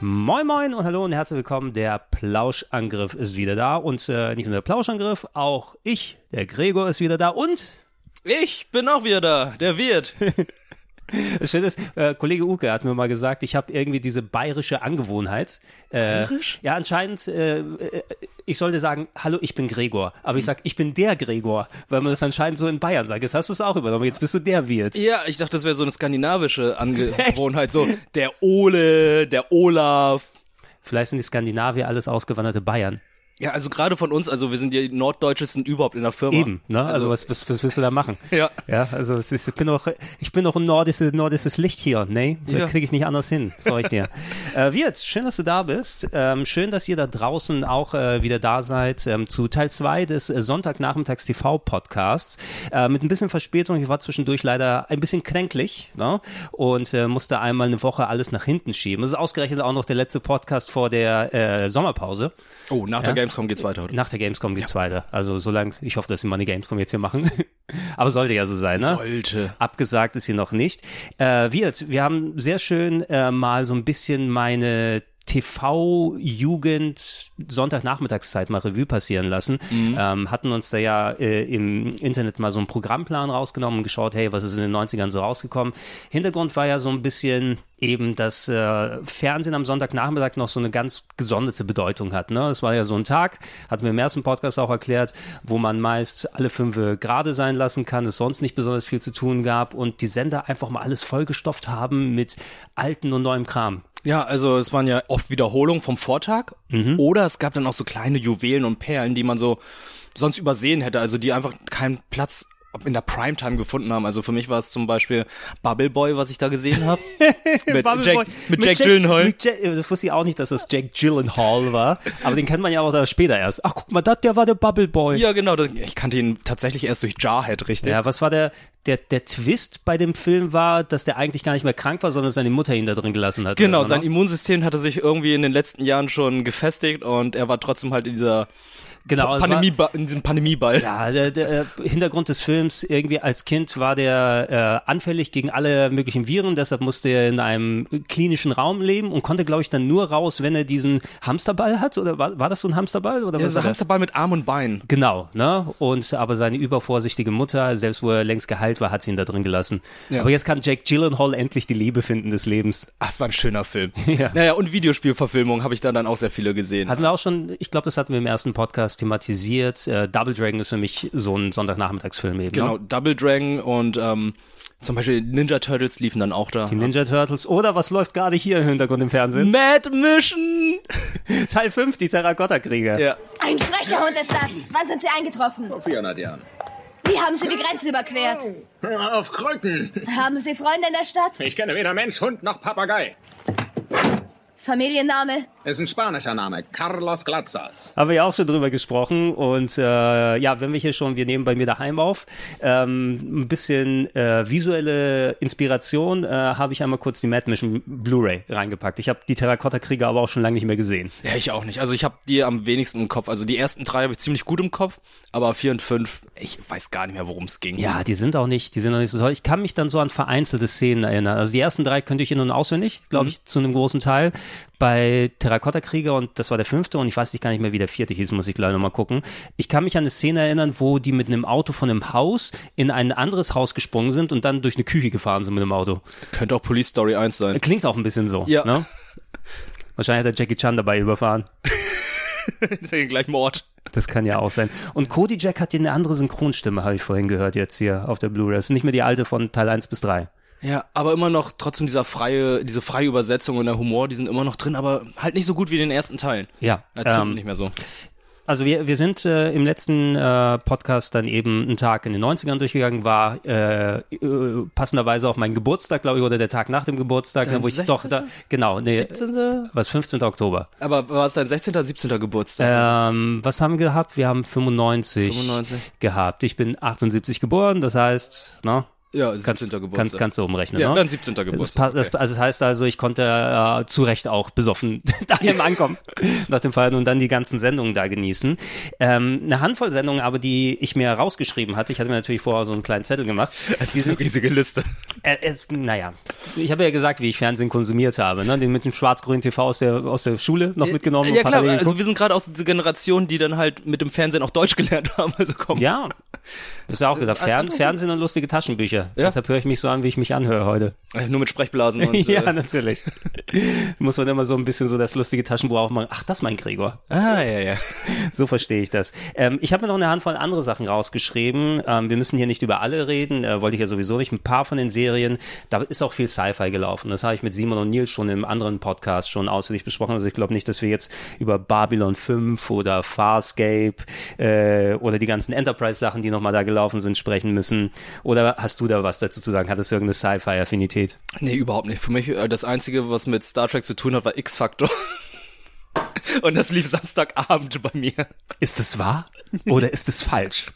Moin Moin und hallo und herzlich willkommen. Der Plauschangriff ist wieder da und äh, nicht nur der Plauschangriff, auch ich, der Gregor, ist wieder da und Ich bin auch wieder da, der Wirt. das Schöne ist, äh, Kollege Uke hat mir mal gesagt, ich habe irgendwie diese bayerische Angewohnheit. Äh, Bayerisch? Ja, anscheinend, äh, äh, ich sollte sagen, hallo, ich bin Gregor, aber ich Hm. sag, ich bin der Gregor, weil man das anscheinend so in Bayern sagt. Jetzt hast du es auch übernommen, jetzt bist du der Wirt. Ja, ich dachte, das wäre so eine skandinavische Angewohnheit. So der Ole, der Olaf. Vielleicht sind die Skandinavier alles ausgewanderte Bayern. Ja, also gerade von uns, also wir sind die Norddeutschesten überhaupt in der Firma. Eben, ne? Also, was, was, was willst du da machen? Ja. Ja, also es ist, ich bin noch, ich bin noch ein nordisches, nordisches Licht hier, ne? Ja. Das kriege ich nicht anders hin, sag ich dir. äh, Wirt, schön, dass du da bist. Ähm, schön, dass ihr da draußen auch äh, wieder da seid ähm, zu Teil 2 des äh, Sonntagnachmittags TV Podcasts. Äh, mit ein bisschen Verspätung, ich war zwischendurch leider ein bisschen kränklich, ne? Und äh, musste einmal eine Woche alles nach hinten schieben. Das ist ausgerechnet auch noch der letzte Podcast vor der äh, Sommerpause. Oh, nach der Gamescom geht's weiter. Heute. Nach der Gamescom geht's weiter. Also solange, ich hoffe, dass sie mal eine Gamescom jetzt hier machen. Aber sollte ja so sein, ne? Sollte. Abgesagt ist hier noch nicht. Äh, Wirt, wir haben sehr schön äh, mal so ein bisschen meine TV-Jugend Sonntagnachmittagszeit mal Revue passieren lassen. Ähm, hatten uns da ja äh, im Internet mal so einen Programmplan rausgenommen und geschaut, hey, was ist in den 90ern so rausgekommen. Hintergrund war ja so ein bisschen eben, dass äh, Fernsehen am Sonntagnachmittag noch so eine ganz gesonderte Bedeutung hat. Ne? Es war ja so ein Tag, hatten wir im ersten Podcast auch erklärt, wo man meist alle fünf gerade sein lassen kann, es sonst nicht besonders viel zu tun gab und die Sender einfach mal alles vollgestopft haben mit alten und neuem Kram. Ja, also es waren ja oft Wiederholungen vom Vortag. Mhm. Oder es gab dann auch so kleine Juwelen und Perlen, die man so sonst übersehen hätte. Also die einfach keinen Platz in der Primetime gefunden haben. Also für mich war es zum Beispiel Bubble Boy, was ich da gesehen habe. mit, Bubble Jack, Boy. mit, Jack Gyllenhaal. mit Jack- äh, das wusste ich auch nicht, dass das Jack Gyllenhaal war, aber den kennt man ja auch da später erst. Ach, guck mal, dat, der war der Bubble Boy. Ja, genau. das- Ich kannte ihn tatsächlich erst durch Jarhead, richtig? Ja, was war der, der, der Twist bei dem Film war, dass der eigentlich gar nicht mehr krank war, sondern seine Mutter ihn da drin gelassen hat. Genau, Also, sein ne? Immunsystem hatte sich irgendwie in den letzten Jahren schon gefestigt und er war trotzdem halt in dieser genau, es war- Pandemie, in diesem Pandemieball. Ja, der, der äh, Hintergrund des Films, irgendwie als Kind war der äh, anfällig gegen alle möglichen Viren, deshalb musste er in einem klinischen Raum leben und konnte, glaube ich, dann nur raus, wenn er diesen Hamsterball hat. Oder war, war das so ein Hamsterball? Oder Ja, was war also so das? Hamsterball mit Arm und Bein. Genau, ne? Und aber seine übervorsichtige Mutter, selbst wo er längst geheilt war, hat sie ihn da drin gelassen. Ja. Aber jetzt kann Jake Gyllenhaal endlich die Liebe finden des Lebens. Ach, es war ein schöner Film. Ja. Naja, und Videospielverfilmung habe ich da dann auch sehr viele gesehen. Hatten wir auch schon, ich glaube, das hatten wir im ersten Podcast thematisiert. Äh, Double Dragon ist für mich so ein Sonntagnachmittagsfilm eben. genau, Ne? Double Dragon und ähm, zum Beispiel Ninja Turtles liefen dann auch da. Die Ninja Turtles oder was läuft gerade hier im Hintergrund im Fernsehen? Mad Mission! Teil 5, die Terrakotta-Krieger. Mhm. Ja. Ein frecher Hund ist das. Wann sind Sie eingetroffen? Vor 400 Jahren. Wie haben Sie die Grenze überquert? Auf Krücken. Haben Sie Freunde in der Stadt? Ich kenne weder Mensch, Hund noch Papagei. Familienname? Ist ein spanischer Name. Carlos Glatzas. Haben wir ja auch schon drüber gesprochen. Und äh, ja, wenn wir hier schon, wir nehmen bei mir daheim auf, ähm, ein bisschen äh, visuelle Inspiration äh, habe ich einmal kurz die Mad Mission Blu-ray reingepackt. Ich habe die Terrakotta-Krieger aber auch schon lange nicht mehr gesehen. Ja, ich auch nicht. Also ich habe die am wenigsten im Kopf. Also die ersten drei habe ich ziemlich gut im Kopf, aber vier und fünf, ich weiß gar nicht mehr, worum es ging. Ja, die sind auch nicht, die sind auch nicht so toll. Ich kann mich dann so an vereinzelte Szenen erinnern. Also die ersten drei könnte ich in- und auswendig, glaube ich, zu einem großen Teil. Bei Terrakotta-Krieger und das war der fünfte und ich weiß nicht gar nicht mehr, wie der vierte hieß, muss ich gleich nochmal gucken. Ich kann mich an eine Szene erinnern, wo die mit einem Auto von einem Haus in ein anderes Haus gesprungen sind und dann durch eine Küche gefahren sind mit dem Auto. Könnte auch Police Story 1 sein. Klingt auch ein bisschen so, Ja. ne? Wahrscheinlich hat er Jackie Chan dabei überfahren. Den gleichen Mord. Das kann ja auch sein. Und Cody Jack hat hier eine andere Synchronstimme, habe ich vorhin gehört jetzt hier auf der Blu-ray. Das ist nicht mehr die alte von Teil 1 bis 3. Ja, aber immer noch trotzdem dieser freie, diese freie Übersetzung und der Humor, die sind immer noch drin, aber halt nicht so gut wie in den ersten Teilen. Ja, Erzählt ähm, nicht mehr so. Also wir, wir sind äh, im letzten äh, Podcast dann eben einen Tag in den 90ern durchgegangen, war äh, äh, passenderweise auch mein Geburtstag, glaube ich, oder der Tag nach dem Geburtstag, Dein ne, wo ich doch da, 16.? genau, nee, 17. was 15. Oktober. Aber war es dein 16. oder 17. Geburtstag? Ähm, was haben wir gehabt? Wir haben 95, 95. gehabt. Ich bin 78 geboren, das heißt, ne? ja, 17. Kannst, Geburtstag. kannst, kannst du umrechnen, Ja, ne? dann 17. Das, Geburtstag. pa- das, also das heißt also, ich konnte äh, zu Recht auch besoffen daheim ankommen nach dem Feiern und dann die ganzen Sendungen da genießen. Ähm, eine Handvoll Sendungen aber, die ich mir rausgeschrieben hatte, ich hatte mir natürlich vorher so einen kleinen Zettel gemacht. Es ist eine riesige Liste. Äh, es, naja, ich habe ja gesagt, wie ich Fernsehen konsumiert habe, ne? den mit dem schwarz-grünen TV aus der, aus der Schule noch mitgenommen. Ja und klar, parallel also geguckt. wir sind gerade aus der Generation, die dann halt mit dem Fernsehen auch Deutsch gelernt haben. Also komm. ja, das ist ja auch gesagt, Fern, Fernsehen und lustige Taschenbücher. Äh, also Ja. Deshalb höre ich mich so an, wie ich mich anhöre heute. Äh, Nur mit Sprechblasen und ja, ne. äh, natürlich. Muss man immer so ein bisschen so das lustige Taschenbuch aufmachen. Ach, das ist mein Gregor. Ah, ja, ja. So verstehe ich das. Ähm, ich habe mir noch eine Handvoll andere Sachen rausgeschrieben. Ähm, wir müssen hier nicht über alle reden, äh, wollte ich ja sowieso nicht. Ein paar von den Serien, da ist auch viel Sci-Fi gelaufen. Das habe ich mit Simon und Nils schon im anderen Podcast schon ausführlich besprochen. Also ich glaube nicht, dass wir jetzt über Babylon 5 oder Farscape äh, oder die ganzen Enterprise-Sachen, die nochmal da gelaufen sind, sprechen müssen. Oder hast du da was dazu zu sagen? Hattest du irgendeine Sci-Fi-Affinität? Nee, überhaupt nicht. Für mich äh, das Einzige, was mit Star Trek zu tun hat, war X-Factor. Und das lief Samstagabend bei mir. Ist es wahr oder ist es falsch?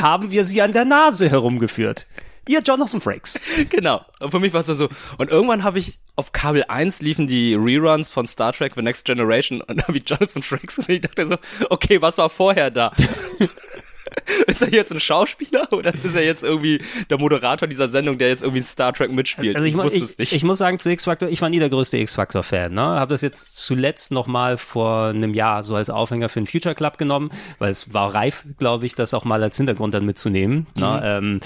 Haben wir sie an der Nase herumgeführt? Ihr Jonathan Frakes. Genau. Und für mich war es dann so. Und irgendwann habe ich auf Kabel 1 liefen die Reruns von Star Trek The Next Generation und da habe ich Jonathan Frakes gesehen. Ich dachte so, okay, was war vorher da? ist er jetzt ein Schauspieler oder ist er jetzt irgendwie der Moderator dieser Sendung, der jetzt irgendwie in Star Trek mitspielt? Also ich, mu- wusste ich, es nicht. ich muss sagen, zu X-Factor, ich war nie der größte X-Factor-Fan. Ne? Habe das jetzt zuletzt nochmal vor einem Jahr so als Aufhänger für den Future Club genommen, weil es war reif, glaube ich, das auch mal als Hintergrund dann mitzunehmen. Ne? Ähm,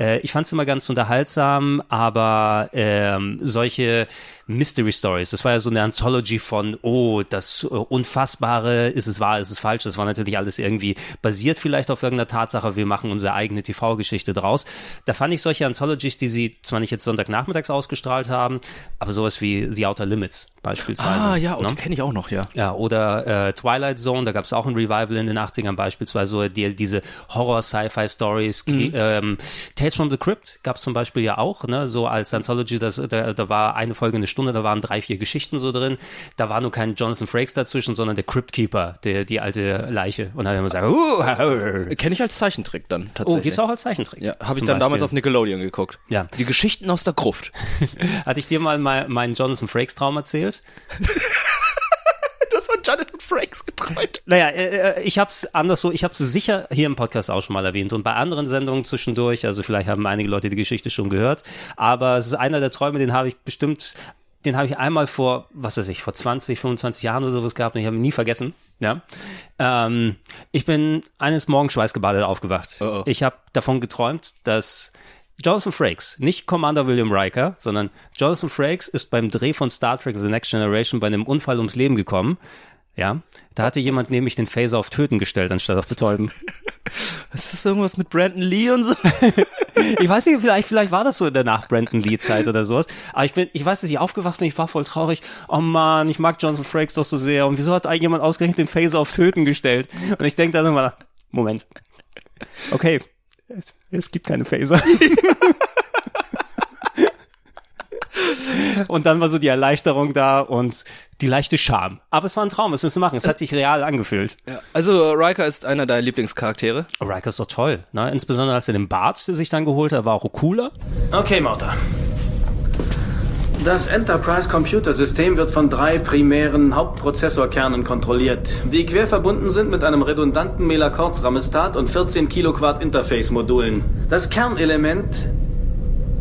äh, ich fand es immer ganz unterhaltsam, aber ähm, solche Mystery Stories, das war ja so eine Anthology von, oh, das äh, Unfassbare, ist es wahr, ist es falsch, das war natürlich alles irgendwie basiert vielleicht auf irgendeiner Tatsache, wir machen unsere eigene TV-Geschichte draus. Da fand ich solche Anthologies, die sie zwar nicht jetzt Sonntagnachmittags ausgestrahlt haben, aber sowas wie The Outer Limits beispielsweise. ah ja, und ne? die kenne ich auch noch, ja. Ja, oder äh, Twilight Zone, da gab es auch ein Revival in den 80ern, beispielsweise so die, diese Horror-Sci-Fi-Stories. Mhm. die, Ähm, Tales from the Crypt gab es zum Beispiel ja auch, ne? so als Anthology, das, da, da war eine Folge eine Stunde, da waren drei, vier Geschichten so drin. Da war nur kein Jonathan Frakes dazwischen, sondern der Crypt Keeper, der, die alte Leiche. Und dann haben wir gesagt, uh, Kenne ich als Zeichentrick dann oh, tatsächlich. gibt's auch als Zeichentrick. Ja, habe ich Zum dann damals Beispiel. auf Nickelodeon geguckt. Ja. Die Geschichten aus der Gruft. Hatte ich dir mal mein, meinen Jonathan Frakes-Traum erzählt? Das war Jonathan Frakes geträumt. Naja, äh, äh, ich hab's anders so, ich hab's sicher hier im Podcast auch schon mal erwähnt und bei anderen Sendungen zwischendurch, also vielleicht haben einige Leute die Geschichte schon gehört, aber es ist einer der Träume, den habe ich bestimmt, den habe ich einmal vor, was weiß ich, vor 20, 25 Jahren oder sowas gehabt und ich habe ihn nie vergessen. Ja. Ähm, ich bin eines Morgens schweißgebadet aufgewacht. Oh, oh. Ich habe davon geträumt, dass Jonathan Frakes, nicht Commander William Riker, sondern Jonathan Frakes ist beim Dreh von Star Trek The Next Generation bei einem Unfall ums Leben gekommen. Ja, da hatte jemand nämlich den Phaser auf Töten gestellt, anstatt auf Betäuben. Ist das irgendwas mit Brandon Lee und so? Ich weiß nicht, vielleicht, vielleicht war das so in der nach Brandon Lee Zeit oder sowas. Aber ich bin, ich weiß, dass ich aufgewacht bin, ich war voll traurig. Oh man, ich mag Jonathan Frakes doch so sehr. Und wieso hat eigentlich jemand ausgerechnet den Phaser auf Töten gestellt? Und ich denke dann immer, Moment. Okay. Es, es gibt keine Phaser. Und dann war so die Erleichterung da und die leichte Scham. Aber es war ein Traum, das müssen wir machen. Es hat sich real angefühlt. Ja, also äh, Riker ist einer deiner Lieblingscharaktere. Riker ist doch toll, ne? Insbesondere als er den Bart sich dann geholt hat, war auch cooler. Okay, Martha. Das Enterprise-Computersystem wird von drei primären Hauptprozessorkernen kontrolliert, die quer verbunden sind mit einem redundanten Melakorz-Ramestat und 14 Kiloquart Interface-Modulen. Das Kernelement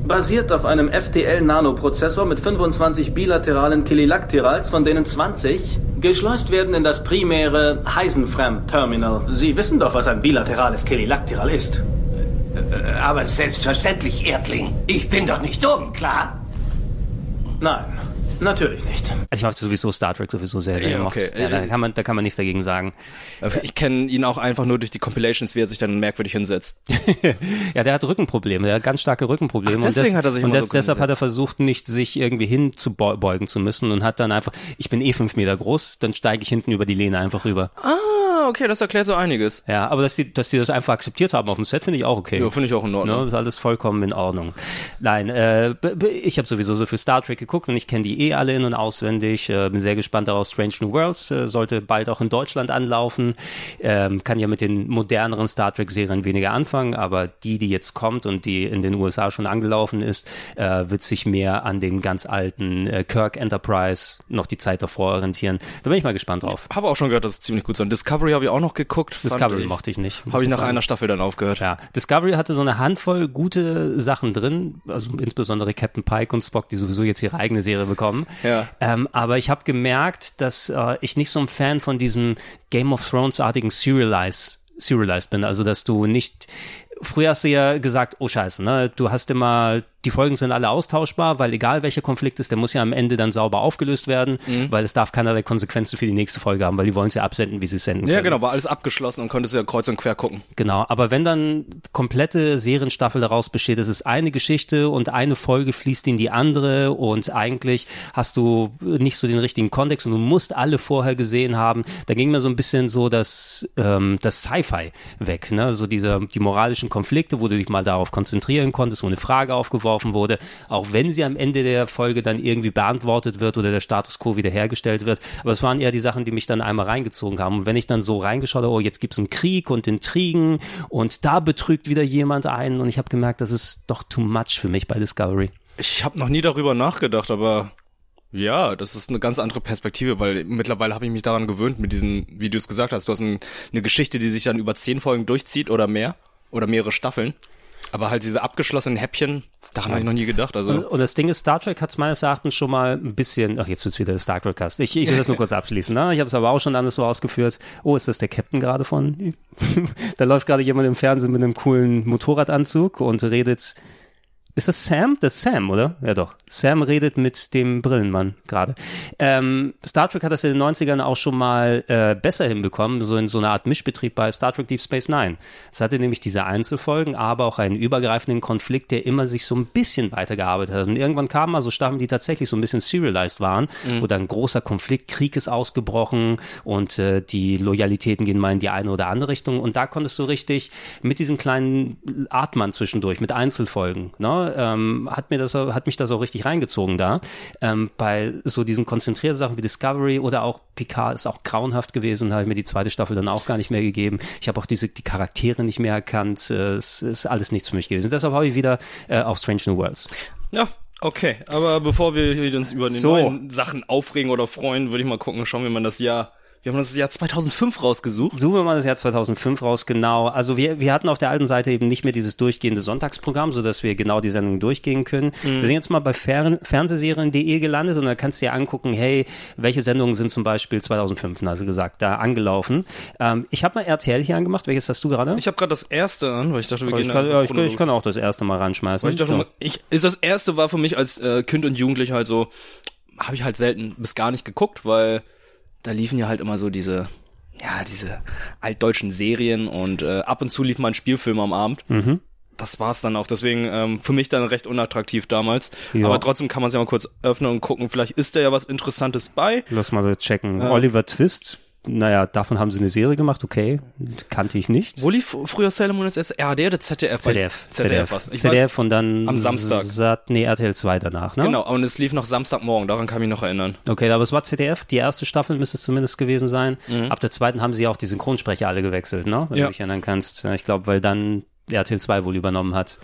basiert auf einem FTL-Nanoprozessor mit 25 bilateralen Kililacterals, von denen 20 geschleust werden in das primäre Heisenfram-Terminal. Sie wissen doch, was ein bilaterales Kililacteral ist. Aber selbstverständlich, Erdling. Ich bin doch nicht dumm, klar? Nein. Natürlich nicht. Also ich mag sowieso Star Trek sowieso sehr, sehr Ja, gemacht. okay. Ja, da kann man, da kann man nichts dagegen sagen. Äh, Ich kenne ihn auch einfach nur durch die Compilations, wie er sich dann merkwürdig hinsetzt. Ja, der hat Rückenprobleme, der hat ganz starke Rückenprobleme. Ach, deswegen und hat er sich und immer des, so deshalb hat er hingesetzt. versucht, nicht sich irgendwie hinzubeugen zu müssen und hat dann einfach, ich bin eh fünf Meter groß, dann steige ich hinten über die Lehne einfach rüber. Ah, okay, das erklärt so einiges. Ja, aber dass die, dass die das einfach akzeptiert haben auf dem Set, finde ich auch okay. Ja, finde ich auch in Ordnung. Ne, ist alles vollkommen in Ordnung. Nein, äh, b- b- ich habe sowieso so viel Star Trek geguckt und ich kenne die eh alle in- und auswendig. Äh, bin sehr gespannt darauf. Strange New Worlds äh, sollte bald auch in Deutschland anlaufen. Ähm, kann ja mit den moderneren Star Trek-Serien weniger anfangen, aber die, die jetzt kommt und die in den USA schon angelaufen ist, äh, wird sich mehr an den ganz alten äh, Kirk Enterprise noch die Zeit davor orientieren. Da bin ich mal gespannt drauf. Habe auch schon gehört, dass es ziemlich gut sein. Discovery habe ich auch noch geguckt. fand Discovery ich. mochte ich nicht. muss Habe ich ich nach sagen. einer Staffel dann aufgehört. Ja, Discovery hatte so eine Handvoll gute Sachen drin, also insbesondere Captain Pike und Spock, die sowieso jetzt ihre eigene Serie bekommen. Ja. Ähm, aber ich habe gemerkt, dass äh, ich nicht so ein Fan von diesem Game of Thrones-artigen Serialize, Serialized bin, also dass du nicht Früher hast du ja gesagt, oh scheiße, ne? du hast immer, die Folgen sind alle austauschbar, weil egal welcher Konflikt ist, der muss ja am Ende dann sauber aufgelöst werden, Mhm. weil es darf keinerlei Konsequenzen für die nächste Folge haben, weil die wollen es ja absenden, wie sie es senden Ja, können. genau, war alles abgeschlossen und konntest ja kreuz und quer gucken. Genau, aber wenn dann komplette Serienstaffel daraus besteht, es ist eine Geschichte und eine Folge fließt in die andere und eigentlich hast du nicht so den richtigen Kontext und du musst alle vorher gesehen haben, da ging mir so ein bisschen so das, ähm, das Sci-Fi weg, ne? so diese, die moralischen Konflikte, wo du dich mal darauf konzentrieren konntest, wo eine Frage aufgeworfen wurde, auch wenn sie am Ende der Folge dann irgendwie beantwortet wird oder der Status quo wiederhergestellt wird, aber es waren eher die Sachen, die mich dann einmal reingezogen haben und wenn ich dann so reingeschaut habe, oh, jetzt gibt's einen Krieg und Intrigen und da betrügt wieder jemand einen und ich habe gemerkt, das ist doch too much für mich bei Discovery. Ich habe noch nie darüber nachgedacht, aber ja, das ist eine ganz andere Perspektive, weil mittlerweile habe ich mich daran gewöhnt, mit diesen, wie du es gesagt hast, du hast ein, eine Geschichte, die sich dann über zehn Folgen durchzieht oder mehr oder mehrere Staffeln. Aber halt diese abgeschlossenen Häppchen, daran habe ich noch nie gedacht. Und, Also und das Ding ist, Star Trek hat es meines Erachtens schon mal ein bisschen, ach, jetzt wird's wieder der Star Trek Cast. Ich, ich will das nur kurz abschließen, ne? Ich habe es aber auch schon anders so ausgeführt. Oh, ist das der Captain gerade von? da läuft gerade jemand im Fernsehen mit einem coolen Motorradanzug und redet. Ist das Sam? Das ist Sam, oder? Ja doch. Sam redet mit dem Brillenmann gerade. Ähm, Star Trek hat das in den 90ern auch schon mal äh, besser hinbekommen, so in so einer Art Mischbetrieb bei Star Trek Deep Space Nine. Es hatte nämlich diese Einzelfolgen, aber auch einen übergreifenden Konflikt, der immer sich so ein bisschen weitergearbeitet hat. Und irgendwann kamen mal so Staffeln, die tatsächlich so ein bisschen serialized waren, wo dann ein großer Konflikt, Krieg ist ausgebrochen und äh, die Loyalitäten gehen mal in die eine oder andere Richtung. Und da konntest du richtig mit diesen kleinen Atmern zwischendurch, mit Einzelfolgen, ne, ähm, hat mir das, hat mich das auch richtig reingezogen da. Ähm, bei so diesen konzentrierten Sachen wie Discovery oder auch Picard ist auch grauenhaft gewesen, habe ich mir die zweite Staffel dann auch gar nicht mehr gegeben. Ich habe auch diese, die Charaktere nicht mehr erkannt. Äh, es ist alles nichts für mich gewesen. Deshalb habe ich wieder äh, auf Strange New Worlds. ja, okay. Aber bevor wir hier uns über die So. neuen Sachen aufregen oder freuen, würde ich mal gucken, schauen wir mal das Jahr. Wir haben das Jahr 2005 rausgesucht. suchen wir mal das Jahr 2005 raus, genau. Also wir, wir hatten auf der alten Seite eben nicht mehr dieses durchgehende Sonntagsprogramm, sodass wir genau die Sendung durchgehen können. Mhm. Wir sind jetzt mal bei Fern fernsehserien.de gelandet und da kannst du dir angucken, hey, welche Sendungen sind zum Beispiel 2005, also gesagt, da angelaufen. Ähm, ich habe mal RTL hier angemacht. Welches hast du gerade? Ich habe gerade das erste an, weil ich dachte, wir Aber Oh, gehen ich kann, einfach ja, ich, kann- chronologisch. ich kann auch das erste mal ranschmeißen. Weil ich dachte, So. mal, ich, ist das erste war für mich als äh, Kind und Jugendlich halt so, habe ich halt selten bis gar nicht geguckt, weil da liefen ja halt immer so diese, ja, diese altdeutschen Serien und äh, ab und zu lief mal ein Spielfilm am Abend. Das war's dann auch, deswegen ähm, für mich dann recht unattraktiv damals. Ja. Aber trotzdem kann man es ja mal kurz öffnen und gucken, vielleicht ist da ja was Interessantes bei. Lass mal checken. Oliver Twist. Naja, davon haben sie eine Serie gemacht, okay. Kannte ich nicht. Wo lief früher Sailor Moon als erst? RD oder ZDF? ZDF. ZDF, ZDF. was? Ich weiß, ZDF und dann am Samstag. Sat, nee, RTL 2 danach, ne? genau, und es lief noch Samstagmorgen, daran kann ich mich noch erinnern. Okay, aber es war ZDF, die erste Staffel müsste es zumindest gewesen sein. Ab der zweiten haben sie ja auch die Synchronsprecher alle gewechselt, ne? Wenn Mhm. Ja. du dich erinnern kannst. Ja, Ich glaube, weil dann RTL 2 wohl übernommen hat.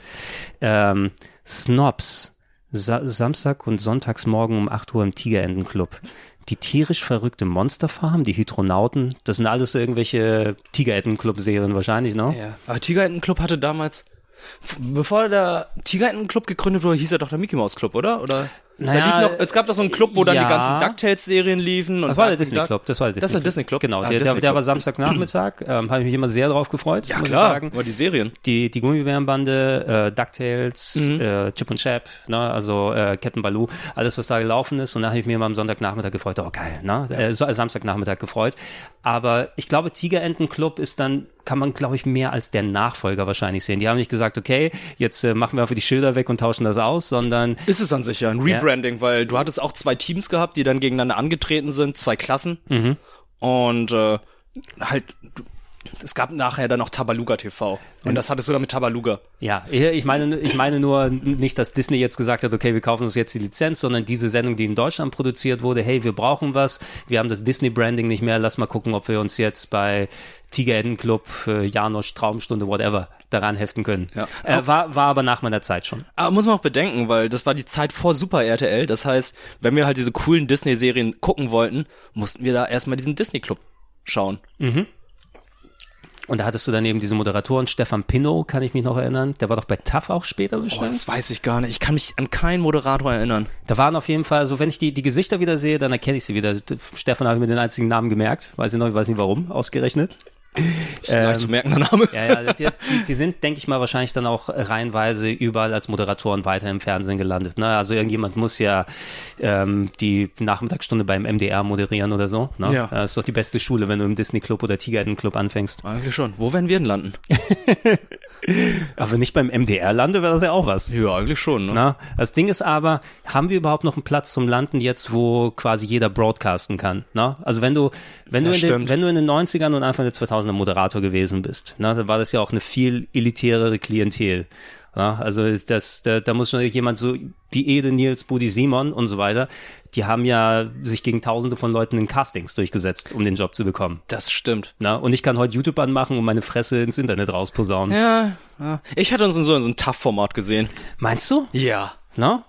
Ähm, Snobs. Sa Samstag und Sonntagsmorgen um 8 Uhr im Tigerentenclub. Die tierisch verrückte Monsterfarm, die Hydronauten, das sind alles so irgendwelche Tigerentenclub-Serien wahrscheinlich, ne? Ja, aber Tigerentenclub hatte damals, f- bevor der Tigerentenclub gegründet wurde, hieß er doch der Mickey Mouse Club, oder? Oder? da Naja, lief noch, es gab doch so einen Club, wo dann ja. die ganzen DuckTales-Serien liefen. Und Das war der Duck- Disney Club. Das war der Disney, Das war der Disney Club. Genau, der, Ah, der, Disney der Club. war Samstagnachmittag. ähm, Habe ich mich immer sehr drauf gefreut, Ja, muss klar, ich sagen. aber die Serien. Die, die Gummibärenbande, äh, DuckTales, Mhm. äh, Chip und Chap, ne? also äh, Captain Baloo, alles, was da gelaufen ist. Und da habe ich mir immer am Sonntagnachmittag gefreut. Oh, geil, ne? Äh, so, äh, Samstagnachmittag gefreut. Aber ich glaube, Tigerentenclub ist dann, kann man, glaube ich, mehr als der Nachfolger wahrscheinlich sehen. Die haben nicht gesagt, okay, jetzt äh, machen wir einfach die Schilder weg und tauschen das aus, sondern Ist es an sich ja ein Rebranding, weil du hattest auch zwei Teams gehabt, die dann gegeneinander angetreten sind, zwei Klassen. Mhm. Und äh, halt, du- es gab nachher dann noch Tabaluga TV. Und das hattest du dann mit Tabaluga. Ja, ich meine, ich meine nur nicht, dass Disney jetzt gesagt hat, okay, wir kaufen uns jetzt die Lizenz, sondern diese Sendung, die in Deutschland produziert wurde, hey, wir brauchen was, wir haben das Disney-Branding nicht mehr, lass mal gucken, ob wir uns jetzt bei Tigerentenclub, äh, Janosch, Traumstunde, whatever, daran heften können. Ja. Äh, war, war aber nach meiner Zeit schon. Aber muss man auch bedenken, weil das war die Zeit vor Super RTL. Das heißt, wenn wir halt diese coolen Disney-Serien gucken wollten, mussten wir da erstmal diesen Disney-Club schauen. Und da hattest du dann eben diese Moderatoren, Stefan Pinnow, kann ich mich noch erinnern, der war doch bei TAF auch später Boah, bestimmt. das weiß ich gar nicht. Ich kann mich an keinen Moderator erinnern. Da waren auf jeden Fall, so wenn ich die, die Gesichter wieder sehe, dann erkenne ich sie wieder. Stefan habe ich mir den einzigen Namen gemerkt, weiß ich noch, ich weiß nicht warum, ausgerechnet. Ist ein leicht zu merkender Name. Ja, ja, die, die, die sind, denke ich mal, wahrscheinlich dann auch reihenweise überall als Moderatoren weiter im Fernsehen gelandet. Ne? Also irgendjemand muss ja ähm, die Nachmittagsstunde beim MDR moderieren oder so. Ne? Ja. Das ist doch die beste Schule, wenn du im Disney Club oder Tigerden Club anfängst. Eigentlich schon. Wo werden wir denn landen? Aber wenn ich beim MDR lande, wäre das ja auch was. Ja, eigentlich schon. Ne? Ne? Das Ding ist aber, haben wir überhaupt noch einen Platz zum Landen jetzt, wo quasi jeder broadcasten kann? Ne? Also wenn du, wenn du, Das in den, stimmt. wenn du in den 90ern und Anfang der 2000er Moderator gewesen bist, ne, dann war das ja auch eine viel elitärere Klientel. Ja, also das, da, da muss schon jemand so wie Ede, Nils, Budi, Simon und so weiter, die haben ja sich gegen tausende von Leuten in Castings durchgesetzt, um den Job zu bekommen. Das stimmt. Ne? Und ich kann heute YouTube anmachen und meine Fresse ins Internet rausposaunen. Ja, ja. ich hatte uns in so, so ein Tough-Format gesehen. Meinst du? Ja. Ne?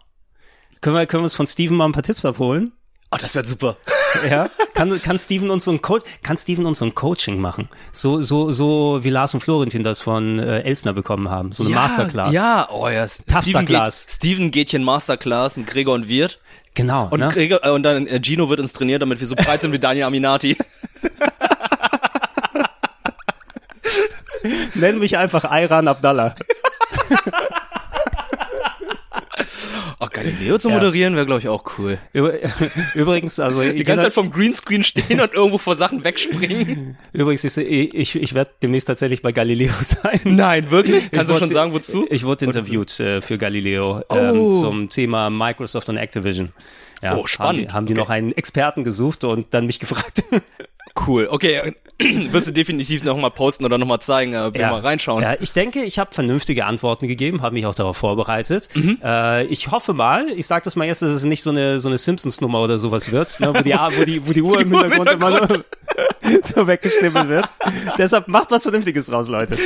Können wir, können wir uns von Steven mal ein paar Tipps abholen? Oh, das wäre super. Ja, kann, kann Steven uns so ein Co kann Steven uns so ein Coaching machen? So, so, so wie Lars und Florentin das von äh, Elsner bekommen haben. So eine Masterclass. Ja, oh ja. Tafsterclass. Steven, geht, Steven Gätchen Masterclass mit Gregor und Wirt. Genau. Und, ne? Gregor, äh, und dann äh, Gino wird uns trainiert, damit wir so breit sind wie Daniel Aminati. Nenn mich einfach Ayran Abdallah. Oh, Galileo zu moderieren wäre, glaube ich, auch cool. Über- Übrigens, also Die ganze Zeit vom Greenscreen stehen und irgendwo vor Sachen wegspringen. übrigens, ich, ich, ich werde demnächst tatsächlich bei Galileo sein. Nein, wirklich? Ich Kannst du wurde- schon sagen, wozu? Ich wurde interviewt äh, für Galileo ähm, zum Thema Microsoft und Activision. Ja, Oh, Haben die, spannend. haben die Okay. noch einen Experten gesucht und dann mich gefragt. Cool. Okay, äh, wirst du definitiv nochmal posten oder nochmal zeigen. Äh, wir mal reinschauen. Ja, ich denke, ich habe vernünftige Antworten gegeben, habe mich auch darauf vorbereitet. Äh, ich hoffe mal, ich sage das mal jetzt, dass es nicht so eine, so eine Simpsons-Nummer oder sowas wird, ne, wo, die, wo, die, wo die Uhr im Uhr im Hintergrund immer nur so weggeschnippelt wird. Deshalb macht was Vernünftiges raus, Leute.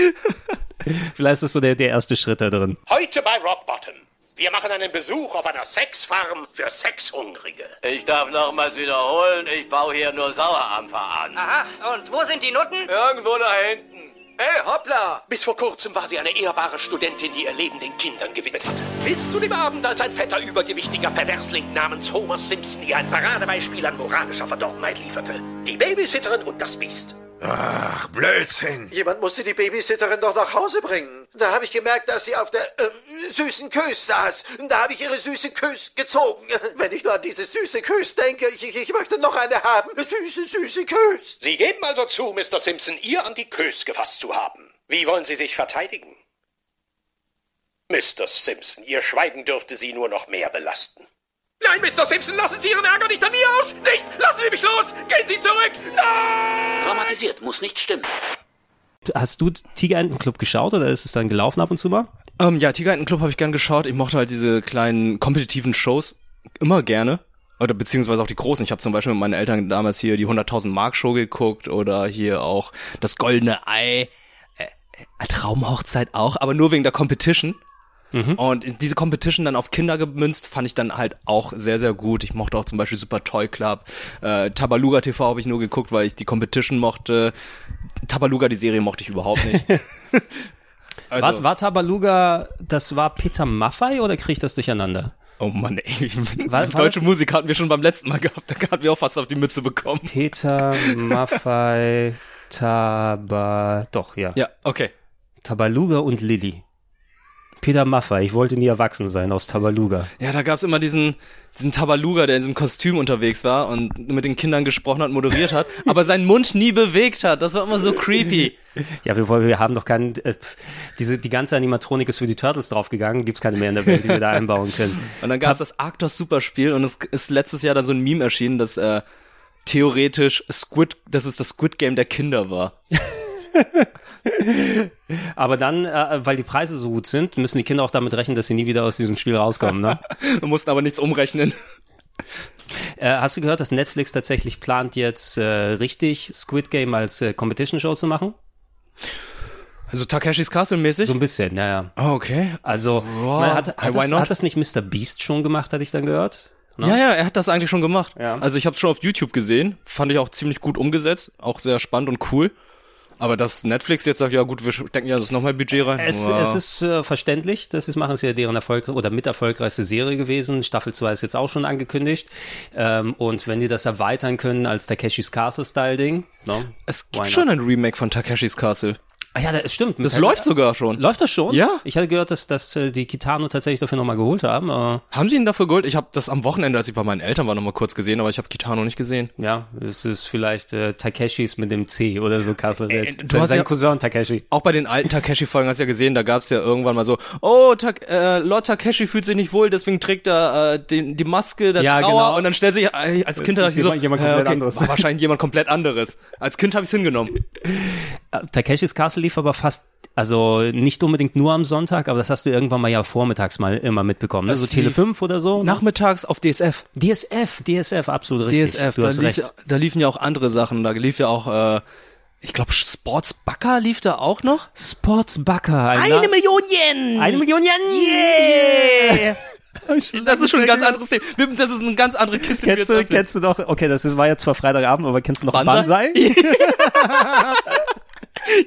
Vielleicht ist das so der, der erste Schritt da drin. Heute bei Rock Bottom. Wir machen einen Besuch auf einer Sexfarm für Sexhungrige. Ich darf nochmals wiederholen, ich baue hier nur Sauerampfer an. Aha, und wo sind die Nutten? Irgendwo da hinten. Hey, hoppla! Bis vor kurzem war sie eine ehrbare Studentin, die ihr Leben den Kindern gewidmet hatte. Bis zu dem Abend, als ein fetter, übergewichtiger Perversling namens Homer Simpson ihr ein Paradebeispiel an moralischer Verdorbenheit lieferte. Die Babysitterin und das Biest. Ach, Blödsinn. Jemand musste die Babysitterin doch nach Hause bringen. Da habe ich gemerkt, dass sie auf der äh, süßen Kös saß. Da habe ich ihre süße Kös gezogen. Wenn ich nur an diese süße Kös denke, ich, ich, ich möchte noch eine haben. Süße, süße Kös. Sie geben also zu, Mr. Simpson, ihr an die Kös gefasst zu haben. Wie wollen Sie sich verteidigen? Mr. Simpson, Ihr Schweigen dürfte Sie nur noch mehr belasten. Nein, Mr. Simpson, lassen Sie Ihren Ärger nicht an mir aus! Nicht! Lassen Sie mich los! Gehen Sie zurück! Nein! Dramatisiert muss nicht stimmen. Hast du Tigerentenclub geschaut oder ist es dann gelaufen ab und zu mal? Ähm, ja, Tigerentenclub habe ich gern geschaut. Ich mochte halt diese kleinen kompetitiven Shows immer gerne. Oder beziehungsweise auch die großen. Ich habe zum Beispiel mit meinen Eltern damals hier die 100.000 Mark Show geguckt oder hier auch das Goldene Ei. Äh, äh, Traumhochzeit auch, aber nur wegen der Competition. Und diese Competition dann auf Kinder gemünzt, fand ich dann halt auch sehr, sehr gut. Ich mochte auch zum Beispiel Super Toy Club. Äh, Tabaluga TV habe ich nur geguckt, weil ich die Competition mochte. Tabaluga, die Serie mochte ich überhaupt nicht. Also Also War, war Tabaluga, das war Peter Maffei oder krieg ich das durcheinander? Oh Mann, ey. war deutsche das- Musiker hatten wir schon beim letzten Mal gehabt. Da hatten wir auch fast auf die Mütze bekommen. Peter Maffei, Taba, doch, ja. Ja, okay. Tabaluga und Lilly. Peter Maffei, ich wollte nie erwachsen sein aus Tabaluga. Ja, da gab's immer diesen, diesen Tabaluga, der in diesem Kostüm unterwegs war und mit den Kindern gesprochen hat, moderiert hat, aber seinen Mund nie bewegt hat. Das war immer so creepy. Ja, wir, wollen- wir haben doch keinen. Äh, pf, diese, die ganze Animatronik ist für die Turtles draufgegangen, gibt's keine mehr in der Welt, die wir da einbauen können. Und dann gab's das Arctos Superspiel und es ist letztes Jahr dann so ein Meme erschienen, dass äh, theoretisch Squid, dass es das Squid Game der Kinder war. Aber dann, äh, weil die Preise so gut sind, müssen die Kinder auch damit rechnen, dass sie nie wieder aus diesem Spiel rauskommen. Ne? Wir mussten aber nichts umrechnen. äh, hast du gehört, dass Netflix tatsächlich plant, jetzt äh, richtig Squid Game als äh, Competition Show zu machen? Also Takeshis Castle mäßig? So ein bisschen, naja. Ah, okay. Also, Wow. man, hat, Hey, hat, Oh, why das, not? hat das nicht Mr. Beast schon gemacht, hatte ich dann gehört? Ne? Ja, ja, er hat das eigentlich schon gemacht. Ja. Also ich habe es schon auf YouTube gesehen, fand ich auch ziemlich gut umgesetzt, auch sehr spannend und cool. Aber dass Netflix jetzt sagt, ja gut, wir stecken ja das nochmal Budget rein. Es, wow. es ist äh, verständlich, dass sie es machen. Es ist ja deren Erfolg oder mit erfolgreichste Serie gewesen. Staffel 2 ist jetzt auch schon angekündigt. Ähm, und wenn die das erweitern können als Takeshis Castle-Style-Ding. Ne? why es gibt not? schon ein Remake von Takeshis Castle. Ah ja, das stimmt. Das läuft sogar schon. Läuft das schon? Ja. Ich hatte gehört, dass, dass äh, die Kitano tatsächlich dafür nochmal geholt haben. aber Haben sie ihn dafür geholt? Ich habe das am Wochenende, als ich bei meinen Eltern war, nochmal kurz gesehen, aber ich habe Kitano nicht gesehen. ja, es ist vielleicht äh, Takeshis mit dem C oder so Castle. Äh, du sein hast sein ja- Cousin Takeshi. Auch bei den alten Takeshi-Folgen hast du ja gesehen, da gab's ja irgendwann mal so, oh, Tak- äh, Lord Takeshi fühlt sich nicht wohl, deswegen trägt er äh, den, die Maske der Ja, Trauer genau. und dann stellt sich äh, als Kind Das dachte ist ich so, jemand- jemand komplett anderes. war wahrscheinlich jemand komplett anderes. Als Kind habe ich's hingenommen. Äh, Takeshis Castle lief aber fast, also nicht unbedingt nur am Sonntag, aber das hast du irgendwann mal ja vormittags mal immer mitbekommen. Ne? Es So Tele lief- 5 oder so. ne? Nachmittags auf DSF. DSF, DSF, absolut richtig. DSF, du da, hast lief, recht. da liefen ja auch andere Sachen, da lief ja auch äh, ich glaube Sports Backer lief da auch noch. Sportsbacker. ein Na- Million Yen. Eine Million Yen. Yeah. Das ist schon ein ganz anderes Thema. Wir- Das ist eine ganz andere Kiste. die wir Kennst jetzt du, öffnen. kennst du noch, okay, das war jetzt zwar Freitagabend, aber kennst du noch Banzai? Banzai?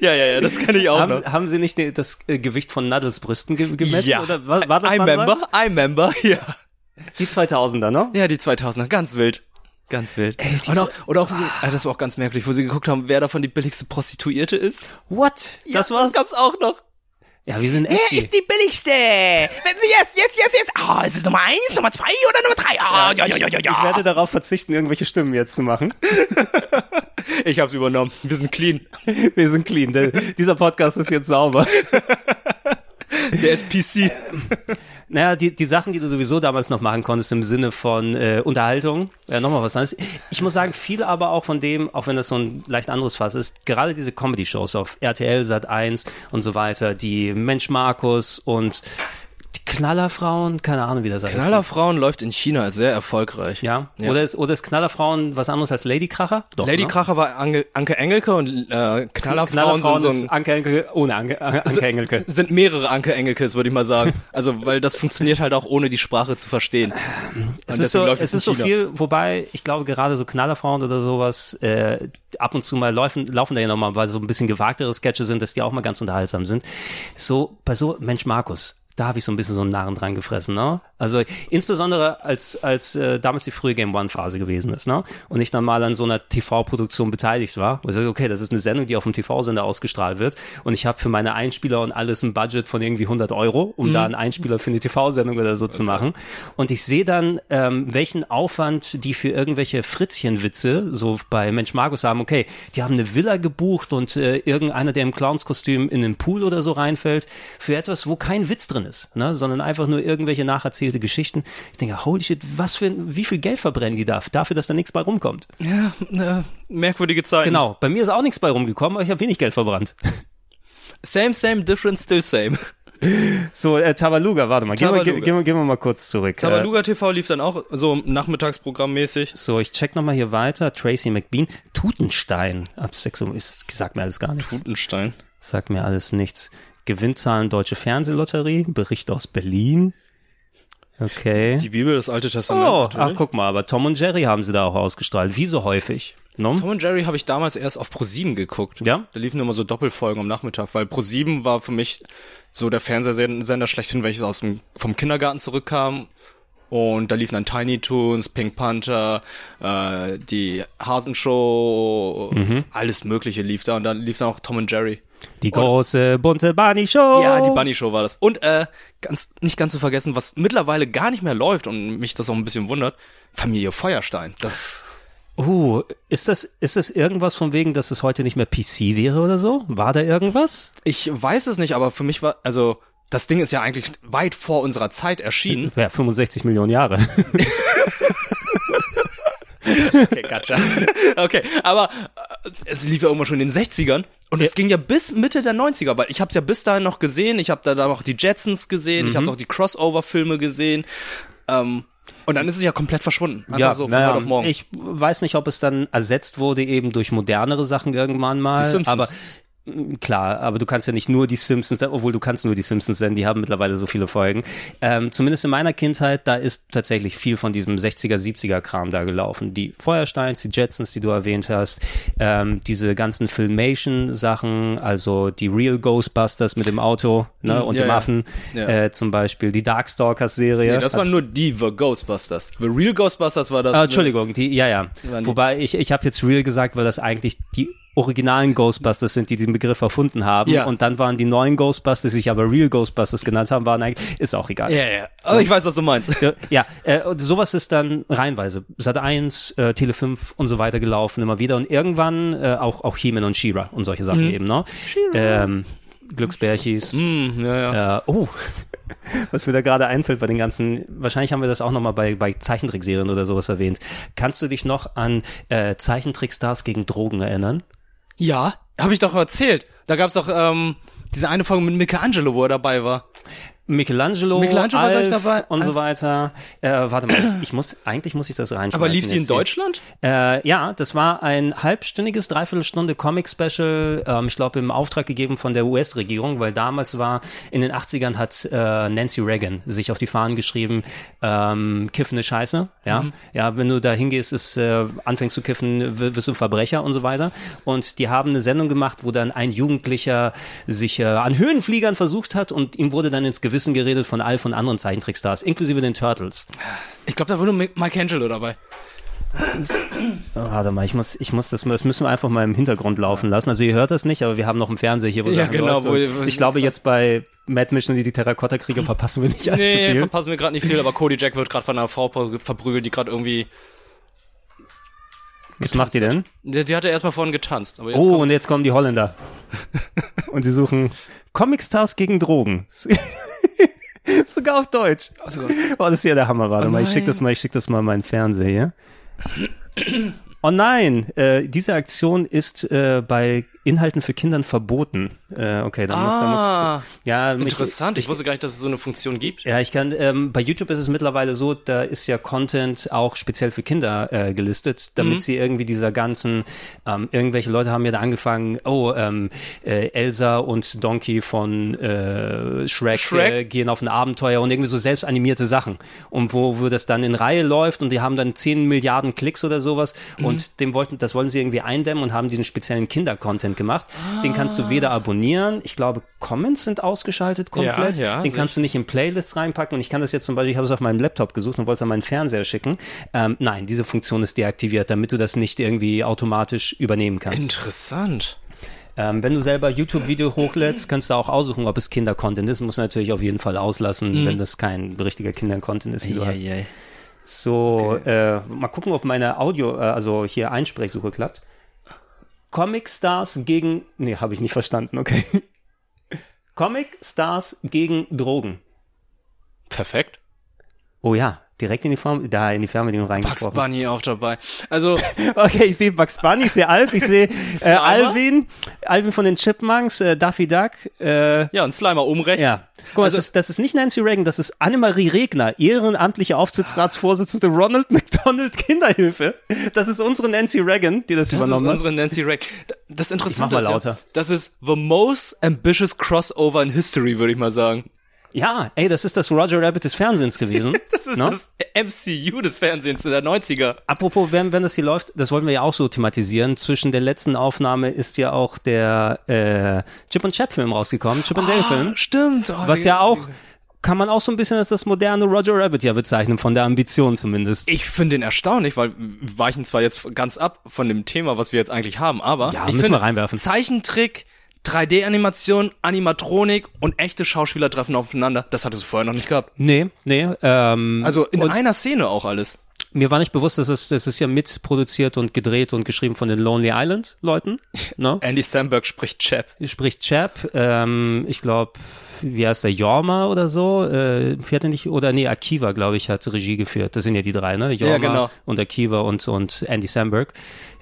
Ja, ja, ja, das kann ich auch Haben, noch. sie- haben sie nicht die- das äh, Gewicht von Nadels Brüsten ge gemessen? Ja. Oder war, war das I Banzai? member, I member, ja. Die 2000er, ne? Ja, die 2000er, ganz wild. Ganz wild. Ey, und auch, oder auch, ah, das war auch ganz merkwürdig, wo sie geguckt haben, wer davon die billigste Prostituierte ist. What? das Ja, war's? Das gab's auch noch. ja, wir sind edgy. die billigste. Wenn sie jetzt, jetzt, jetzt, jetzt. Ah, ist es Nummer eins, Nummer zwei oder Nummer drei? Ah, ja, ja, ja, ja, Ich werde darauf verzichten, irgendwelche Stimmen jetzt zu machen. Ich hab's übernommen. Wir sind clean. Wir sind clean. Der, dieser Podcast ist jetzt sauber. Der ist PC. Naja, die, die Sachen, die du sowieso damals noch machen konntest im Sinne von äh, Unterhaltung, äh, nochmal was anderes. Ich muss sagen, viel aber auch von dem, auch wenn das so ein leicht anderes Fass ist, gerade diese Comedy-Shows auf RTL, Sat1 und so weiter, die Mensch Markus und die Knallerfrauen, keine Ahnung, wie das heißt. Knallerfrauen läuft in China sehr erfolgreich. Ja? Oder, ist, oder ist Knallerfrauen was anderes als Ladykracher? Doch, Lady ne? Kracher war Ange Anke Engelke und äh, Knallerfrauen, Knallerfrauen sind so ist ein Also Anke Engelke ohne Anke, Anke Engelke. sind mehrere Anke Engelkes, würde ich mal sagen. Also, weil das funktioniert halt auch ohne die Sprache zu verstehen. Ähm, Es ist, Und deswegen so, läuft es in ist so China. viel, wobei ich glaube gerade so Knallerfrauen oder sowas äh, ab und zu mal laufen, laufen da ja nochmal, weil so ein bisschen gewagtere Sketche sind, dass die auch mal ganz unterhaltsam sind. So bei so Mensch Markus, da habe ich so ein bisschen so einen Narren dran gefressen, ne? Also insbesondere als als äh, damals die frühe Game One Phase gewesen ist, ne? Und ich dann mal an so einer TV-Produktion beteiligt war. Und ich sag, okay, das ist eine Sendung, die auf dem TV-Sender ausgestrahlt wird. Und ich habe für meine Einspieler und alles ein Budget von irgendwie 100 Euro, um da einen Einspieler für eine TV-Sendung oder so zu machen. Und ich sehe dann, ähm, welchen Aufwand die für irgendwelche Fritzchenwitze so bei Mensch Markus haben. Okay, die haben eine Villa gebucht und äh, irgendeiner, der im Clownskostüm in den Pool oder so reinfällt, für etwas, wo kein Witz drin ist, ne? sondern einfach nur irgendwelche nacherzählte Geschichten. Ich denke, holy shit, was für, ein- wie viel Geld verbrennen die da, dafür, dass da nichts bei rumkommt? Ja, äh, merkwürdige Zeiten. Genau, bei mir ist auch nichts bei rumgekommen, aber ich habe wenig Geld verbrannt. Same, same, different, still same. So, äh, Tabaluga, warte mal, gehen wir, Tabaluga. gehen, wir, gehen wir mal kurz zurück. Äh, Tabaluga TV lief dann auch so nachmittagsprogrammmäßig. So, ich check nochmal hier weiter. Tracy McBean. Tutenstein. Ab 6 Uhr ist, sagt mir alles gar nichts. Gutenstein. Sagt mir alles nichts. Gewinnzahlen Deutsche Fernsehlotterie. Bericht aus Berlin. Okay. Die Bibel, das Alte Testament. oh, ach natürlich. guck mal, aber Tom und Jerry haben sie da auch ausgestrahlt. Wie so häufig. ne? No? Tom und Jerry habe ich damals erst auf ProSieben geguckt. Ja? Da liefen immer so Doppelfolgen am Nachmittag, weil ProSieben war für mich so der Fernsehsender schlechthin, weil ich aus dem, vom Kindergarten zurückkam Und da liefen dann Tiny Toons, Pink Panther, äh, die Hasenshow, Mhm. alles Mögliche lief da. Und dann lief dann auch Tom und Jerry. Die große bunte Bunny Show. Ja, die Bunny Show war das. Und äh, ganz, nicht ganz zu vergessen, was mittlerweile gar nicht mehr läuft und mich das auch ein bisschen wundert, Familie Feuerstein. Das Uh, ist das, ist das irgendwas von wegen, dass es heute nicht mehr PC wäre oder so? War da irgendwas? Ich weiß es nicht, aber für mich war, also das Ding ist ja eigentlich weit vor unserer Zeit erschienen. Ja, 65 Millionen Jahre. Okay, gotcha. Okay, aber äh, es lief ja irgendwann schon in den 60ern und es ging ja bis Mitte der 90er, weil ich hab's ja bis dahin noch gesehen, ich habe da dann auch die Jetsons gesehen, ich Mhm. habe noch die Crossover-Filme gesehen ähm, und dann ist es ja komplett verschwunden. Einfach so von naja, heute auf morgen. Ich weiß nicht, ob es dann ersetzt wurde eben durch modernere Sachen irgendwann mal. Die Simpsons. Aber m, klar, aber du kannst ja nicht nur die Simpsons, senden, obwohl du kannst nur die Simpsons senden, die haben mittlerweile so viele Folgen. Ähm, zumindest in meiner Kindheit, da ist tatsächlich viel von diesem 60er, 70er Kram da gelaufen. Die Feuersteins, die Jetsons, die du erwähnt hast, ähm, diese ganzen Filmation-Sachen, also die Real Ghostbusters mit dem Auto ne, Mhm, und ja, dem ja. Affen Ja. Äh, zum Beispiel, die Darkstalkers-Serie. nee, das waren Hat's- nur die The Ghostbusters. The Real Ghostbusters war das. Ah, Entschuldigung, die, ja, ja. Waren die- Wobei ich, ich habe jetzt real gesagt, weil das eigentlich die originalen Ghostbusters sind, die den Begriff erfunden haben. Ja. Und dann waren die neuen Ghostbusters, die sich aber real Ghostbusters genannt haben, waren eigentlich, ist auch egal. Ja, ja. Aber ich weiß, was du meinst. Ja, ja, äh, und sowas ist dann reihenweise. Sat 1, äh, Tele 5 und so weiter gelaufen, immer wieder. Und irgendwann äh, auch, auch He-Man und She-Ra und solche Sachen Mhm. eben, ne? Ähm, Glücksbärchis. Äh, oh, was mir da gerade einfällt bei den ganzen, wahrscheinlich haben wir das auch nochmal bei, bei Zeichentrickserien oder sowas erwähnt. Kannst du dich noch an äh, Zeichentrickstars gegen Drogen erinnern? Ja, habe ich doch erzählt. Da gab's doch ähm, diese eine Folge mit Michelangelo, wo er dabei war. Michelangelo, Michelangelo war Alf gleich dabei. und so weiter. Äh, warte mal, ich- ich muss, eigentlich muss ich das reinschmeißen. Aber lief die in jetzt hier. Deutschland? Äh, ja, das war ein halbstündiges, dreiviertelstunde Comic-Special, ähm, ich glaube im Auftrag gegeben von der US-Regierung, weil damals war, in den 80ern hat äh, Nancy Reagan sich auf die Fahnen geschrieben, ähm, kiffen ist scheiße, ja, Mhm. ja, wenn du da hingehst, ist, äh, anfängst zu kiffen, w- wirst du ein Verbrecher und so weiter und die haben eine Sendung gemacht, wo dann ein Jugendlicher sich äh, an Höhenfliegern versucht hat und ihm wurde dann ins Gewissen geredet von all von anderen Zeichentrickstars, inklusive den Turtles. Ich glaube, da war nur Mi- Michelangelo dabei. Oh, warte mal, ich muss, ich muss das, das müssen wir einfach mal im Hintergrund laufen lassen. Also ihr hört das nicht, aber wir haben noch einen Fernseher hier, wo Ja, Sachen genau, läuft. Und wo- ich glaube jetzt bei Mad Mission und die Terrakotta-Kriege verpassen wir nicht allzu Nee, viel. verpassen wir gerade nicht viel, aber Cody Jack wird gerade von einer Frau ver- verprügelt, die gerade irgendwie. Was macht ihr denn? Die, die hatte erstmal vorhin getanzt. Aber jetzt Oh, kommt, und jetzt kommen die Holländer. und sie suchen Comicstars gegen Drogen. Sogar auf Deutsch. Oh, das ist ja der Hammer, warte Oh mal. Ich schick das nein. mal, ich schick das mal in meinen Fernseher hier. Oh nein, äh, diese Aktion ist äh, bei Inhalten für Kindern verboten. Äh, okay, dann muss, da Ah, muss ja ich- interessant. Ich, wusste gar nicht, dass es so eine Funktion gibt. ja, ich kann, ähm, bei YouTube ist es mittlerweile so, da ist ja Content auch speziell für Kinder äh, gelistet, damit Mhm. sie irgendwie dieser ganzen, ähm, irgendwelche Leute haben ja da angefangen, oh, ähm, äh, Elsa und Donkey von äh, Shrek, Shrek. Äh, gehen auf ein Abenteuer und irgendwie so selbst animierte Sachen. Und wo, wo das dann in Reihe läuft und die haben dann 10 Milliarden Klicks oder sowas Mhm. und dem wollten, das wollen sie irgendwie eindämmen und haben diesen speziellen Kinder-Content gemacht. Den kannst Ah. du weder abonnieren, ich glaube, Comments sind ausgeschaltet komplett, ja, den sehe kannst du nicht in Playlists reinpacken und ich kann das jetzt zum Beispiel, ich habe es auf meinem Laptop gesucht und wollte es an meinen Fernseher schicken. Ähm, nein, diese Funktion ist deaktiviert, damit du das nicht irgendwie automatisch übernehmen kannst. Interessant. Ähm, wenn du selber YouTube-Video hochlädst, kannst du auch aussuchen, ob es Kinder-Content ist. Muss natürlich auf jeden Fall auslassen, Mhm. wenn das kein richtiger Kinder-Content ist, den du hast. Eieiei. So, äh, mal gucken, ob meine Audio, äh, also hier Einsprechsuche klappt. Comic Stars gegen, nee, habe ich nicht verstanden, okay. Comic Stars gegen Drogen. Perfekt. Oh ja, direkt in die Form, da in die Fernbedienung Bugs reingesprochen. Bunny auch dabei. Also, Okay, ich sehe Bugs Bunny, ich sehe Alf, ich sehe äh, Slimer? Alvin, Alvin von den Chipmunks, äh, Daffy Duck. Äh, ja, ein Slimer oben rechts. ja, guck mal, Also- das, ist, das ist nicht Nancy Reagan, das ist Annemarie Regner, ehrenamtliche Aufsichtsratsvorsitzende Ronald McDonald Kinderhilfe. Das ist unsere Nancy Reagan, die das, Das ist übernommen hat. unsere Nancy Reagan. Das Interessante Ich mach mal ist ja, lauter. das ist the most ambitious crossover in history, würde ich mal sagen. Ja, ey, das ist das Roger Rabbit des Fernsehens gewesen. Das ist ne? das MCU des Fernsehens der 90er. Apropos, wenn, wenn das hier läuft, das wollen wir ja auch so thematisieren. Zwischen der letzten Aufnahme ist ja auch Ah, der äh, Chip und Chap Film rausgekommen, Chip und Dale Film. Stimmt. Was ja auch kann man auch so ein bisschen als das moderne Roger Rabbit ja bezeichnen, von der Ambition zumindest. Ich finde ihn erstaunlich, weil wir weichen zwar jetzt ganz ab von dem Thema, was wir jetzt eigentlich haben, aber Ja, ich müssen finde, wir reinwerfen. Zeichentrick, 3D-Animation, Animatronik und echte Schauspieler treffen aufeinander. Das hattest du vorher noch nicht gehabt. Nee, nee. Ähm, Also in Hm. und einer Szene auch alles. mir war nicht bewusst, dass es, das ist ja mitproduziert und gedreht und geschrieben von den Lonely Island Leuten. Ne? Andy Samberg spricht Chap. Spricht Chap, ähm, ich glaube, wie heißt der, Jorma oder so? Äh, fährt er nicht, oder nee, Akiva, glaube ich, hat Regie geführt. Das sind ja die drei, ne? Jorma Ja, genau. und Akiva und, und Andy Samberg.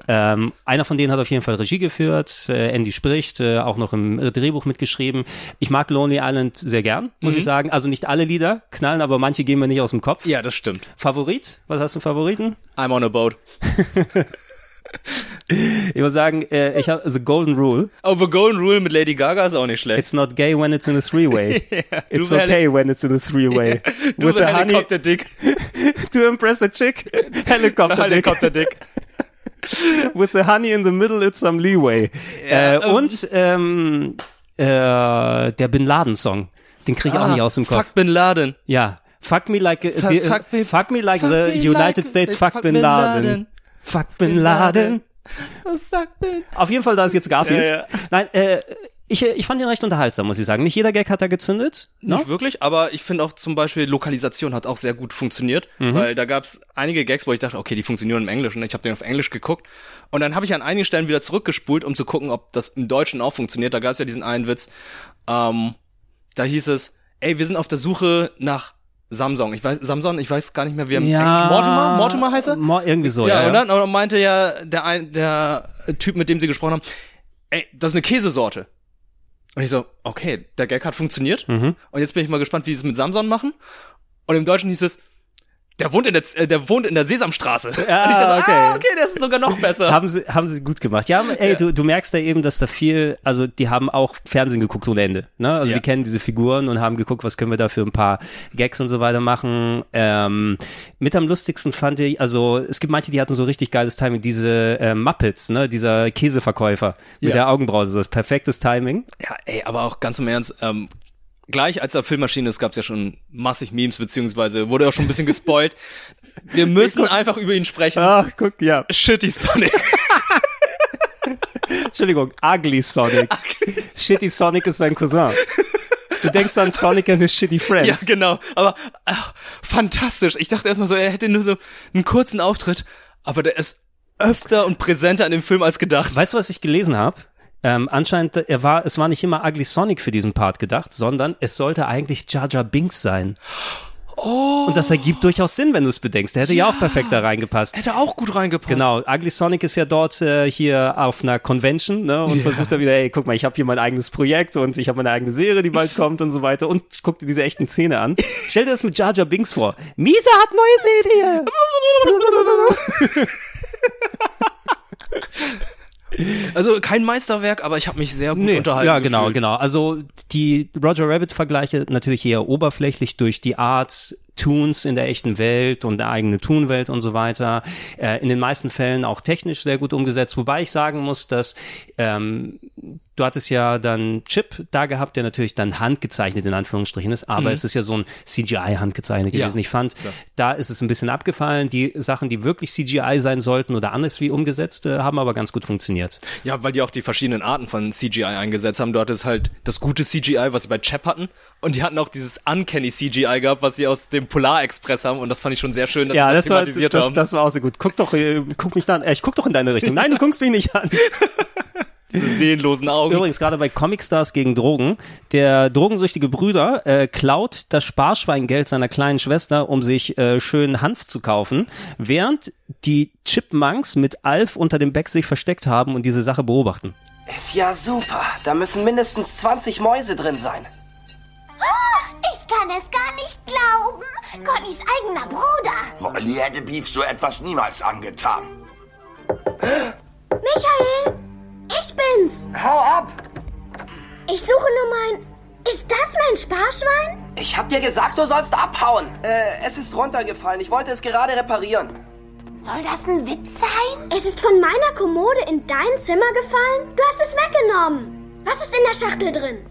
Ähm, einer von denen hat auf jeden Fall Regie geführt, äh, Andy spricht, äh, auch noch im Drehbuch mitgeschrieben. Ich mag Lonely Island sehr gern, muss ich sagen. Also nicht alle Lieder knallen, aber manche gehen mir nicht aus dem Kopf. Mhm. Ja, das stimmt. Favorit? Was hast du einen Favoriten? I'm on a boat. Ich würde sagen, äh, ich habe The Golden Rule. Oh, The Golden Rule mit Lady Gaga ist auch nicht schlecht. It's not gay when it's in a three-way. it's du wär- okay when it's in a three-way. With the a honey Helikopter-Dick. to impress a chick. Helicopter dick. Helikopter-Dick. With the honey in the middle, it's some leeway. äh, ähm. und ähm, äh, der Bin Laden Song. Den kriege ich auch nicht aus dem Kopf. Ah, Fuck Bin Laden. Ja. Fuck me like the, Fuck- fuck me- fuck me like fuck the me United like- States fuck, Bin Laden. Fuck Bin Laden. Fuck Bin Auf jeden Fall, da ist jetzt Garfield. Ja, ja. Nein, äh, ich, ich fand ihn recht unterhaltsam, muss ich sagen. Nicht jeder Gag hat da gezündet. ne? Nicht wirklich, aber ich finde auch zum Beispiel Lokalisation hat auch sehr gut funktioniert, Mhm. weil da gab es einige Gags, wo ich dachte, okay, die funktionieren im Englischen. Ich habe den auf Englisch geguckt und dann habe ich an einigen Stellen wieder zurückgespult, um zu gucken, ob das im Deutschen auch funktioniert. Da gab es ja diesen einen Witz, ähm, da hieß es, ey, wir sind auf der Suche nach Samsung. Ich weiß, Samsung, ich weiß gar nicht mehr, wie er Ja. Englisch- Ähm, Mortimer, Mortimer heißt er? Mo irgendwie so, ja. ja, ja. und dann aber meinte ja der, ein, der Typ, mit dem sie gesprochen haben, ey, das ist eine Käsesorte. Und ich so, okay, der Gag hat funktioniert. Und jetzt bin ich mal gespannt, wie sie es mit Samson machen. Und im Deutschen hieß es, der wohnt in der, Z- äh, der wohnt in der Ah, Sesamstraße. und ich dachte, okay. ah, okay, das ist sogar noch besser. Haben sie, haben sie gut gemacht. Ja, ey, Du, du merkst da eben, dass da viel, also die haben auch Fernsehen geguckt ohne Ende. Ne? Also Ja. die kennen diese Figuren und haben geguckt, was können wir da für ein paar Gags und so weiter machen. Ähm, mit am lustigsten fand ich, also es gibt manche, die hatten so richtig geiles Timing, diese äh, Muppets, ne? dieser Käseverkäufer mit Ja. der Augenbraue, so das perfektes Timing. ja, ey, aber auch ganz im Ernst, ähm, gleich als der Filmmaschine ist, gab's ja schon massig Memes, beziehungsweise wurde auch schon ein bisschen gespoilt. Wir müssen einfach über ihn sprechen. Ach, guck, ja. Shitty Sonic. Entschuldigung, Ugly Sonic. Shitty Sonic ist sein Cousin. Du denkst an Sonic and his Shitty Friends. Ja, genau. Aber ach, fantastisch. Ich dachte erstmal so, er hätte nur so einen kurzen Auftritt, aber der ist öfter und präsenter in dem Film als gedacht. Weißt du, was ich gelesen habe? Ähm, anscheinend, er war, es war nicht immer Ugly Sonic für diesen Part gedacht, sondern es sollte eigentlich Jar Jar Binks sein. Oh. Und das ergibt durchaus Sinn, wenn du es bedenkst. Der hätte ja, auch perfekt da reingepasst. Hätte auch gut reingepasst. Genau, Ugly Sonic ist ja dort äh, hier auf einer Convention ne, und versucht da wieder, ey, guck mal, ich habe hier mein eigenes Projekt und ich habe meine eigene Serie, die bald kommt und so weiter und guck dir diese echten Szene an. Stell dir das mit Jar Jar Binks vor. Misa hat neue Serie. Also kein Meisterwerk, aber ich habe mich sehr gut unterhalten. Ja, genau, gefühlt. genau. Also die Roger Rabbit-Vergleiche natürlich eher oberflächlich durch die Art Tunes in der echten Welt und eine eigene Tunwelt und so weiter. Äh, in den meisten Fällen auch technisch sehr gut umgesetzt, wobei ich sagen muss, dass ähm, du hattest ja dann Chip da gehabt, der natürlich dann handgezeichnet in Anführungsstrichen ist, aber es ist ja so ein CGI-handgezeichnet Mhm. Ja. gewesen. Ich fand, da ist es ein bisschen abgefallen. Die Sachen, die wirklich CGI sein sollten oder anders wie umgesetzt, äh, haben aber ganz gut funktioniert. Ja, weil die auch die verschiedenen Arten von CGI eingesetzt haben. Dort ist halt das gute CGI, was sie bei Chap hatten. Und die hatten auch dieses Uncanny CGI gehabt, was sie aus dem Polar Express haben. Und das fand ich schon sehr schön, dass Ja, sie das das war, thematisiert das, haben. das war auch so gut. Guck doch, äh, guck mich dann, äh, ich guck doch in deine Richtung. Nein, du guckst mich nicht an. Diese seelenlosen Augen. Übrigens, gerade bei Comicstars gegen Drogen, der drogensüchtige Brüder äh, klaut das Sparschweingeld seiner kleinen Schwester, um sich äh, schön Hanf zu kaufen, während die Chipmunks mit Alf unter dem Beck sich versteckt haben und diese Sache beobachten. Ist ja super. Da müssen mindestens 20 Mäuse drin sein. Ich kann es gar nicht glauben. Connys eigener Bruder. Rolli hätte Beef so etwas niemals angetan. Michael, ich bin's. Hau ab! Ich suche nur mein... Ist das mein Sparschwein? Ich hab dir gesagt, du sollst abhauen. Äh, es ist runtergefallen. Ich wollte es gerade reparieren. Soll das ein Witz sein? Es ist von meiner Kommode in dein Zimmer gefallen. Du hast es weggenommen. Was ist in der Schachtel drin?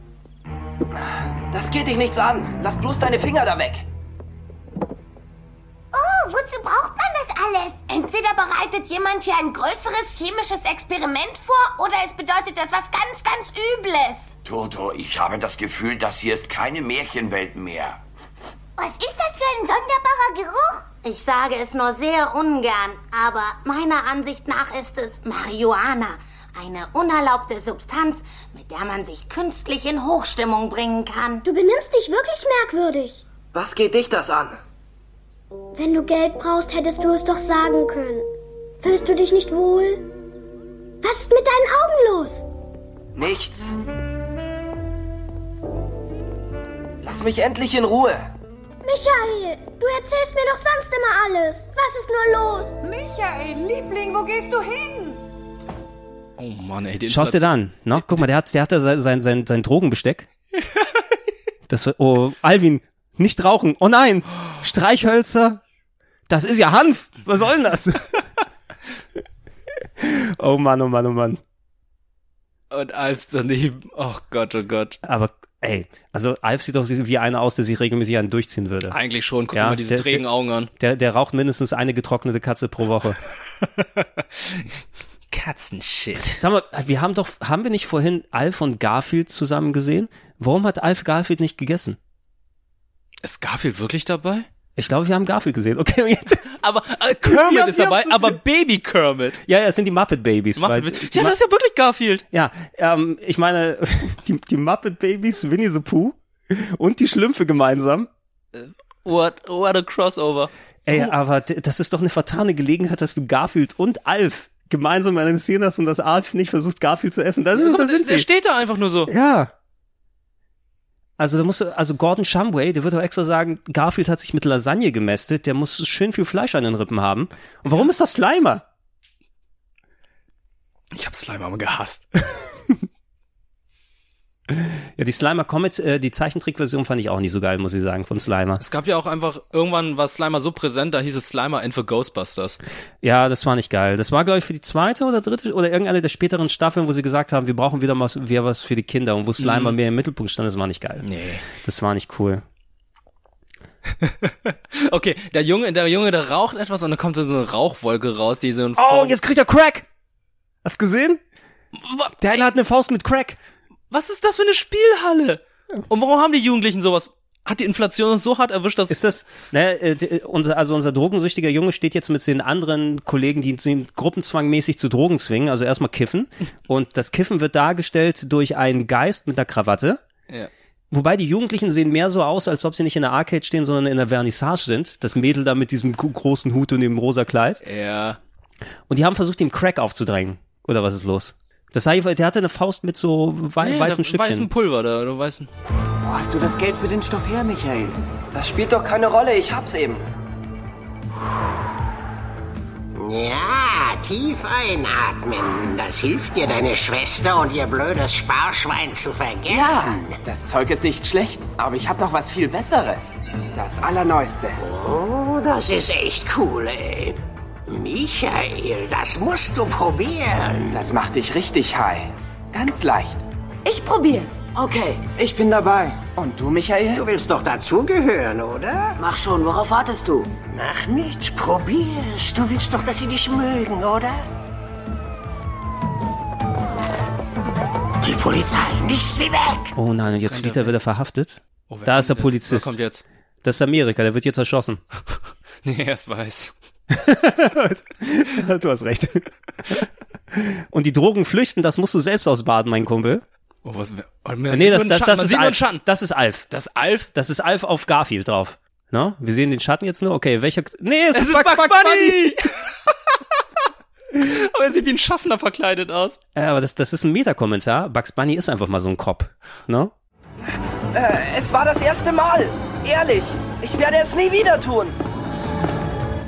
Das geht dich nichts an. Lass bloß deine Finger da weg. Oh, wozu braucht man das alles? Entweder bereitet jemand hier ein größeres chemisches Experiment vor oder es bedeutet etwas ganz, ganz Übles. Toto, ich habe das Gefühl, das hier ist keine Märchenwelt mehr. Was ist das für ein sonderbarer Geruch? Ich sage es nur sehr ungern, aber meiner Ansicht nach ist es Marihuana. Eine unerlaubte Substanz, mit der man sich künstlich in Hochstimmung bringen kann. Du benimmst dich wirklich merkwürdig. Was geht dich das an? Wenn du Geld brauchst, hättest du es doch sagen können. Fühlst du dich nicht wohl? Was ist mit deinen Augen los? Nichts. Lass mich endlich in Ruhe. Michael, du erzählst mir doch sonst immer alles. Was ist nur los? Michael, Liebling, wo gehst du hin? Oh Mann, ey, den Schau's dir da an, ne? Guck mal, der hat, der hat da sein, sein, sein Drogenbesteck. Das, oh, Alvin, nicht rauchen. Oh nein, Streichhölzer. Das ist ja Hanf. Was soll denn das? oh Mann, oh Mann, oh Mann. Und Alf daneben. Oh Gott, oh Gott. Aber ey, also Alf sieht doch wie einer aus, der sich regelmäßig einen durchziehen würde. Eigentlich schon, guck Ja, dir mal diese der- trägen Augen an. Der, der raucht mindestens eine getrocknete Katze pro Woche. Katzenshit. Sag mal, wir haben doch, haben wir nicht vorhin Alf und Garfield zusammen gesehen? Warum hat Alf Garfield nicht gegessen? Ist Garfield wirklich dabei? Ich glaube, wir haben Garfield gesehen. Okay, jetzt. Aber äh, Wir Kermit haben- ist wir dabei, haben's- aber Baby Kermit. Ja, ja, es sind die Muppet Babies. Muppet weil- Babies. die Ja, Mu- das ist ja wirklich Garfield. Ja, ähm, ich meine, die, die Muppet Babies, Winnie the Pooh und die Schlümpfe gemeinsam. What, what a crossover. Ey, Oh. aber d- das ist doch eine vertane Gelegenheit, dass du Garfield und Alf gemeinsam in einer Szene hast und dass Alf nicht versucht, Garfield zu essen. Das, ist, das sind Der sie. steht da einfach nur so. Ja. Also da musst du, also Gordon Shumway, der wird doch extra sagen, Garfield hat sich mit Lasagne gemästet, der muss schön viel Fleisch an den Rippen haben. Und warum ist das Slimer? Ich hab Slime aber gehasst. Ja, die Slimer Comics, äh, die Zeichentrickversion fand ich auch nicht so geil, muss ich sagen, von Slimer. Es gab ja auch einfach, irgendwann war Slimer so präsent, da hieß es Slimer and the Ghostbusters. Ja, das war nicht geil. Das war, glaube ich, für die zweite oder dritte oder irgendeine der späteren Staffeln, wo sie gesagt haben, wir brauchen wieder mal was- wieder was für die Kinder und wo Slimer Mhm. mehr im Mittelpunkt stand, das war nicht geil. Nee. Das war nicht cool. Okay, der Junge, der Junge, der raucht etwas und dann kommt so eine Rauchwolke raus, die so ein Oh, jetzt kriegt er Crack! Hast gesehen? Der eine hat eine Faust mit Crack. Was ist das für eine Spielhalle? Und warum haben die Jugendlichen sowas? Hat die Inflation uns so hart erwischt, dass Ist das, ne, äh, d- unser, also unser drogensüchtiger Junge steht jetzt mit den anderen Kollegen, die ihn gruppenzwangmäßig zu Drogen zwingen, also erstmal kiffen. Und das Kiffen wird dargestellt durch einen Geist mit einer Krawatte. Ja. Wobei die Jugendlichen sehen mehr so aus, als ob sie nicht in der Arcade stehen, sondern in der Vernissage sind. Das Mädel da mit diesem gro- großen Hut und dem rosa Kleid. Ja. Und die haben versucht, ihm Crack aufzudrängen. Oder was ist los? Das sah, ich- der hatte eine Faust mit so wei Nee, weißen da- Stückchen. weißen Pulver da, oder weißen. Wo hast du das Geld für den Stoff her, Michael? Das spielt doch keine Rolle, ich hab's eben. Ja, tief einatmen. Das hilft dir, deine Schwester und ihr blödes Sparschwein zu vergessen. Ja, das Zeug ist nicht schlecht, aber ich habe noch was viel Besseres. Das Allerneueste. Oh, das ist echt cool, ey. Michael, das musst du probieren. Das macht dich richtig high. Ganz leicht. Ich probier's. Okay. Ich bin dabei. Und du, Michael? Du willst doch dazugehören, oder? Mach schon, worauf wartest du? Ach, nicht probier's. Du willst doch, dass sie dich mögen, oder? Die Polizei, nichts wie weg! Oh nein, und jetzt wird er wieder verhaftet. Oh, wer da ist der kommt jetzt? Polizist. Wer kommt jetzt? Das ist Amerika, der wird jetzt erschossen. Nee, er ist weiß. du hast recht. Und die Drogen flüchten, das musst du selbst ausbaden, mein Kumpel. Oh, was oh, nee, das, das, das, ist sieht nur einen Alf. Schatten. das ist Alf. Das ist Alf? Das ist Alf auf Garfield drauf. Ne? Wir sehen den Schatten jetzt nur. Okay, welcher. Nee, es, Es ist Bugs Bunny! aber er sieht wie ein Schaffner verkleidet aus. Äh, aber das, das ist ein Meta-Kommentar. Bugs Bunny ist einfach mal so ein Cop. Ne? Äh, es war das erste Mal. Ehrlich, ich werde es nie wieder tun.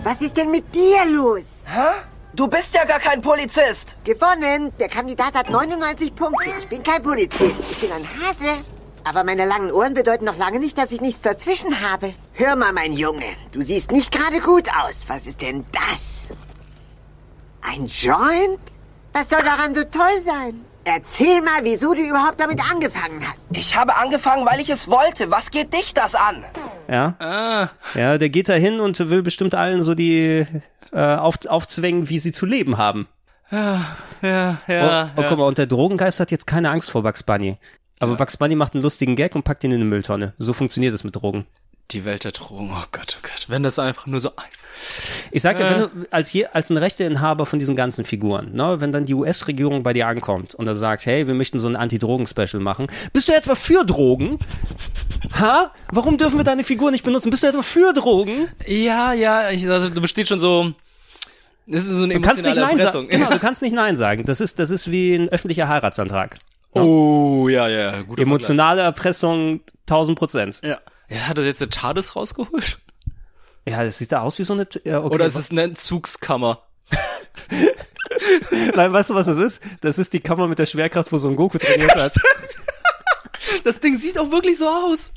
Was ist denn mit dir los? Hä? Du bist ja gar kein Polizist. Gewonnen. Der Kandidat hat 99 Punkte. Ich bin kein Polizist. Ich bin ein Hase. Aber meine langen Ohren bedeuten noch lange nicht, dass ich nichts dazwischen habe. Hör mal, mein Junge. Du siehst nicht gerade gut aus. Was ist denn das? Ein Joint? Was soll daran so toll sein? Erzähl mal, wieso du überhaupt damit angefangen hast. Ich habe angefangen, weil ich es wollte. Was geht dich das an? Ja. Ja, der geht da hin und will bestimmt allen so die äh, auf, aufzwängen, wie sie zu leben haben. Ja, ja, ja. oh, oh, guck mal, und der Drogengeist hat jetzt keine Angst vor Bugs Bunny. Aber Bugs Bunny macht einen lustigen Gag und packt ihn in eine Mülltonne. So funktioniert das mit Drogen. Die Welt der Drogen, oh Gott, oh Gott. Wenn das einfach nur so einfach. Ich sag dir, Äh. wenn du als, je, als ein Rechteinhaber von diesen ganzen Figuren, ne, wenn dann die US-Regierung bei dir ankommt und da sagt, hey, wir möchten so ein Anti-Drogen-Special machen, bist du etwa für Drogen? Ha? Warum dürfen wir deine Figur nicht benutzen? Bist du etwa für Drogen? Ja, ja, ich, also, du besteht schon so. Das ist so eine Du kannst nicht Nein emotionale sagen. Erpressung. Genau, du kannst nicht Nein sagen. Das ist, das ist wie ein öffentlicher Heiratsantrag. Oh, ja, ja, gut. Emotionale Erpressung 1000 Prozent. Ja. ja. Hat er jetzt eine TARDIS rausgeholt? Ja, das sieht da aus wie so eine. T- ja, okay. Oder ist es eine Entzugskammer? Nein, weißt du, was das ist? Das ist die Kammer mit der Schwerkraft, wo so ein Goku trainiert hat. Das Ding sieht auch wirklich so aus.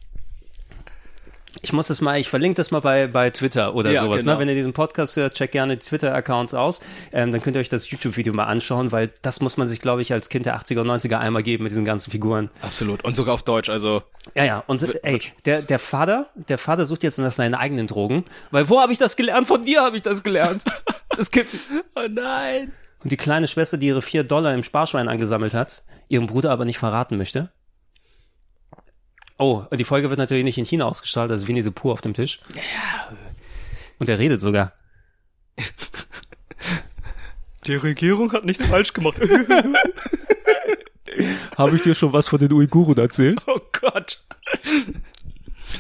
Ich muss das mal, ich verlinke das mal bei, bei Twitter oder Ja, sowas. genau. Ne? Wenn ihr diesen Podcast hört, checkt gerne die Twitter-Accounts aus. Ähm, dann könnt ihr euch das YouTube-Video mal anschauen, weil das muss man sich, glaube ich, als Kind der 80er und 90er einmal geben mit diesen ganzen Figuren. Absolut. Und sogar auf Deutsch, also. Ja, ja. Und äh, ey, der, der Vater, der Vater sucht jetzt nach seinen eigenen Drogen, weil wo habe ich das gelernt? Von dir habe ich das gelernt. Das Kiffen. Oh nein. Und die kleine Schwester, die ihre vier Dollar im Sparschwein angesammelt hat, ihrem Bruder aber nicht verraten möchte. Oh, die Folge wird natürlich nicht in China ausgestrahlt, also Winnie the Pooh auf dem Tisch. Und er redet sogar. Die Regierung hat nichts falsch gemacht. Habe ich dir schon was von den Uiguren erzählt? oh Gott.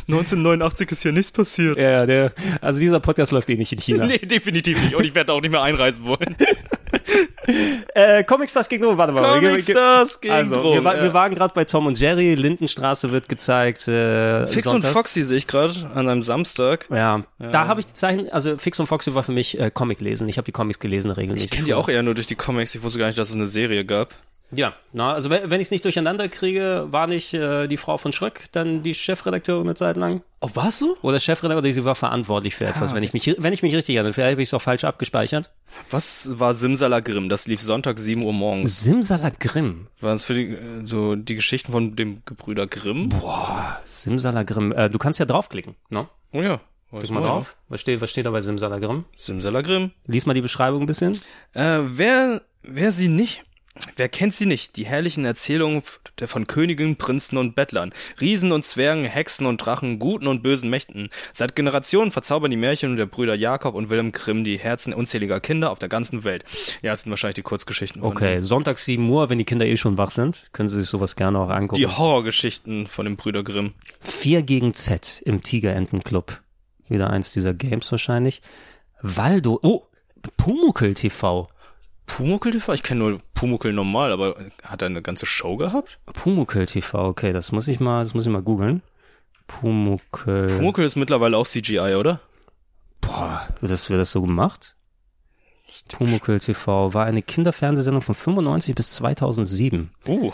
1989 ist hier nichts passiert. Ja, der, also dieser Podcast läuft eh nicht in China. Nee, definitiv nicht. Und ich werde auch nicht mehr einreisen wollen. Äh, Comic Stars gegen Drogen, warte mal. Comic Wir- wir- Stars gegen also, Drogen, Wir, wa- ja. wir waren gerade bei Tom und Jerry, Lindenstraße wird gezeigt. Äh, Fix und sonntags. Foxy sehe ich gerade an einem Samstag. Ja, da habe ich die Zeichen, also Fix und Foxy war für mich äh, Comic lesen. Ich habe die Comics gelesen regelmäßig. Ich kenne die auch eher nur durch die Comics. Ich wusste gar nicht, dass es eine Serie gab. Ja, na, also wenn ich es nicht durcheinander kriege, war nicht äh, die Frau von Schröck dann die Chefredakteurin eine Zeit lang? Oh, war so? Oder Chefredakteurin, oder sie war verantwortlich für etwas, wenn ich mich wenn ich mich richtig erinnere. Vielleicht habe ich es auch falsch abgespeichert. Was war Simsalagrim? Das lief Sonntag 7 Uhr morgens. Simsalagrim. Waren es für die, äh, so die Geschichten von dem Gebrüder Grimm? Boah, Simsalagrim. Äh, du kannst ja draufklicken, ne? Oh ja. Klick mal drauf. Was steht, was steht da bei Simsalagrim? Simsalagrim. Lies mal die Beschreibung ein bisschen. Äh, wer, wer sie nicht, wer kennt sie nicht? Die herrlichen Erzählungen der von Königen, Prinzen und Bettlern, Riesen und Zwergen, Hexen und Drachen, guten und bösen Mächten. Seit Generationen verzaubern die Märchen der Brüder Jakob und Wilhelm Grimm die Herzen unzähliger Kinder auf der ganzen Welt. Ja, das sind wahrscheinlich die Kurzgeschichten von Okay, Sonntag 7 Uhr, wenn die Kinder eh schon wach sind, können sie sich sowas gerne auch angucken. die Horrorgeschichten von dem Brüder Grimm. 4 gegen Z im Tigerentenclub. Wieder eins dieser Games wahrscheinlich. Waldo, oh, Pumukel TV. Pumuckl TV? Ich kenne nur Pumuckl normal, aber hat er eine ganze Show gehabt? Pumukel TV, okay, das muss ich mal, das muss ich mal googeln. Pumukel. Pumuckl ist mittlerweile auch CGI, oder? Boah, wird das, wird das so gemacht? Pumukel TV war eine Kinderfernsehsendung von 95 bis 2007. Uh,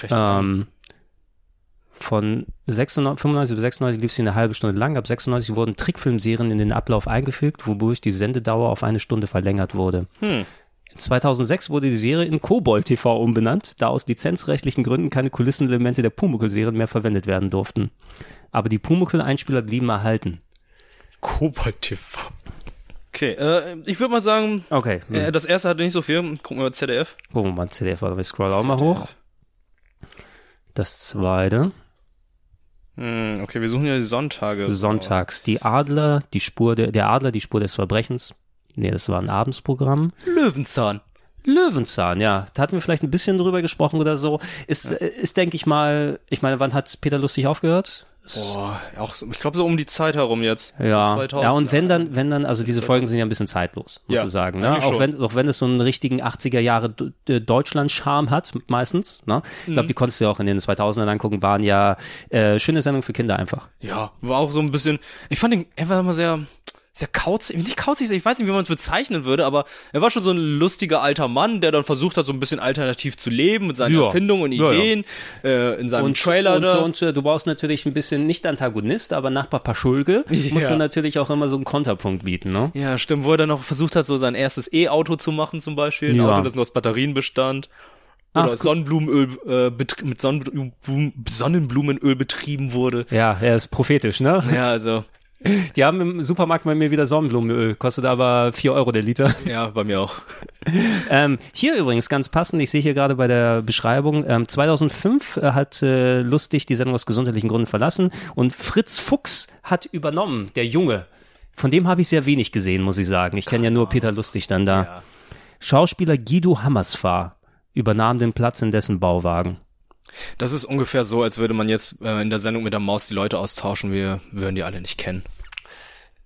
recht. Ähm, von 96, 95 bis 96 lief sie eine halbe Stunde lang. Ab 96 wurden Trickfilmserien in den Ablauf eingefügt, wodurch die Sendedauer auf eine Stunde verlängert wurde. Hm. 2006 wurde die Serie in Kobold TV umbenannt, da aus lizenzrechtlichen Gründen keine Kulissenelemente der Pumuckl-Serien mehr verwendet werden durften. Aber die Pumuckl-Einspieler blieben erhalten. Kobold TV. Okay, äh, ich würde mal sagen, Okay, hm. äh, das erste hatte nicht so viel. Gucken wir mal ZDF. gucken wir mal CDF, warte, ich scroll auch mal hoch. Das zweite, Hm, okay, wir suchen ja die Sonntage. sonntags, die Adler, die Spur der, der Adler, die Spur des Verbrechens. Nee, das war ein Abendsprogramm. Löwenzahn. Löwenzahn, ja. Da hatten wir vielleicht ein bisschen drüber gesprochen oder so. Ist, äh, ist denke ich mal, ich meine, wann hat Peter Lustig aufgehört? Boah, auch so, ich glaube so um die Zeit herum jetzt. So Ja, 2000. ja, und wenn dann, wenn dann, also diese Folgen sind ja ein bisschen zeitlos, musst Ja, du sagen, ne? eigentlich Auch schon. wenn, auch wenn es so einen richtigen 80er Jahre D- äh, Deutschland-Charme hat, meistens, ne? Ich glaube, Mhm. die konntest du ja auch in den 2000ern angucken, waren ja, äh, schöne Sendung für Kinder einfach. Ja, war auch so ein bisschen. Ich fand ihn, er war immer sehr, sehr kauzig. Nicht kauzig, ich weiß nicht, wie man es bezeichnen würde, aber er war schon so ein lustiger alter Mann, der dann versucht hat, so ein bisschen alternativ zu leben mit seinen Ja. Erfindungen und Ja, ja. Ideen. Äh, in seinem und, Trailer und, da. Und, äh, du brauchst natürlich ein bisschen nicht Antagonist, aber Nachbar Paschulke musst du natürlich auch immer so einen Konterpunkt bieten, ne? Ja, stimmt, wo er dann noch versucht hat, so sein erstes E-Auto zu machen zum Beispiel. Ein Ja. Auto, das nur aus Batterien bestand. Oder Ach, Sonnenblumenöl äh, betrie- mit Sonnenblumen, Sonnenblumenöl betrieben wurde. Ja, er ist prophetisch, ne? Ja, also. Die haben im Supermarkt bei mir wieder Sonnenblumenöl, kostet aber 4 Euro der Liter. Ja, bei mir auch. Ähm, hier übrigens ganz passend, ich sehe hier gerade bei der Beschreibung, ähm, 2005 äh, hat äh, Lustig die Sendung aus gesundheitlichen Gründen verlassen und Fritz Fuchs hat übernommen, der Junge. Von dem habe ich sehr wenig gesehen, muss ich sagen. Ich kenne ja nur Peter Lustig dann da. Schauspieler Guido Hammersfahr übernahm den Platz in dessen Bauwagen. Das ist ungefähr so, als würde man jetzt äh, in der Sendung mit der Maus die Leute austauschen. Wir würden die alle nicht kennen.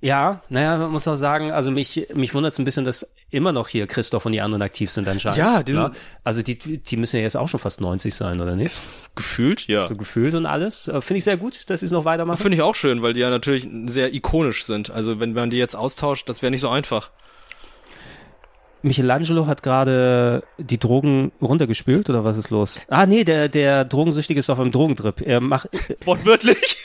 Ja, naja, man muss auch sagen, also mich, mich wundert es ein bisschen, dass immer noch hier Christoph und die anderen aktiv sind anscheinend. Ja, die sind- Also die, die müssen ja jetzt auch schon fast 90 sein, oder nicht? Gefühlt, ja. So gefühlt und alles. Äh, Finde ich sehr gut, dass sie es noch weitermachen. Finde ich auch schön, weil die ja natürlich sehr ikonisch sind. Also wenn man die jetzt austauscht, das wäre nicht so einfach. Michelangelo hat gerade die Drogen runtergespült, oder was ist los? Ah, nee, der, der Drogensüchtige ist auf einem Drogentrip. Er macht, Wortwörtlich?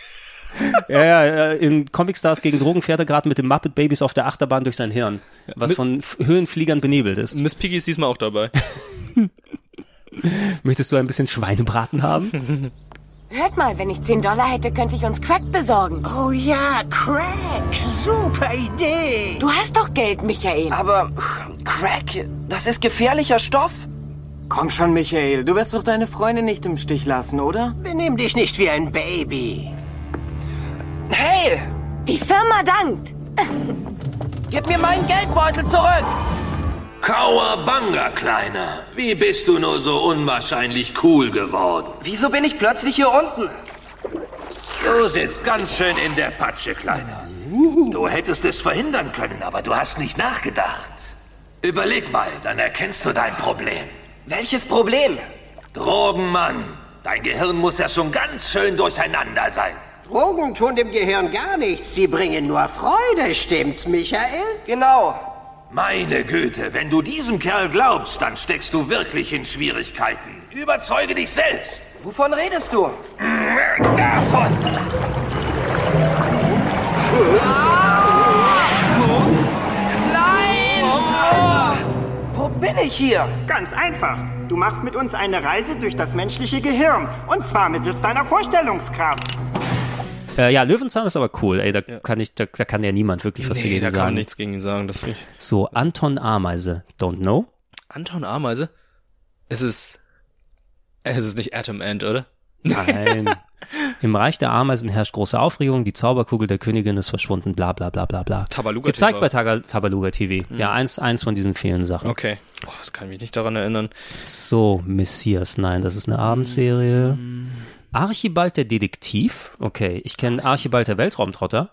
ja, ja, ja, in Comic Stars gegen Drogen fährt er gerade mit den Muppet Babies auf der Achterbahn durch sein Hirn, was mit- von F- Höhenfliegern benebelt ist. Miss Piggy ist diesmal auch dabei. Möchtest du ein bisschen Schweinebraten haben? Hört mal, wenn ich 10 Dollar hätte, könnte ich uns Crack besorgen. Oh ja, Crack. Super Idee. Du hast doch Geld, Michael. Aber Crack, das ist gefährlicher Stoff. Komm schon, Michael, du wirst doch deine Freunde nicht im Stich lassen, oder? Benimm dich nicht wie ein Baby. Hey! Die Firma dankt. Gib mir meinen Geldbeutel zurück! Kauerbanga, Kleiner. Wie bist du nur so unwahrscheinlich cool geworden? Wieso bin ich plötzlich hier unten? Du sitzt ganz schön in der Patsche, Kleiner. Du hättest es verhindern können, aber du hast nicht nachgedacht. Überleg mal, dann erkennst du dein Problem. Welches Problem? Drogenmann. Dein Gehirn muss ja schon ganz schön durcheinander sein. Drogen tun dem Gehirn gar nichts. Sie bringen nur Freude, stimmt's, Michael? Genau. Meine Güte, wenn du diesem Kerl glaubst, dann steckst du wirklich in Schwierigkeiten. Überzeuge dich selbst. Wovon redest du? Davon! Nein! Wo bin ich hier? Ganz einfach. Du machst mit uns eine Reise durch das menschliche Gehirn. Und zwar mittels deiner Vorstellungskraft. äh, ja, Löwenzahn ist aber cool. Ey, da kann ich, da, da kann ja niemand wirklich was Nee, dagegen da sagen. kann man nichts gegen ihn sagen. Das finde ich. So, Anton Ameise, don't know. Anton Ameise? Es ist. Es ist nicht Atom Ant, oder? Nein. Im Reich der Ameisen herrscht große Aufregung, die Zauberkugel der Königin ist verschwunden, bla bla bla bla bla. Tabaluga Gezeigt TV. bei Taga- Tabaluga TV. Ja, eins, eins von diesen vielen Sachen. Mhm. Okay. Oh, das kann ich mich nicht daran erinnern. So, Messias, nein, das ist eine Abendserie. Mhm. Archibald der Detektiv. Okay, ich kenne Archibald der Weltraumtrotter.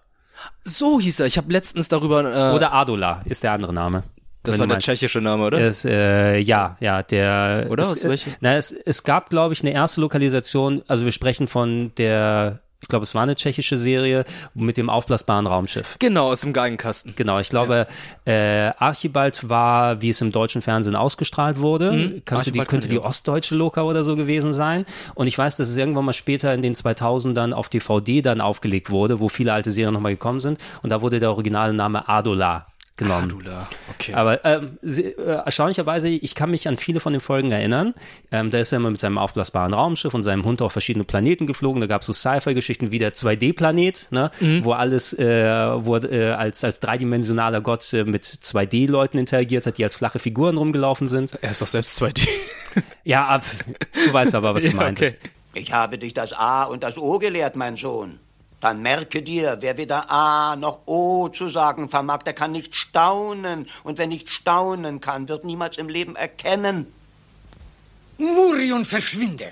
So hieß er. Ich habe letztens darüber. Äh, Oder Adola ist der andere Name. Das Wenn war du der meinst. tschechische Name, oder? Es, äh, ja, ja, der. Oder? Es, Aus welchem? Na, es, es gab, glaube ich, eine erste Lokalisation. Also wir sprechen von der, ich glaube, es war eine tschechische Serie mit dem aufblasbaren Raumschiff. Genau, aus dem Geigenkasten. Genau, ich glaube, äh, Archibald war, wie es im deutschen Fernsehen ausgestrahlt wurde, Mhm, könnte, die, Archibald könnte kann die ich auch. ostdeutsche Loka oder so gewesen sein. Und ich weiß, dass es irgendwann mal später in den 2000ern auf DVD dann aufgelegt wurde, wo viele alte Serien nochmal gekommen sind. Und da wurde der originale Name Adola genommen. Adola, okay. Aber ähm, sie, äh, erstaunlicherweise, ich kann mich an viele von den Folgen erinnern. Ähm, da ist er immer mit seinem aufblasbaren Raumschiff und seinem Hund auf verschiedene Planeten geflogen. Da gab es so Sci-Fi-Geschichten wie der 2D-Planet, ne? Mhm. wo alles, äh, wo äh, als, als dreidimensionaler Gott äh, mit 2D-Leuten interagiert hat, die als flache Figuren rumgelaufen sind. Er ist doch selbst 2D. Ja, ab, du weißt aber, was gemeint ist. Ich habe dich das A und das O gelehrt, mein Sohn. Dann merke dir, wer weder A noch O zu sagen vermag, der kann nicht staunen. Und wer nicht staunen kann, wird niemals im Leben erkennen. Murion, verschwinde!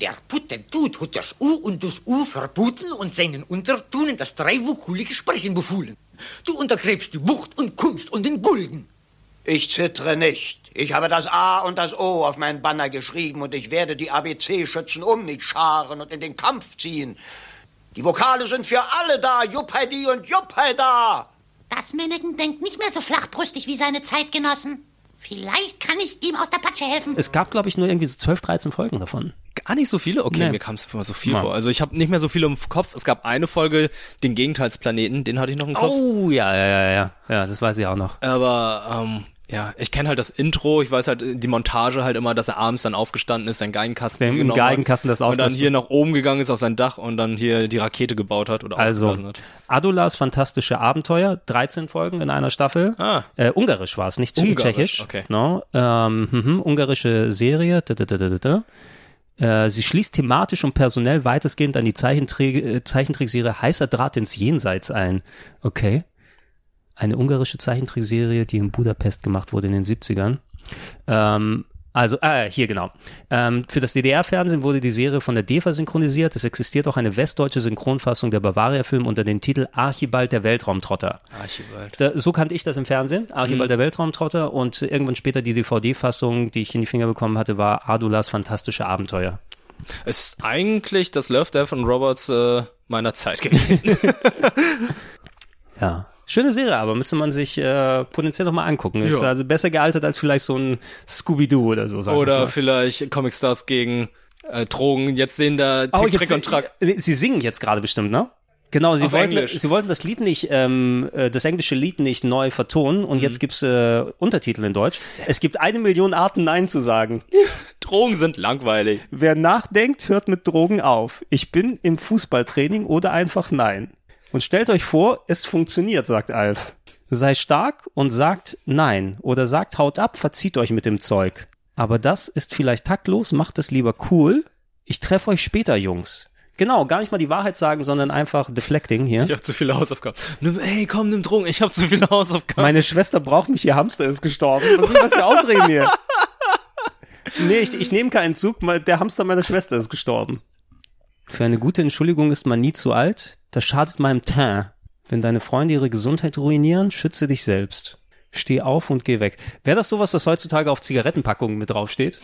Der Puttentut hat das U und das U verboten und seinen Untertunen das dreiwukule Sprechen befohlen. Du untergräbst die Bucht und Kunst und den Gulden. Ich zittere nicht. Ich habe das A und das O auf meinen Banner geschrieben und ich werde die ABC-Schützen um mich scharen und in den Kampf ziehen. Die Vokale sind für alle da. Juppidi und Juppida. Das Männigen denkt nicht mehr so flachbrüstig wie seine Zeitgenossen. Vielleicht kann ich ihm aus der Patsche helfen. Es gab, glaube ich, nur irgendwie so 12, 13 Folgen davon. Gar nicht so viele? Okay, Nee. mir kam es immer so viel Ja. vor. Also ich habe nicht mehr so viele im Kopf. Es gab eine Folge, den Gegenteilsplaneten, den hatte ich noch im Kopf. Oh, ja, ja, ja, ja. Ja, das weiß ich auch noch. Aber ähm, Ja, ich kenne halt das Intro, ich weiß halt die Montage halt immer, dass er abends dann aufgestanden ist, seinen Geigenkasten Im genommen hat Geigenkasten das und dann aufgelassen hier nach oben gegangen ist auf sein Dach und dann hier die Rakete gebaut hat oder Also, aufgelassen hat. Adulas fantastische Abenteuer, 13 Folgen in einer Staffel. Äh, ungarisch war es, nicht Ungarisch, tschechisch. okay. No? Ähm, mhm, ungarische Serie. Da, da, da, da, da, da. Äh, Sie schließt thematisch und personell weitestgehend an die Zeichentrick, äh, Zeichentrickserie Heißer Draht ins Jenseits ein. Okay. Eine ungarische Zeichentrickserie, die in Budapest gemacht wurde in den 70ern. Ähm, also, ah, hier genau. Ähm, für das DDR-Fernsehen wurde die Serie von der DEFA synchronisiert. Es existiert auch eine westdeutsche Synchronfassung der Bavaria-Film unter dem Titel Archibald der Weltraumtrotter. Archibald. Da, so kannte ich das im Fernsehen, Mhm. Archibald der Weltraumtrotter. Und irgendwann später die DVD-Fassung, die ich in die Finger bekommen hatte, war Adulas fantastische Abenteuer. Ist eigentlich das Love, Death und Robots äh, meiner Zeit gewesen. Ja. Schöne Serie, aber müsste man sich äh, potenziell nochmal angucken. Ist Ja. also besser gealtert als vielleicht so ein Scooby-Doo oder so. sagen wir oder mal. vielleicht Comic Stars gegen äh, Drogen. Jetzt sehen da Tick, Oh, jetzt- Trick und Track. Sie singen jetzt gerade bestimmt, ne? Genau, sie Auf wollten, Englisch. sie wollten das Lied nicht, ähm, äh, das englische Lied nicht neu vertonen Mhm. und jetzt gibt's äh, Untertitel in Deutsch. Es gibt eine Million Arten, Nein zu sagen. Drogen sind langweilig. Wer nachdenkt, hört mit Drogen auf. Ich bin im Fußballtraining oder einfach nein. Und stellt euch vor, es funktioniert, sagt Alf. Sei stark und sagt nein oder sagt haut ab, verzieht euch mit dem Zeug. Aber das ist vielleicht taktlos, macht es lieber cool. Ich treffe euch später, Jungs. Genau, gar nicht mal die Wahrheit sagen, sondern einfach deflecting hier. Ich habe zu viele Hausaufgaben. Nimm, ey, komm, nimm Drogen. Ich habe zu viele Hausaufgaben. Meine Schwester braucht mich, ihr Hamster ist gestorben. Was sind das für Ausreden hier? Nee, ich, ich nehme keinen Zug, me- der Hamster meiner Schwester ist gestorben. Für eine gute Entschuldigung ist man nie zu alt, das schadet meinem Teint. Wenn deine Freunde ihre Gesundheit ruinieren, schütze dich selbst. Steh auf und geh weg. Wäre das sowas, was heutzutage auf Zigarettenpackungen mit draufsteht?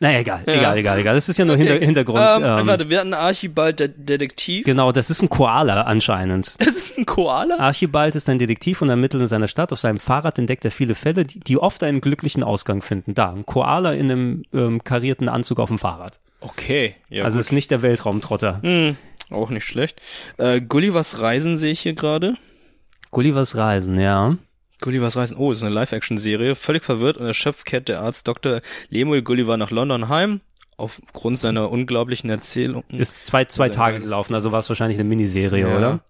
Naja, egal, Ja. egal, egal, egal. Das ist ja nur Okay. Hinter Hintergrund. Ähm, ähm, warte, wir hatten Archibald, der Detektiv. Genau, das ist ein Koala anscheinend. Das ist ein Koala? Archibald ist ein Detektiv und ermittelt in seiner Stadt. Auf seinem Fahrrad entdeckt er viele Fälle, die, die oft einen glücklichen Ausgang finden. Da, ein Koala in einem ähm, karierten Anzug auf dem Fahrrad. Okay. Ja, also gut. ist nicht der Weltraumtrotter. Hm, auch nicht schlecht. Äh, Gullivers Reisen sehe ich hier gerade. Gullivers Reisen, ja. Gullivers Reisen, oh, ist eine Live-Action-Serie. Völlig verwirrt und erschöpft kehrt der Arzt Dr. Lemuel Gulliver nach London heim. Aufgrund seiner unglaublichen Erzählung. Ist zwei, zwei Tage gelaufen, also war es wahrscheinlich eine Miniserie, Ja. oder?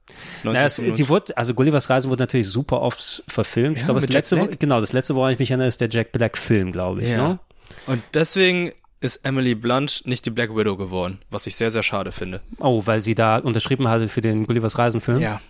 1995. Naja, es, sie wurde, also Gullivers Reisen wurde natürlich super oft verfilmt. ich Ja, glaube, das mit Jack letzte, wo- Black. genau, das letzte, woran ich mich erinnere, ist der Jack Black Film, glaube ich, Ja. ne? Und deswegen ist Emily Blunt nicht die Black Widow geworden, was ich sehr, sehr schade finde. Oh, weil sie da unterschrieben hatte für den Gullivers Reisen Film? Ja.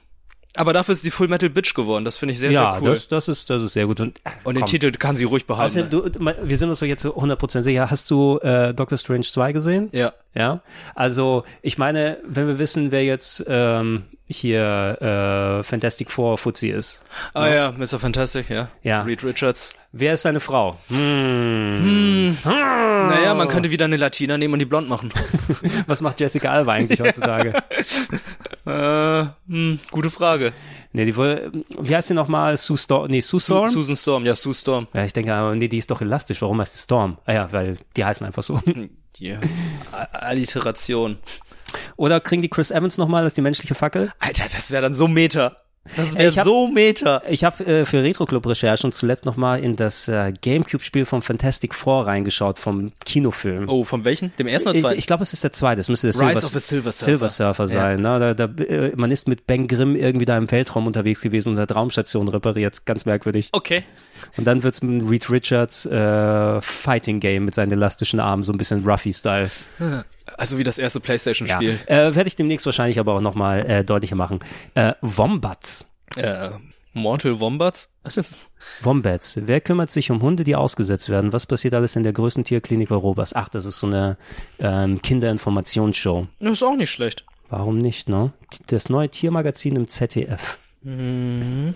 Aber dafür ist die Full Metal Bitch geworden. Das finde ich sehr, ja, sehr cool. das, das, ist, das ist sehr gut. Und, äh, Und den komm. Titel kann sie ruhig behalten. Außerdem, du, ma- wir sind uns doch jetzt so 100% sicher. Hast du äh, Doctor Strange 2 gesehen? Ja. Ja. Also, ich meine, wenn wir wissen, wer jetzt ähm, hier äh, Fantastic Four Fuzzi ist. ah ja, Mr. Fantastic, ja. Ja. Reed Richards. Wer ist seine Frau? Hm. Naja, man könnte wieder eine Latina nehmen und die blond machen. Hm? Was macht Jessica Alba eigentlich heutzutage? äh, hm, gute Frage. Nee, die wohl, wie heißt sie nochmal? Sue Storm? Nee, Sue Storm? Susan Storm, ja, Sue Storm. ja, ich denke, aber nee, die ist doch elastisch. Warum heißt sie Storm? Ah ja, weil die heißen einfach so. Hm. Ja. A- Alliteration. Oder kriegen die Chris Evans nochmal als die menschliche Fackel? Alter, das wäre dann so Meter. Das Ey, wäre ich hab- so Meter. Ich habe äh, für Retro-Club-Recherchen zuletzt nochmal in das äh, Gamecube-Spiel vom Fantastic Four reingeschaut, vom Kinofilm. Oh, von welchen? Dem ersten oder ich zweiten? ich glaube, es ist der zweite. Es müsste der Rise Silver, of the Silver Surfer. Surfer sein. Ne? Da, da, äh, man ist mit Ben Grimm irgendwie da im Weltraum unterwegs gewesen und hat Raumstationen repariert. Ganz merkwürdig. okay. Und dann wird's mit Reed Richards äh, Fighting Game mit seinen elastischen Armen, so ein bisschen Ruffy-Style. Also wie das erste Ja. Playstation-Spiel. Äh, Werde ich demnächst wahrscheinlich aber auch nochmal äh, deutlicher machen. Äh, Wombats. Äh, Mortal Wombats? Das ist Wombats. Wer kümmert sich um Hunde, die ausgesetzt werden? Was passiert alles in der größten Tierklinik Europas? Ach, das ist so eine ähm, Kinderinformationsshow. Das ist auch nicht schlecht. Warum nicht, ne? Das neue Tiermagazin im ZDF. Mhm.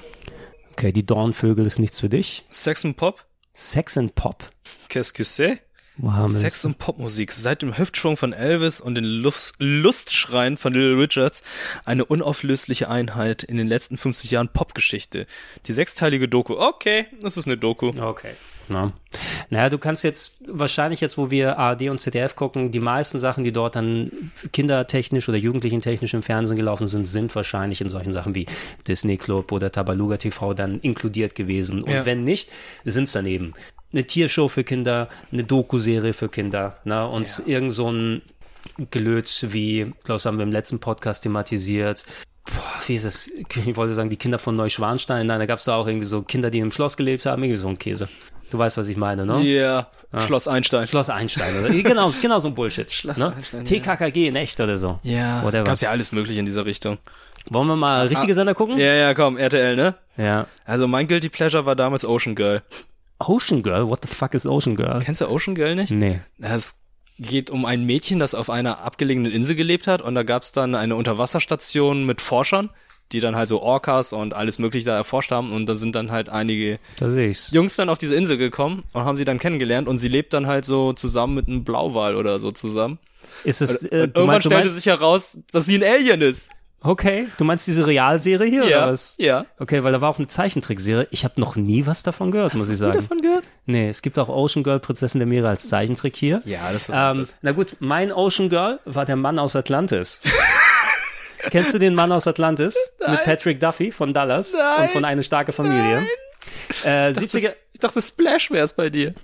Okay, die Dornvögel ist nichts für dich. Sex and Pop? Sex and Pop. Qu'est-ce que c'est? Mohammed. Sex und Popmusik. Seit dem Hüftschwung von Elvis und den Lust Lustschreien von Little Richards eine unauflösliche Einheit in den letzten 50 Jahren Popgeschichte. Die sechsteilige Doku. Okay, das ist eine Doku. Okay. Na. Naja, du kannst jetzt wahrscheinlich jetzt, wo wir ARD und ZDF gucken, die meisten Sachen, die dort dann kindertechnisch oder jugendlichentechnisch im Fernsehen gelaufen sind, sind wahrscheinlich in solchen Sachen wie Disney Club oder Tabaluga TV dann inkludiert gewesen. Und Ja. wenn nicht, sind es daneben. Eine Tiershow für Kinder, eine Doku-Serie für Kinder, ne? Und irgend so ein Gelöt wie, Klaus haben wir im letzten Podcast thematisiert. Boah, wie ist das? Ich wollte sagen, die Kinder von Neuschwanstein. Nein, da gab es da auch irgendwie so Kinder, die im Schloss gelebt haben, irgendwie so ein Käse. Du weißt, was ich meine, ne? Ja, Schloss Einstein. Schloss Einstein, oder? genau, genau so ein Bullshit. Schloss ne? Einstein, ja. TKKG in echt oder so. Ja, Whatever. gab's ja alles mögliche in dieser Richtung. Wollen wir mal richtige Sender gucken? Ja, ja, komm, RTL, ne? Ja. Also mein Guilty Pleasure war damals Ocean Girl. Ocean Girl? What the fuck is Ocean Girl? Kennst du Ocean Girl nicht? Nee. Es geht um ein Mädchen, das auf einer abgelegenen Insel gelebt hat und da gab's dann eine Unterwasserstation mit Forschern, die dann halt so Orcas und alles mögliche da erforscht haben und da sind dann halt einige Da sehe ich's. Jungs dann auf diese Insel gekommen und haben sie dann kennengelernt und sie lebt dann halt so zusammen mit einem Blauwal oder so zusammen. Ist es, und, äh, und du irgendwann meinst- du stellte meinst- sich heraus, dass sie ein Alien ist. Okay, du meinst diese Realserie hier Ja, oder was? ja. Okay, weil da war auch eine Zeichentrickserie. Ich habe noch nie was davon gehört, muss ich nie sagen. davon gehört? Nee, es gibt auch Ocean Girl, Prinzessin der Meere als Zeichentrick hier. Ja, das ist was ähm, Na gut, mein Ocean Girl war der Mann aus Atlantis. Kennst du den Mann aus Atlantis? Mit Patrick Duffy von Dallas und von Eine starke Familie. Äh, Ich 70er, dachte, ich dachte Splash wär's bei dir.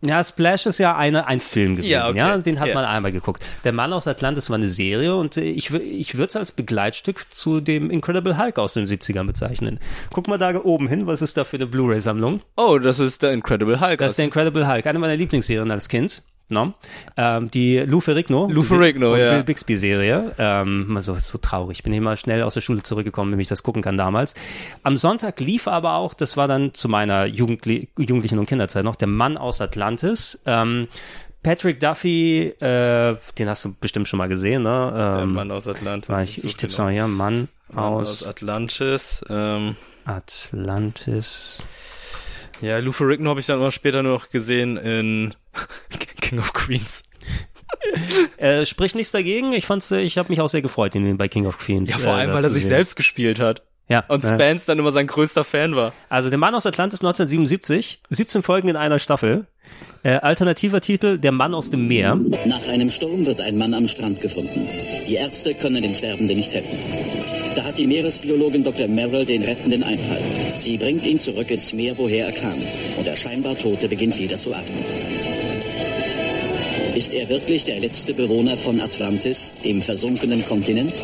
ja, Splash ist ja eine, ein Film gewesen, ja, Ja, okay. den hat Ja. man einmal geguckt. Der Mann aus Atlantis war eine Serie und äh, ich, wür- ich würde es als Begleitstück zu dem Incredible Hulk aus den 70ern bezeichnen. Guck mal da oben hin, was ist da für eine Blu-ray-Sammlung? Oh, das ist der Incredible Hulk. Das ist der Incredible Hulk, eine meiner Lieblingsserien als Kind. No? Ähm, die Lou Ferrigno. Lou Ferrigno, ja. Bill Bixby-Serie. Ähm, also, ist so traurig. Ich bin immer schnell aus der Schule zurückgekommen, damit ich das gucken kann damals. Am Sonntag lief aber auch, das war dann zu meiner Jugendli Jugendlichen und Kinderzeit noch, der Mann aus Atlantis. Ähm, Patrick Duffy, äh, den hast du bestimmt schon mal gesehen, ne? Ähm, der Mann aus Atlantis. Ich, So ich tipp's genau. mal hier. Mann Mann aus aus Atlantis. Ähm, Atlantis. ja, Lou Ferrigno habe ich dann immer später nur noch gesehen in King of Queens. Äh, spricht nichts dagegen. Ich fand's, äh, ich habe mich auch sehr gefreut, ihn bei King of Queens. Ja, vor äh, allem, da weil er zu sich sehen. selbst gespielt hat. Ja. Und ja. Spence dann immer sein größter Fan war. Also der Mann aus Atlantis 1977, 17 Folgen in einer Staffel. Äh, alternativer Titel: Der Mann aus dem Meer. Nach einem Sturm wird ein Mann am Strand gefunden. Die Ärzte können dem Sterbenden nicht helfen. Da hat die Meeresbiologin Dr. Merrill den rettenden Einfall. Sie bringt ihn zurück ins Meer, woher er kam. Und der scheinbar Tote beginnt wieder zu atmen. Ist er wirklich der letzte Bewohner von Atlantis, dem versunkenen Kontinent?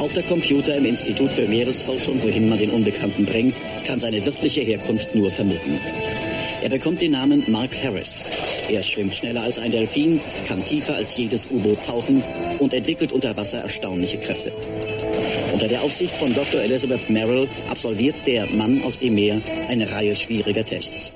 Auch der Computer im Institut für Meeresforschung, wohin man den Unbekannten bringt, kann seine wirkliche Herkunft nur vermuten. Er bekommt den Namen Mark Harris. Er schwimmt schneller als ein Delfin, kann tiefer als jedes U-Boot tauchen und entwickelt unter Wasser erstaunliche Kräfte. Unter der Aufsicht von Dr. Elizabeth Merrill absolviert der Mann aus dem Meer eine Reihe schwieriger Tests.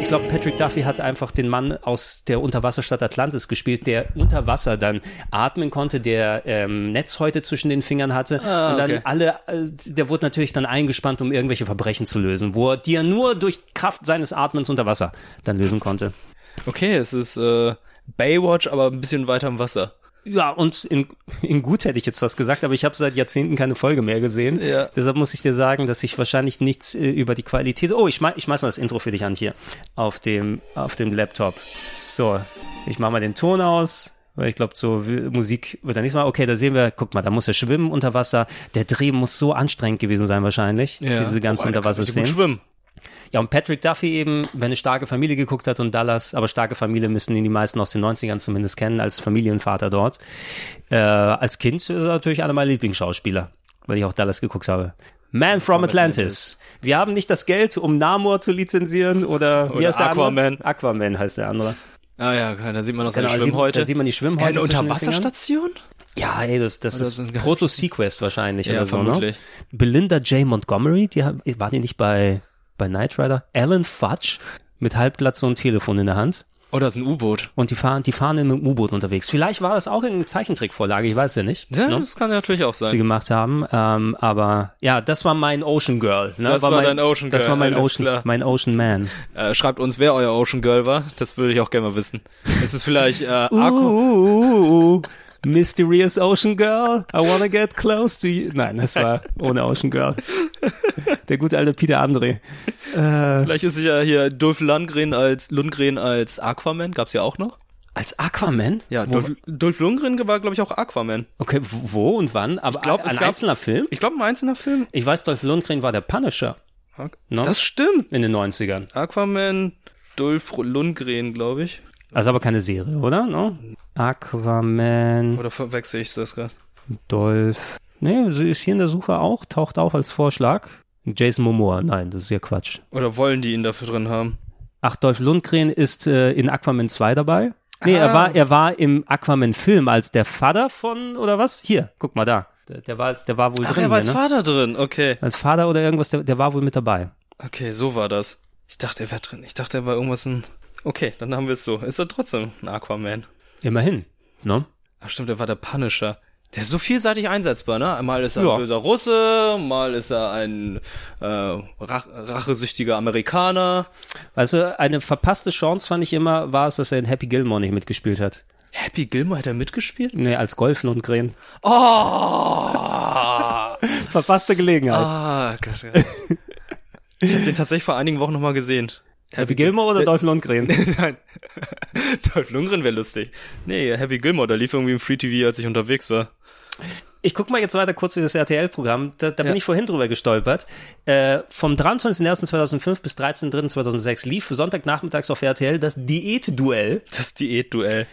Ich glaube, Patrick Duffy hat einfach den Mann aus der Unterwasserstadt Atlantis gespielt, der unter Wasser dann atmen konnte, der ähm, Netzhäute zwischen den Fingern hatte. Ah, und dann okay. alle, äh, der wurde natürlich dann eingespannt, um irgendwelche Verbrechen zu lösen, wo er die er nur durch Kraft seines Atmens unter Wasser dann lösen konnte. Okay, es ist äh, Baywatch, aber ein bisschen weiter im Wasser. Ja, und in, in gut hätte ich jetzt was gesagt, aber ich habe seit Jahrzehnten keine Folge mehr gesehen. Ja. Deshalb muss ich dir sagen, dass ich wahrscheinlich nichts äh, über die Qualität. Oh, ich, schmei ich schmeiß mal das Intro für dich an hier auf dem, auf dem Laptop. So, ich mache mal den Ton aus. Weil ich glaube, so w- Musik wird da nichts mal. Okay, da sehen wir, guck mal, da muss er schwimmen unter Wasser. Der Dreh muss so anstrengend gewesen sein wahrscheinlich. Oh, Diese ganzen Unterwasserszenen. schwimmen. Ja, und Patrick Duffy eben, wenn eine starke Familie geguckt hat und Dallas, aber starke Familie müssen ihn die meisten aus den 90ern zumindest kennen, als Familienvater dort. Äh, als Kind ist er natürlich einer meiner Lieblingsschauspieler, weil ich auch Dallas geguckt habe. Man from Atlantis. Wir haben nicht das Geld, um Namor zu lizenzieren oder, wie Oder heißt der Aquaman. andere? Aquaman heißt der andere. Ah ja, da sieht man noch seine Genau, da sieht- Schwimmhäute. Äh, da sieht man die Schwimmhäute Eine zwischen den Unterwasserstation? Ja, ey, das, das Oder ist so ein Proto Sequest wahrscheinlich Ja, oder so, ne? vermutlich. Belinda J. Montgomery, die hat- war die nicht bei, bei Knight Rider? Alan Fudge mit Halbglatze und Telefon in der Hand. Oh, das ist ein U-Boot. Und die fahren, die fahren in einem U-Boot unterwegs. Vielleicht war das auch irgendeine Zeichentrickvorlage, ich weiß ja nicht. Ja, ne? das kann ja natürlich auch was sie sein. gemacht haben. Ähm, aber ja, das war mein Ocean Girl. Ne? Das war mein, dein Ocean Das Girl, war mein alles Ocean, klar. mein Ocean Man. Äh, schreibt uns, wer euer Ocean Girl war. Das würde ich auch gerne mal wissen. Ist es vielleicht äh, Uh. Akku? uh, Ooh, mysterious Ocean Girl, I wanna get close to you. Nein, das war ohne Ocean Girl. Der gute alte Peter André. Äh, Vielleicht ist es ja hier Dolph Lundgren als Lundgren als Aquaman. Gab's ja auch noch. Als Aquaman? Ja, Wo- Dolph, Dolph Lundgren war, glaube ich, auch Aquaman. okay, wo und wann? Aber glaub, ein es gab- einzelner Film? Ich glaube, ein einzelner Film. Ich weiß, Dolph Lundgren war der Punisher. Das stimmt. In den 90ern. Aquaman, Dolph Lundgren, glaube ich. Also aber keine Serie, oder? No? Aquaman. Oder verwechsel ich das gerade? Dolph. Nee, sie ist hier in der Suche auch, taucht auf als Vorschlag. Jason Momoa, nein, das ist ja Quatsch. Oder wollen die ihn dafür drin haben? Ach, Dolph Lundgren ist äh, in Aquaman 2 dabei. Nee, er Ah. war, er war im Aquaman-Film als der Vater von, oder was? Hier, guck mal da. Der, der, war, als, der war wohl Ach, drin. er war als hier, ne? Vater drin. Okay. Als Vater oder irgendwas, der, der war wohl mit dabei. Okay, so war das. Ich dachte, er wäre drin. Ich dachte, er war irgendwas ein. Okay, dann haben wir es so. Ist er trotzdem ein Aquaman? Immerhin, ne? Ach stimmt, er war der Punisher. Der ist so vielseitig einsetzbar, ne? Mal ist er Ja. ein böser Russe, mal ist er ein äh, rach rachesüchtiger Amerikaner. Also eine verpasste Chance fand ich immer, war es, dass er in Happy Gilmore nicht mitgespielt hat. Happy Gilmore hat er mitgespielt? Nee, als Golf Lundgren. Oh! Verpasste Gelegenheit. Ah, Gott, ja. Ich habe den tatsächlich vor einigen Wochen nochmal gesehen. Happy Gilmore oder Dolph Lundgren? Nein. Dolph Lundgren wäre lustig. Nee, Happy Gilmore, da lief irgendwie im Free TV, als ich unterwegs war. Ich guck mal jetzt weiter kurz für das RTL-Programm. Da, da bin Ja. ich vorhin drüber gestolpert. Äh, vom 23.01.2005 bis 13.03.2006 lief Sonntagnachmittags auf RTL das Diät-Duell. Das Diät-Duell.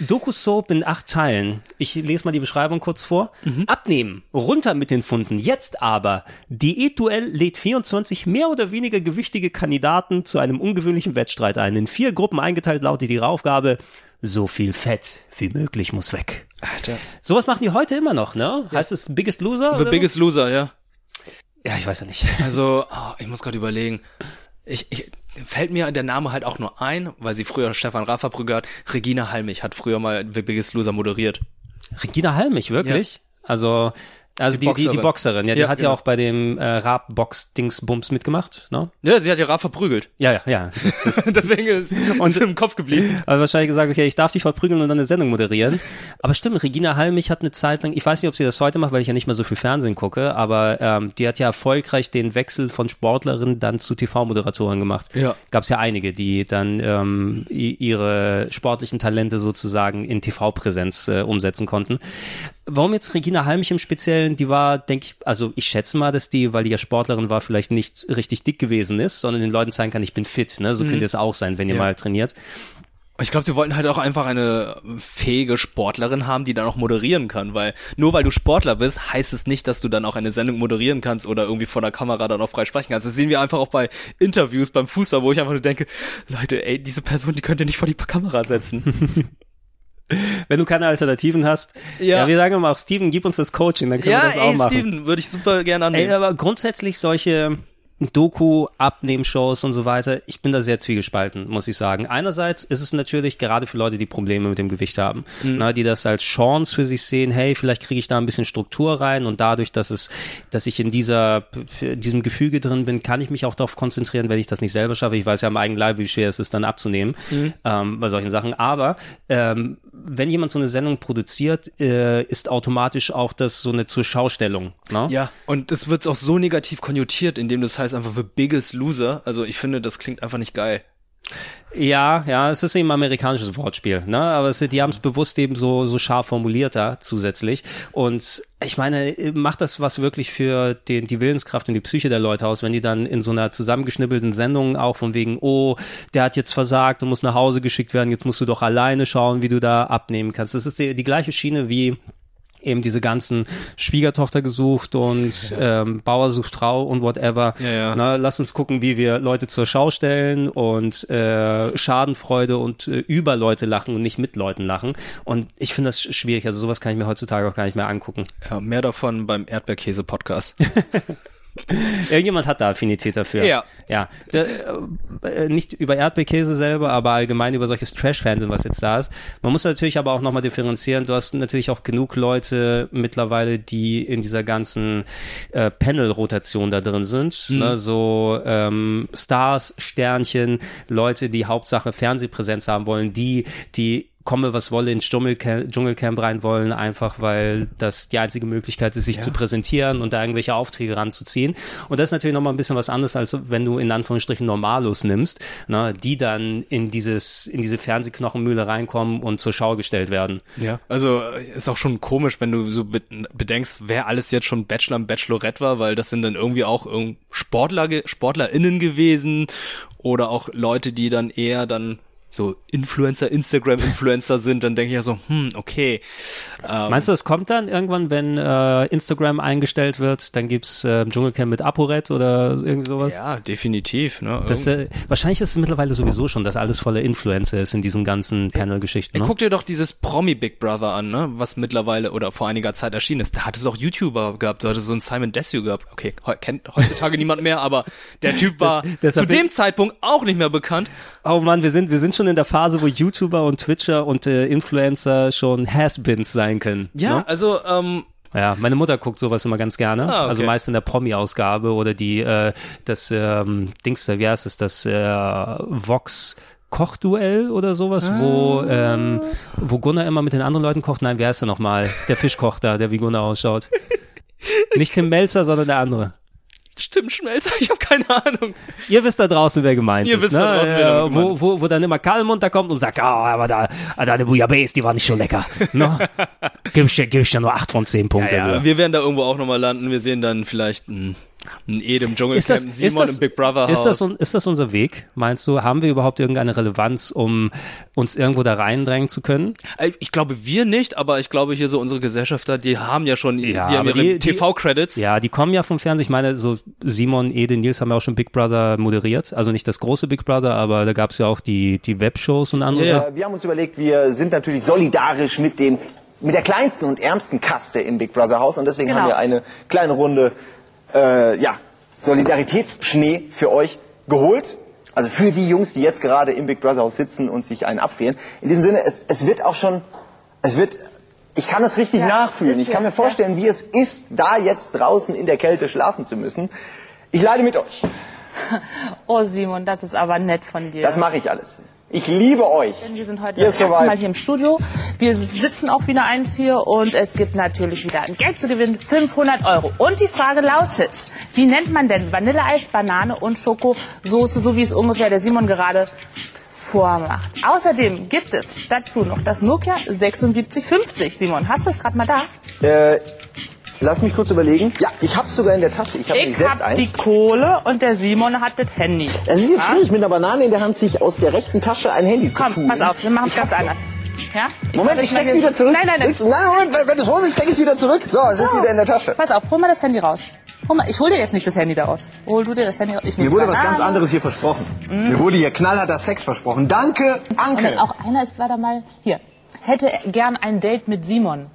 Doku-Soap in acht Teilen. Ich lese mal die Beschreibung kurz vor. Mhm. Abnehmen, runter mit den Funden. Jetzt aber. Diät-Duell lädt 24 mehr oder weniger gewichtige Kandidaten zu einem ungewöhnlichen Wettstreit ein. In vier Gruppen eingeteilt lautet die Aufgabe, so viel Fett wie möglich muss weg. Alter. Sowas machen die heute immer noch, ne? Heißt es Biggest Loser? The oder Biggest Loser, ja. Ja, ich weiß ja nicht. Also, oh, ich muss gerade überlegen. Ich, ich, fällt mir der Name halt auch nur ein, weil sie früher Stefan Raff verprügelt hat. Regina Halmich hat früher mal The Biggest Loser moderiert. Regina Halmich, wirklich? Also, also die, die, die, Boxerin. Boxerin, ja, die Ja, hat ja genau. auch bei dem äh, Rap-Box-Dingsbums mitgemacht, ne? Ja, sie hat ja Raff verprügelt. Ja, ja, ja. Deswegen ist uns im Kopf geblieben. Also wahrscheinlich gesagt, okay, ich darf dich verprügeln und dann eine Sendung moderieren. Aber stimmt, Regina Halmich hat eine Zeit lang, ich weiß nicht, ob sie das heute macht, weil ich ja nicht mehr so viel Fernsehen gucke, aber ähm, die hat ja erfolgreich den Wechsel von Sportlerin dann zu TV-Moderatorin gemacht. Ja. Gab es ja einige, die dann ähm, i- ihre sportlichen Talente sozusagen in TV-Präsenz äh, umsetzen konnten. Warum jetzt Regina Halmich im Speziellen? Die war, denke ich, also ich schätze mal, dass die, weil die ja Sportlerin war, vielleicht nicht richtig dick gewesen ist, sondern den Leuten zeigen kann, ich bin fit. Ne? So Mhm. könnt ihr es auch sein, wenn ihr Ja. mal trainiert. Ich glaube, die wollten halt auch einfach eine fähige Sportlerin haben, die dann auch moderieren kann, weil nur weil du Sportler bist, heißt es nicht, dass du dann auch eine Sendung moderieren kannst oder irgendwie vor der Kamera dann auch frei sprechen kannst. Das sehen wir einfach auch bei Interviews beim Fußball, wo ich einfach nur denke, Leute, ey, diese Person, die könnt ihr nicht vor die Kamera setzen. Wenn du keine Alternativen hast. Ja. Ja. wir sagen immer auch, Steven, gib uns das Coaching, dann können wir ja, das auch ey, machen. Steven, würde ich super gerne annehmen. Ey, aber grundsätzlich solche Doku, Abnehmshows und so weiter, ich bin da sehr zwiegespalten, muss ich sagen. Einerseits ist es natürlich gerade für Leute, die Probleme mit dem Gewicht haben, na, die das als Chance für sich sehen, hey, vielleicht kriege ich da ein bisschen Struktur rein und dadurch, dass es, dass ich in dieser, diesem Gefüge drin bin, kann ich mich auch darauf konzentrieren, wenn ich das nicht selber schaffe. Ich weiß ja am eigenen Leib, wie schwer es ist, dann abzunehmen Mhm. ähm, bei solchen Sachen. Aber ähm, wenn jemand so eine Sendung produziert, äh, ist automatisch auch das so eine Zurschaustellung. Ne? Ja, und es wird auch so negativ konnotiert, indem das heißt einfach The Biggest Loser. Also ich finde, das klingt einfach nicht geil. Ja, ja, es ist eben ein amerikanisches Wortspiel, ne? Aber es, die haben es bewusst eben so, so scharf formuliert da zusätzlich. Und ich meine, macht das was wirklich für den, die Willenskraft und die Psyche der Leute aus, wenn die dann in so einer zusammengeschnibbelten Sendung auch von wegen, oh, der hat jetzt versagt, du musst nach Hause geschickt werden, jetzt musst du doch alleine schauen, wie du da abnehmen kannst. Das ist die, die gleiche Schiene wie eben diese ganzen Schwiegertochter gesucht und ähm, Bauer sucht Frau und whatever. Ja, ja. Na, lass uns gucken, wie wir Leute zur Schau stellen und äh, Schadenfreude und äh, über Leute lachen und nicht mit Leuten lachen. Und ich finde das sch- schwierig. Also sowas kann ich mir heutzutage auch gar nicht mehr angucken. Ja, mehr davon beim Erdbeerkäse-Podcast. Irgendjemand hat da Affinität dafür. Ja. ja. Da, äh, nicht über Erdbeerkäse selber, aber allgemein über solches Trash-Fernsehen, was jetzt da ist. Man muss natürlich aber auch nochmal differenzieren. Du hast natürlich auch genug Leute mittlerweile, die in dieser ganzen äh, Panel-Rotation da drin sind. Mhm. Ne? So ähm, Stars, Sternchen, Leute, die Hauptsache Fernsehpräsenz haben wollen, die, die komme, was wolle, ins Dschungelcamp, Dschungelcamp rein wollen, einfach weil das die einzige Möglichkeit ist, sich zu präsentieren und da irgendwelche Aufträge ranzuziehen. Und das ist natürlich nochmal ein bisschen was anderes, als wenn du in Anführungsstrichen Normalos nimmst, ne, die dann in dieses, in diese Fernsehknochenmühle reinkommen und zur Schau gestellt werden. Ja, also äh, ist auch schon komisch, wenn du so be bedenkst, wer alles jetzt schon Bachelor und Bachelorette war, weil das sind dann irgendwie auch irgend- Sportler, ge- SportlerInnen gewesen oder auch Leute, die dann eher dann so Influencer, Instagram-Influencer sind, dann denke ich ja so, hm, okay. Ähm, Meinst du, das kommt dann irgendwann, wenn äh, Instagram eingestellt wird, dann gibt's äh, Dschungelcamp mit ApoRed oder irgendwie sowas? Ja, definitiv, ne? Das, äh, wahrscheinlich ist es mittlerweile sowieso schon, dass alles voller Influencer ist in diesen ganzen Panel-Geschichten. Ey, Ne? guck dir doch dieses Promi Big Brother an, ne? Was mittlerweile oder vor einiger Zeit erschienen ist. Da hat es auch YouTuber gehabt, da hatte so einen Simon Desue gehabt. Okay, he kennt heutzutage niemand mehr, aber der Typ war das zu hab ich- dem Zeitpunkt auch nicht mehr bekannt. Oh Mann, wir sind, wir sind schon in der Phase, wo YouTuber und Twitcher und äh, Influencer schon Has-Beens sein können. Ja, Ne? also ähm, Ja, meine Mutter guckt sowas immer ganz gerne. Ah, okay. Also meist in der Promi-Ausgabe oder die, äh, das ähm, Dings da, wie heißt es, das äh, Vox. Kochduell oder sowas, wo Ah. ähm, wo Gunnar immer mit den anderen Leuten kocht. Nein, wer ist er nochmal? Der Fischkoch da, der wie Gunnar ausschaut. Nicht Tim Melzer, sondern der andere. stimmt Schmelzer, ich habe keine Ahnung. Ihr wisst da draußen, wer gemeint Ihr ist. wisst ne? da draußen, wer Äh, damit gemeint wo, wo, wo dann immer Karl runterkommt und sagt, ah, aber da, ah, deine Bouillabaisse, die war nicht so lecker. Ne? gib, ich dir, gib ich dir nur 8 von 10 Punkte. Ja, für. wir werden da irgendwo auch nochmal landen. Wir sehen dann vielleicht einen, einen Ed im Dschungelcamp, ist das, einen Simon ist, das, im Big Brother Haus. ist, das, un- ist das unser Weg, meinst du? Haben wir überhaupt irgendeine Relevanz, um uns irgendwo da reindrängen zu können? Ey, Ich glaube, wir nicht, aber ich glaube hier so unsere Gesellschafter, die haben ja schon, die haben aber ihre die- die- TV-Credits. Ja, die kommen ja vom Fernsehen. Ich meine, so Simon, Ede, Nils haben ja auch schon Big Brother moderiert. Also nicht das große Big Brother, aber da gab's ja auch die, die Webshows und andere Sachen. Wir, wir haben uns überlegt, wir Äh, sind natürlich solidarisch mit den mit der kleinsten und ärmsten Kaste im Big Brother Haus und deswegen Genau. haben wir eine kleine Runde äh, ja, Solidaritätsschnee für euch geholt. Also für die Jungs, die jetzt gerade im Big Brother Haus sitzen und sich einen abfrieren. In diesem Sinne, es, es wird auch schon, es wird, ich kann es richtig nachfühlen. Ich kann mir vorstellen, wie es ist, da jetzt draußen in der Kälte schlafen zu müssen. Ich leide mit euch. Oh Simon, das ist aber nett von dir. Das mache ich alles. Ich liebe euch. Denn wir sind heute Ihr das seid erste weit. Mal hier im Studio. Wir sitzen auch wieder eins hier und es gibt natürlich wieder ein Geld zu gewinnen, 500 Euro. Und die Frage lautet, wie nennt man denn Vanilleeis, Banane und Schokosoße, so wie es ungefähr der Simon gerade vormacht. Außerdem gibt es dazu noch das Nokia 7650. Simon, hast du es gerade mal da? Äh, lass mich kurz überlegen. Ja, ich hab's sogar in der Tasche. Ich habe Ich nämlich selbst hab eins. die Kohle und der Simon hat das Handy. Es ist jetzt Ja? schwierig, mit einer Banane in der Hand sich aus der rechten Tasche ein Handy zu Komm, tun. pass auf, wir machen es Ich ganz hab's anders. Ja? Moment, ich steck's wieder zurück. Nein, nein, nein. Willst du- nein, Moment, wenn- wenn du's holen willst, steck es wieder zurück. So, es ist wieder in der Tasche. Pass auf, hol mal das Handy raus. Hol mal, ich hol dir jetzt nicht das Handy da raus. Hol du dir das Handy raus. Ich nehm Mir wurde was Banane. ganz anderes hier versprochen. Mhm. Mir wurde hier knallharter Sex versprochen. Danke, Anke. Und auch einer ist, war da mal, hier, hätte gern ein Date mit Simon.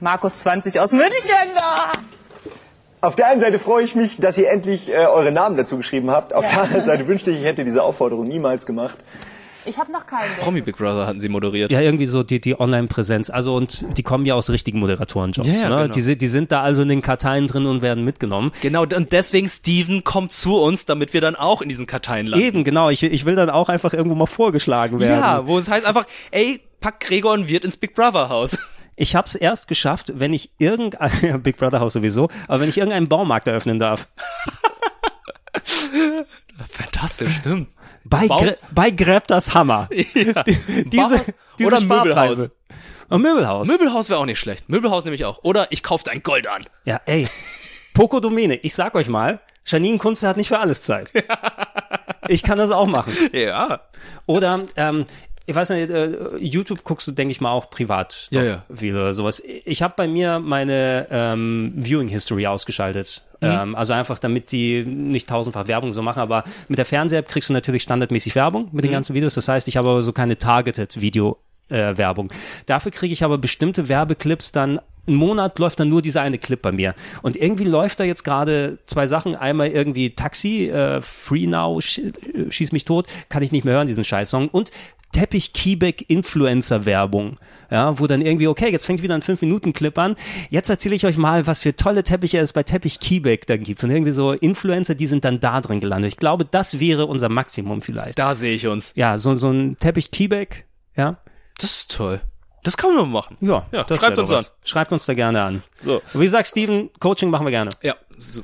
Markus 20 aus München da. Auf der einen Seite freue ich mich, dass ihr endlich äh, eure Namen dazu geschrieben habt. Auf Ja. der anderen Seite wünschte ich, ich hätte diese Aufforderung niemals gemacht. Ich habe noch keinen. Promi Big Brother hatten sie moderiert. Ja, irgendwie so die, die Online-Präsenz. Also und die kommen ja aus richtigen Moderatorenjobs. Ja, ja, ne? genau. die, sind- die sind da also in den Karteien drin und werden mitgenommen. Genau, und deswegen Steven kommt zu uns, damit wir dann auch in diesen Karteien landen. Eben, genau. Ich, ich will dann auch einfach irgendwo mal vorgeschlagen werden. Ja, wo es heißt einfach, ey, pack Gregor und Wirt ins Big Brother Haus. Ich hab's erst geschafft, wenn ich irgendein Big Brother Haus sowieso, aber wenn ich irgendeinen Baumarkt eröffnen darf. Fantastisch, stimmt. Bei, Bau- Gre bei Grab das Hammer. Die- Diese, Bauhaus diese oder Sparpreise. Ein Möbelhaus. Möbelhaus wäre auch nicht schlecht. Möbelhaus nehme ich auch. Oder ich kaufe dein Gold an. ja, ey. Poco Domene, ich sag euch mal, Janine Kunze hat nicht für alles Zeit. Ich kann das auch machen. Ja. Oder, ähm, ich weiß nicht, äh, YouTube guckst du, denke ich mal, auch privat Ja, noch ja. viel oder sowas. Ich habe bei mir meine ähm, Viewing History ausgeschaltet. Mhm. Ähm, also einfach, damit die nicht tausendfach Werbung so machen, aber mit der Fernseh-App kriegst du natürlich standardmäßig Werbung mit den Mhm. ganzen Videos. Das heißt, ich habe aber so keine Targeted Video. Äh, Werbung. Dafür kriege ich aber bestimmte Werbeclips dann einen Monat läuft dann nur dieser eine Clip bei mir. Und irgendwie läuft da jetzt gerade zwei Sachen. Einmal irgendwie Taxi, äh, Free Now, sch äh, Schieß mich tot, kann ich nicht mehr hören, diesen Scheißsong. Und Teppich Kiebeck Influencer Werbung, ja, wo dann irgendwie okay, jetzt fängt wieder ein 5 Minuten Clip an. Jetzt erzähle ich euch mal, was für tolle Teppiche es bei Teppich Kiebeck dann gibt und irgendwie so Influencer, die sind dann da drin gelandet. Ich glaube, das wäre unser Maximum vielleicht. Da sehe ich uns. Ja, so so ein Teppich Kiebeck, ja. Das ist toll. Das kann man machen. Ja, Ja, das schreibt wär uns doch was. an. Schreibt uns da gerne an. So. Wie gesagt, Steven, Coaching machen wir gerne. Ja, so.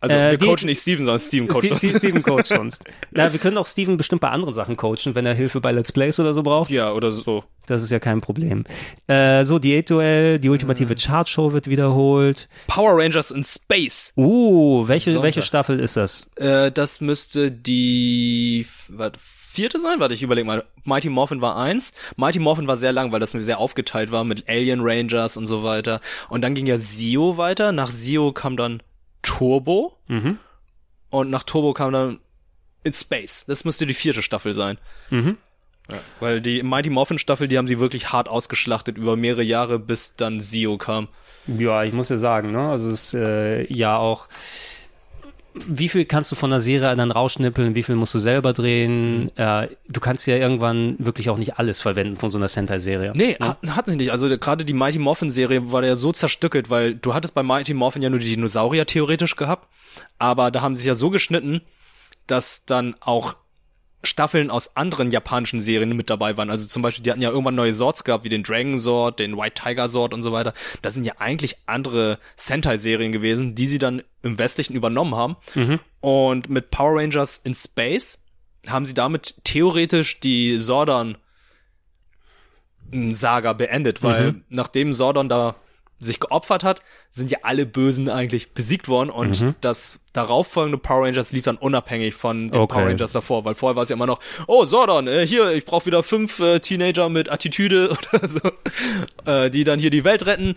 Also Äh, wir die- coachen nicht Steven, sondern Steven coacht Ste- uns. Ste- Steven coacht uns. Na, wir können auch Steven bestimmt bei anderen Sachen coachen, wenn er Hilfe bei Let's Plays oder so braucht. Ja, oder so. Das ist ja kein Problem. Äh, so, Diätduell, die ultimative Chartshow wird wiederholt. Power Rangers in Space. Uh, welche, Sonntag. welche Staffel ist das? Äh, das müsste die warte, vierte sein. Warte, ich überlege mal. Mighty Morphin war eins. Mighty Morphin war sehr lang, weil das mir sehr aufgeteilt war mit Alien Rangers und so weiter. Und dann ging ja Zio weiter. Nach Zio kam dann Turbo. Mhm. Und nach Turbo kam dann In Space. Das müsste die vierte Staffel sein. Mhm. Ja, weil die Mighty Morphin Staffel, die haben sie wirklich hart ausgeschlachtet über mehrere Jahre, bis dann Zio kam. Ja, ich muss ja sagen, ne? Also es ist äh, ja auch. Wie viel kannst du von der Serie dann rausschnippeln? Wie viel musst du selber drehen? Äh, du kannst ja irgendwann wirklich auch nicht alles verwenden von so einer Sentai-Serie. Nee, ha- hatten sie nicht. Also gerade die Mighty Morphin Serie war ja so zerstückelt, weil du hattest bei Mighty Morphin ja nur die Dinosaurier theoretisch gehabt, aber da haben sie es ja so geschnitten, dass dann auch Staffeln aus anderen japanischen Serien mit dabei waren. Also zum Beispiel, die hatten ja irgendwann neue Sorts gehabt, wie den Dragon Sword, den White Tiger Sword und so weiter. Das sind ja eigentlich andere Sentai-Serien gewesen, die sie dann im Westlichen übernommen haben. Mhm. Und mit Power Rangers in Space haben sie damit theoretisch die Sordon Saga beendet, weil Mhm. nachdem Sordon da sich geopfert hat, sind ja alle Bösen eigentlich besiegt worden und Mhm. das darauffolgende Power Rangers lief dann unabhängig von den Okay. Power Rangers davor, weil vorher war es ja immer noch, oh Sordon, äh, hier, ich brauche wieder fünf äh, Teenager mit Attitüde oder so, äh, die dann hier die Welt retten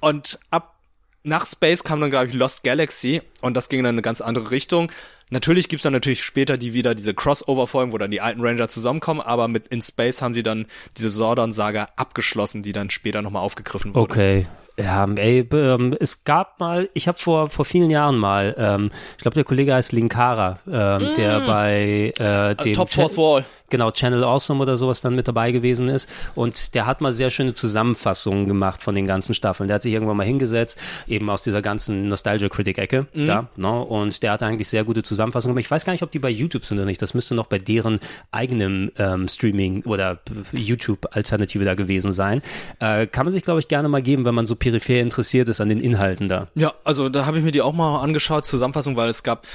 und ab nach Space kam dann, glaube ich, Lost Galaxy und das ging dann in eine ganz andere Richtung. Natürlich gibt's dann natürlich später die wieder diese Crossover-Folgen, wo dann die alten Ranger zusammenkommen, aber mit In Space haben sie dann diese Sordon-Saga abgeschlossen, die dann später nochmal aufgegriffen wurde. Okay. Ja, ey, b- ähm, es gab mal, ich habe vor vor vielen Jahren mal, ähm, ich glaube der Kollege heißt Linkara, ähm, der bei äh, dem Top Cha- Fourth Wall. genau Channel Awesome oder sowas dann mit dabei gewesen ist und der hat mal sehr schöne Zusammenfassungen gemacht von den ganzen Staffeln. Der hat sich irgendwann mal hingesetzt, eben aus dieser ganzen Nostalgia Critic Ecke, Mhm. da, ne? Und der hat eigentlich sehr gute Zusammenfassungen gemacht. Ich weiß gar nicht, ob die bei YouTube sind oder nicht. Das müsste noch bei deren eigenem ähm, Streaming oder YouTube Alternative da gewesen sein. Äh, kann man sich glaube ich gerne mal geben, wenn man so peripher interessiert ist an den Inhalten da. Ja, also da habe ich mir die auch mal angeschaut, Zusammenfassung, weil es gab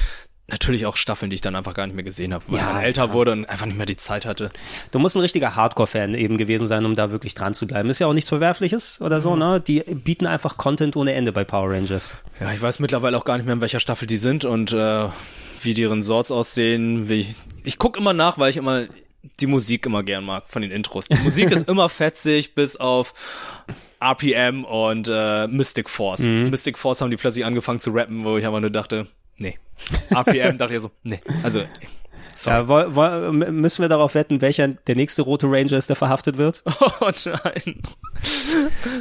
natürlich auch Staffeln, die ich dann einfach gar nicht mehr gesehen habe, weil Ja, man älter wurde und einfach nicht mehr die Zeit hatte. Du musst ein richtiger Hardcore-Fan eben gewesen sein, um da wirklich dran zu bleiben. Ist ja auch nichts Verwerfliches oder so, ne? Die bieten einfach Content ohne Ende bei Power Rangers. Ja, ich weiß mittlerweile auch gar nicht mehr, in welcher Staffel die sind und äh, wie deren Sorts aussehen. Wie ich ich guck immer nach, weil ich immer die Musik immer gern mag von den Intros. Die Musik ist immer fetzig, bis auf RPM und äh, Mystic Force. Mhm. Mystic Force haben die plötzlich angefangen zu rappen, wo ich aber nur dachte, nee. RPM dachte ich so, nee. Also, sorry. Ja, woll- woll- m- müssen wir darauf wetten, welcher der nächste rote Ranger ist, der verhaftet wird? Oh nein.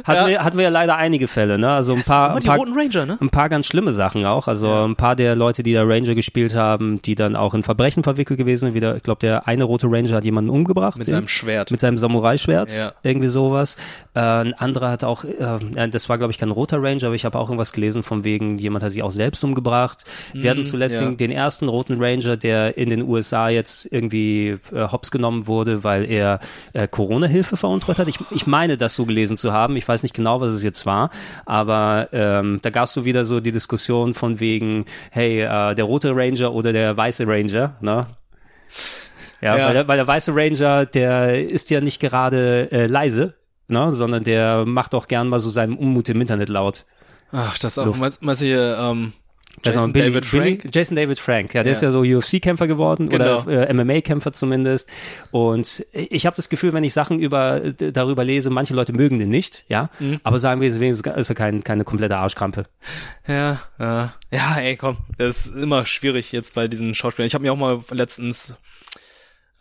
Hatten, wir, hatten wir ja leider einige Fälle, ne? Also ein paar, immer ein die paar, roten Ranger, ne? ein paar ganz schlimme Sachen auch. Also ein paar der Leute, die da Ranger gespielt haben, die dann auch in Verbrechen verwickelt gewesen sind. Wieder, ich glaube, der eine rote Ranger hat jemanden umgebracht. Mit seinem Schwert. Mit seinem Samurai-Schwert. Ja. Irgendwie sowas. Äh, ein anderer hat auch, äh, ja, das war glaube ich kein roter Ranger, aber ich habe auch irgendwas gelesen von wegen, jemand hat sich auch selbst umgebracht. Wir Mm, hatten zuletzt ja. den, den ersten roten Ranger, der in den USA jetzt irgendwie äh, hops genommen wurde, weil er äh, Corona-Hilfe veruntreut hat. Ich, ich meine, das so gelesen zu haben. Ich weiß nicht genau, was es jetzt war, aber ähm, da gab es so wieder so die Diskussion von wegen, hey, äh, der rote Ranger oder der weiße Ranger, ne? Ja, Ja. Weil, der, weil der weiße Ranger, der ist ja nicht gerade äh, leise, ne? sondern der macht auch gern mal so seinen Unmut im Internet laut. Ach, das auch. Luft. Meinst, meinst du hier, ähm, Das war Genau, Jason Billy- David Frank? Billy, Jason David Frank, ja, der Ja. ist ja so UFC-Kämpfer geworden Genau. oder äh, MMA-Kämpfer zumindest. Und ich habe das Gefühl, wenn ich Sachen über d- darüber lese, manche Leute mögen den nicht, ja, Mhm. aber sagen wir wenigstens ist er kein, keine komplette Arschkrampe. Ja, ja, ja, ey, komm. Das ist immer schwierig jetzt bei diesen Schauspielern. Ich habe mir auch mal letztens äh,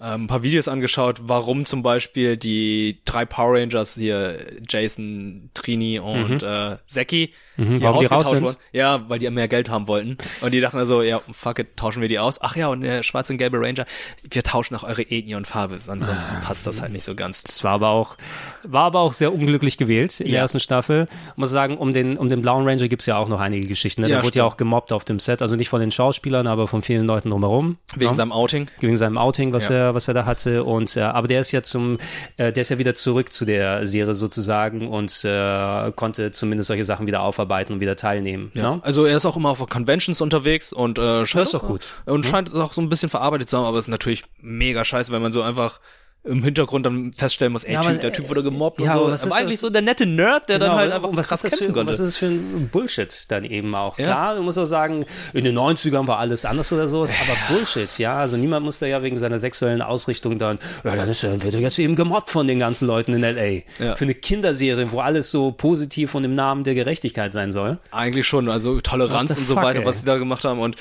ähm, ein paar Videos angeschaut, warum zum Beispiel die drei Power Rangers hier, Jason, Trini und Mhm. äh, Zeki, Mhm, hier warum die raus ausgetauscht sind? wurden. Ja, weil die mehr Geld haben wollten. Und die dachten also, ja, fuck it, tauschen wir die aus. Ach ja, und der schwarze und gelbe Ranger, wir tauschen auch eure Ethnie und Farbe, ansonsten passt das halt nicht so ganz. Ah, Das war aber auch, war aber auch sehr unglücklich gewählt in der Ja. ersten Staffel. Muss sagen, um den, um den blauen Ranger gibt's ja auch noch einige Geschichten. Ne? Ja, der wurde stimmt. ja auch gemobbt auf dem Set, also nicht von den Schauspielern, aber von vielen Leuten drumherum. Wegen Ja. seinem Outing. Wegen seinem Outing, was Ja. er, was er da hatte. Und äh, aber der ist ja zum, äh, der ist ja wieder zurück zu der Serie sozusagen und äh, konnte zumindest solche Sachen wieder aufarbeiten und wieder teilnehmen. Ja. Ne? Also er ist auch immer auf Conventions unterwegs und äh, scheint ist doch gut. Und scheint es auch so ein bisschen verarbeitet zu haben, aber es ist natürlich mega scheiße, wenn man so einfach im Hintergrund dann feststellen muss, ey, Ja, typ, aber, äh, der Typ wurde gemobbt ja, aber und was so. Aber ist eigentlich das? so der nette Nerd, der dann Genau, halt und einfach was ist krass das für, kämpfen konnte. Was ist das für ein Bullshit dann eben auch? Klar, man muss auch sagen, in den 90ern war alles anders oder sowas, aber Bullshit, ja. Also niemand muss da ja wegen seiner sexuellen Ausrichtung dann, ja, dann ist er, wird er jetzt eben gemobbt von den ganzen Leuten in L.A. Ja. Für eine Kinderserie, wo alles so positiv und im Namen der Gerechtigkeit sein soll. Eigentlich schon, also Toleranz What the und so fuck, weiter, ey. was die da gemacht haben. Und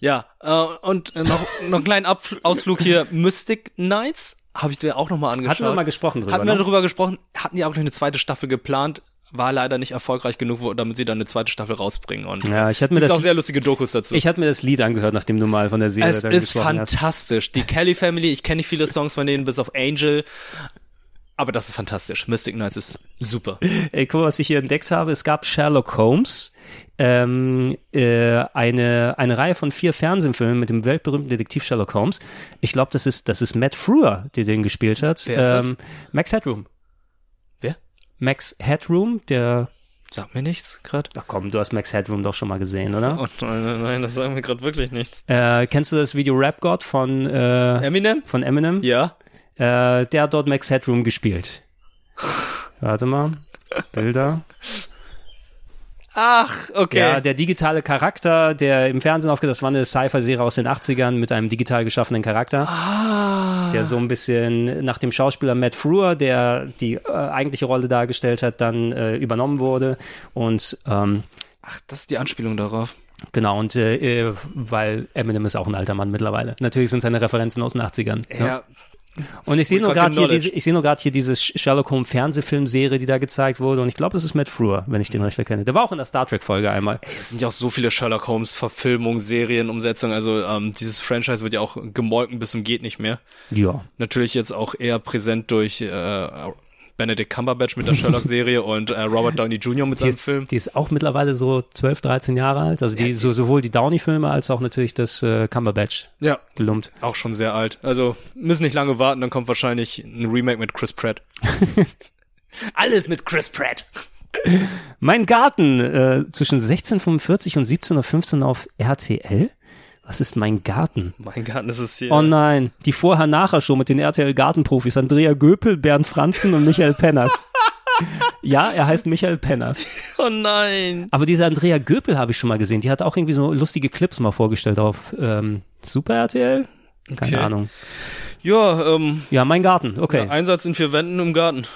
ja, äh, und noch, noch einen kleinen Ab Ausflug hier, Mystic Knights habe ich mir auch nochmal angeschaut. Hatten wir mal gesprochen drüber, Hatten wir ne? darüber gesprochen, hatten die auch noch eine zweite Staffel geplant, war leider nicht erfolgreich genug, wo- damit sie dann eine zweite Staffel rausbringen. Und Ja, ich hatte mir gibt's das- auch sehr lustige Dokus dazu. Ich hatte mir das Lied angehört, nachdem du mal von der Serie es dann ist gesprochen hast. fantastisch. Die Kelly Family, ich kenne nicht viele Songs von denen, bis auf Angel. Aber das ist fantastisch. Mystic Knights ist super. Ey, Äh, guck mal, was ich hier entdeckt habe. Es gab Sherlock Holmes, ähm, äh, eine, eine Reihe von vier Fernsehfilmen mit dem weltberühmten Detektiv Sherlock Holmes. Ich glaube, das ist, das ist Matt Frewer, der den gespielt hat. Ähm, Wer ist das? Max Headroom. Wer? Max Headroom, der. Sagt mir nichts gerade. Ach komm, du hast Max Headroom doch schon mal gesehen, oder? Oh nein, nein, nein, das sagen wir gerade wirklich nichts. Äh, kennst du das Video Rap God von äh, Eminem? Von Eminem? Ja. Äh, der hat dort Max Headroom gespielt. Warte mal. Bilder. Ach, okay. Ja, der digitale Charakter, der im Fernsehen aufgeht, das war eine Sci-Fi-Serie aus den 80ern mit einem digital geschaffenen Charakter. Ah. Der so ein bisschen nach dem Schauspieler Matt Frewer, der die äh, eigentliche Rolle dargestellt hat, dann äh, übernommen wurde. Und ähm, Ach, das ist die Anspielung darauf. genau, und äh, äh, weil Eminem ist auch ein alter Mann mittlerweile. Natürlich sind seine Referenzen aus den 80ern. ne? Und ich sehe We nur got gerade your hier, knowledge. diese, ich sehe nur gerade hier diese Sch- Sherlock Holmes Fernsehfilmserie, die da gezeigt wurde. Und ich glaube, das ist Matt Frewer, wenn ich den recht erkenne. Der war auch in der Star Trek Folge einmal. Es sind ja auch so viele Sherlock Holmes Verfilmungen, Serien, Umsetzungen. Also ähm, dieses Franchise wird ja auch gemolken bis zum geht nicht mehr. Ja. Natürlich jetzt auch eher präsent durch äh, Benedict Cumberbatch mit der Sherlock-Serie und äh, Robert Downey Jr. mit die seinem ist, Film. Die ist auch mittlerweile so 12, 13 Jahre alt. Also die, so, sowohl die Downey-Filme als auch natürlich das äh, Cumberbatch. Ja. Gelumpt. Auch schon sehr alt. Also müssen nicht lange warten, dann kommt wahrscheinlich ein Remake mit Chris Pratt. Alles mit Chris Pratt. Mein Garten äh, zwischen 16.45 und 17.15 Uhr auf RTL. Was ist mein Garten? Mein Garten ist es hier. Oh nein, die Vorher-Nachher-Show mit den RTL-Gartenprofis Andrea Göpel, Bernd Franzen und Michael Penners. ja, er heißt Michael Penners. oh nein. Aber diese Andrea Göpel habe ich schon mal gesehen. Die hat auch irgendwie so lustige Clips mal vorgestellt auf ähm, Super RTL. Keine Okay. Ahnung. Ja, ähm, Ja, mein Garten. Okay. Einsatz in vier Wänden im Garten.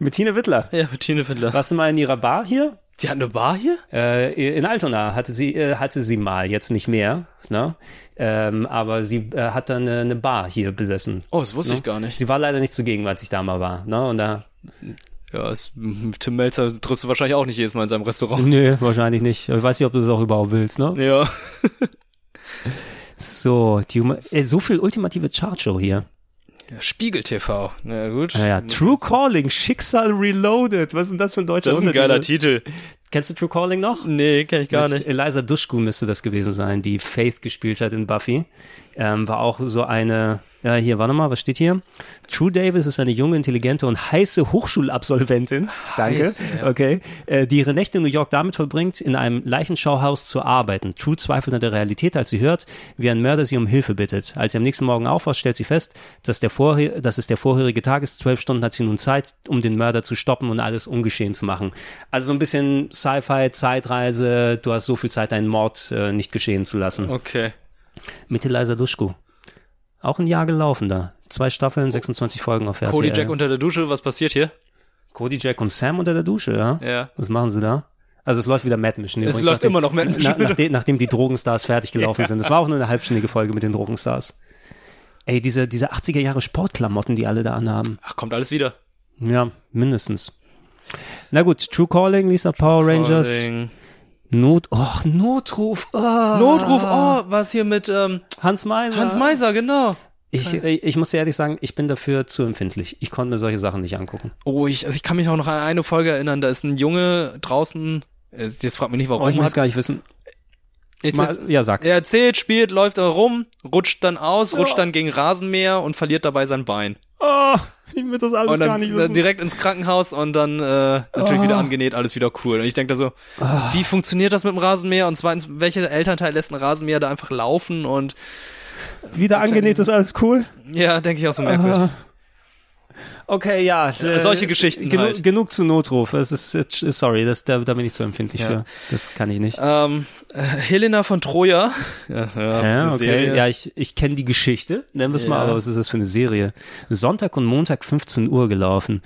Mit Tine Wittler. Ja, mit Tine Wittler. Warst du mal in ihrer Bar hier? Die hat eine Bar hier? Äh, in Altona hatte sie, äh, hatte sie mal, jetzt nicht mehr. Ne? Ähm, aber sie äh, hat dann äh, eine Bar hier besessen. Oh, das wusste ne? ich gar nicht. Sie war leider nicht zugegen, als ich da mal war. Ne? Und da, Ja, es, hm, Tim Melzer triffst du wahrscheinlich auch nicht jedes Mal in seinem Restaurant. nö, wahrscheinlich nicht. Ich weiß nicht, ob du das auch überhaupt willst. Ne? Ja. So, die, Huma- äh, so viel ultimative Chartshow hier. ja Spiegel TV. Na gut. Naja, True Calling, Schicksal Reloaded. Was ist denn das für ein deutscher Das ist ein Untertitel? geiler Titel. Kennst du True Calling noch? Nee, kenn ich gar Mit nicht. Eliza Dushku müsste das gewesen sein, die Faith gespielt hat in Buffy. Ähm, war auch so eine, ja, hier, warte mal, was steht hier? True Davis ist eine junge, intelligente und heiße Hochschulabsolventin. Danke. Heiß, ja. Okay. Äh, die ihre Nächte in New York damit verbringt, in einem Leichenschauhaus zu arbeiten. True zweifelt an der Realität, als sie hört, wie ein Mörder sie um Hilfe bittet. Als sie am nächsten Morgen aufwacht, stellt sie fest, dass, der vorher, dass es der vorherige Tag ist. Zwölf Stunden hat sie nun Zeit, um den Mörder zu stoppen und alles ungeschehen zu machen. Also so ein bisschen Sci-Fi, Zeitreise. Du hast so viel Zeit, deinen Mord äh, nicht geschehen zu lassen. Okay. Mit Eliza Duschku. Auch ein Jahr gelaufen da. Zwei Staffeln, 26 Folgen auf RTL. Oh. Cody Jack unter der Dusche, was passiert hier? Cody Jack und Sam unter der Dusche, ja? Ja. Was machen sie da? Also es läuft wieder Mad Mission. Es übrigens, läuft immer noch Mad Mission Na, nachdem, nachdem die Drogenstars fertig gelaufen Ja. sind. Es war auch nur eine halbstündige Folge mit den Drogenstars. Ey, diese, diese 80er Jahre Sportklamotten, die alle da anhaben. Ach, kommt alles wieder. Ja, mindestens. Na gut, True Calling, Lisa Power Rangers. Calling. Not, och, Notruf. ah. Notruf, oh, was hier mit ähm, Hans Meiser. Hans Meiser, genau. Ich, äh, ich, ich muss dir ehrlich sagen, ich bin dafür zu empfindlich. Ich konnte mir solche Sachen nicht angucken. Oh, ich, also ich kann mich auch noch an eine Folge erinnern, da ist ein Junge draußen, äh, jetzt fragt mich nicht, warum. Oh, ich muss hat- gar nicht wissen. Jetzt, Mal- jetzt, ja, sag. Er erzählt, spielt, läuft da rum, rutscht dann aus, Ja. rutscht dann gegen Rasenmäher und verliert dabei sein Bein. Oh, ich will das alles und dann gar nicht äh, wissen. direkt ins Krankenhaus und dann äh, natürlich Ah. wieder angenäht, alles wieder cool. Und ich denke da so, Ah. wie funktioniert das mit dem Rasenmäher? Und zweitens, welcher Elternteil lässt einen Rasenmäher da einfach laufen? Und Wieder angenäht ist alles cool. ja, denke ich auch so merkwürdig. Ah. Okay, ja. Äh, solche Geschichten Genu halt. Genug zu Notruf. Es ist, äh, sorry, das, da, da bin ich zu empfindlich Ja. für. Das kann ich nicht. Ähm, äh, Helena von Troja. Ja, Ja, eine okay. Serie. Ja, ich, ich kenne die Geschichte, nennen wir es mal, Ja. aber was ist das für eine Serie? Sonntag und Montag 15 Uhr gelaufen.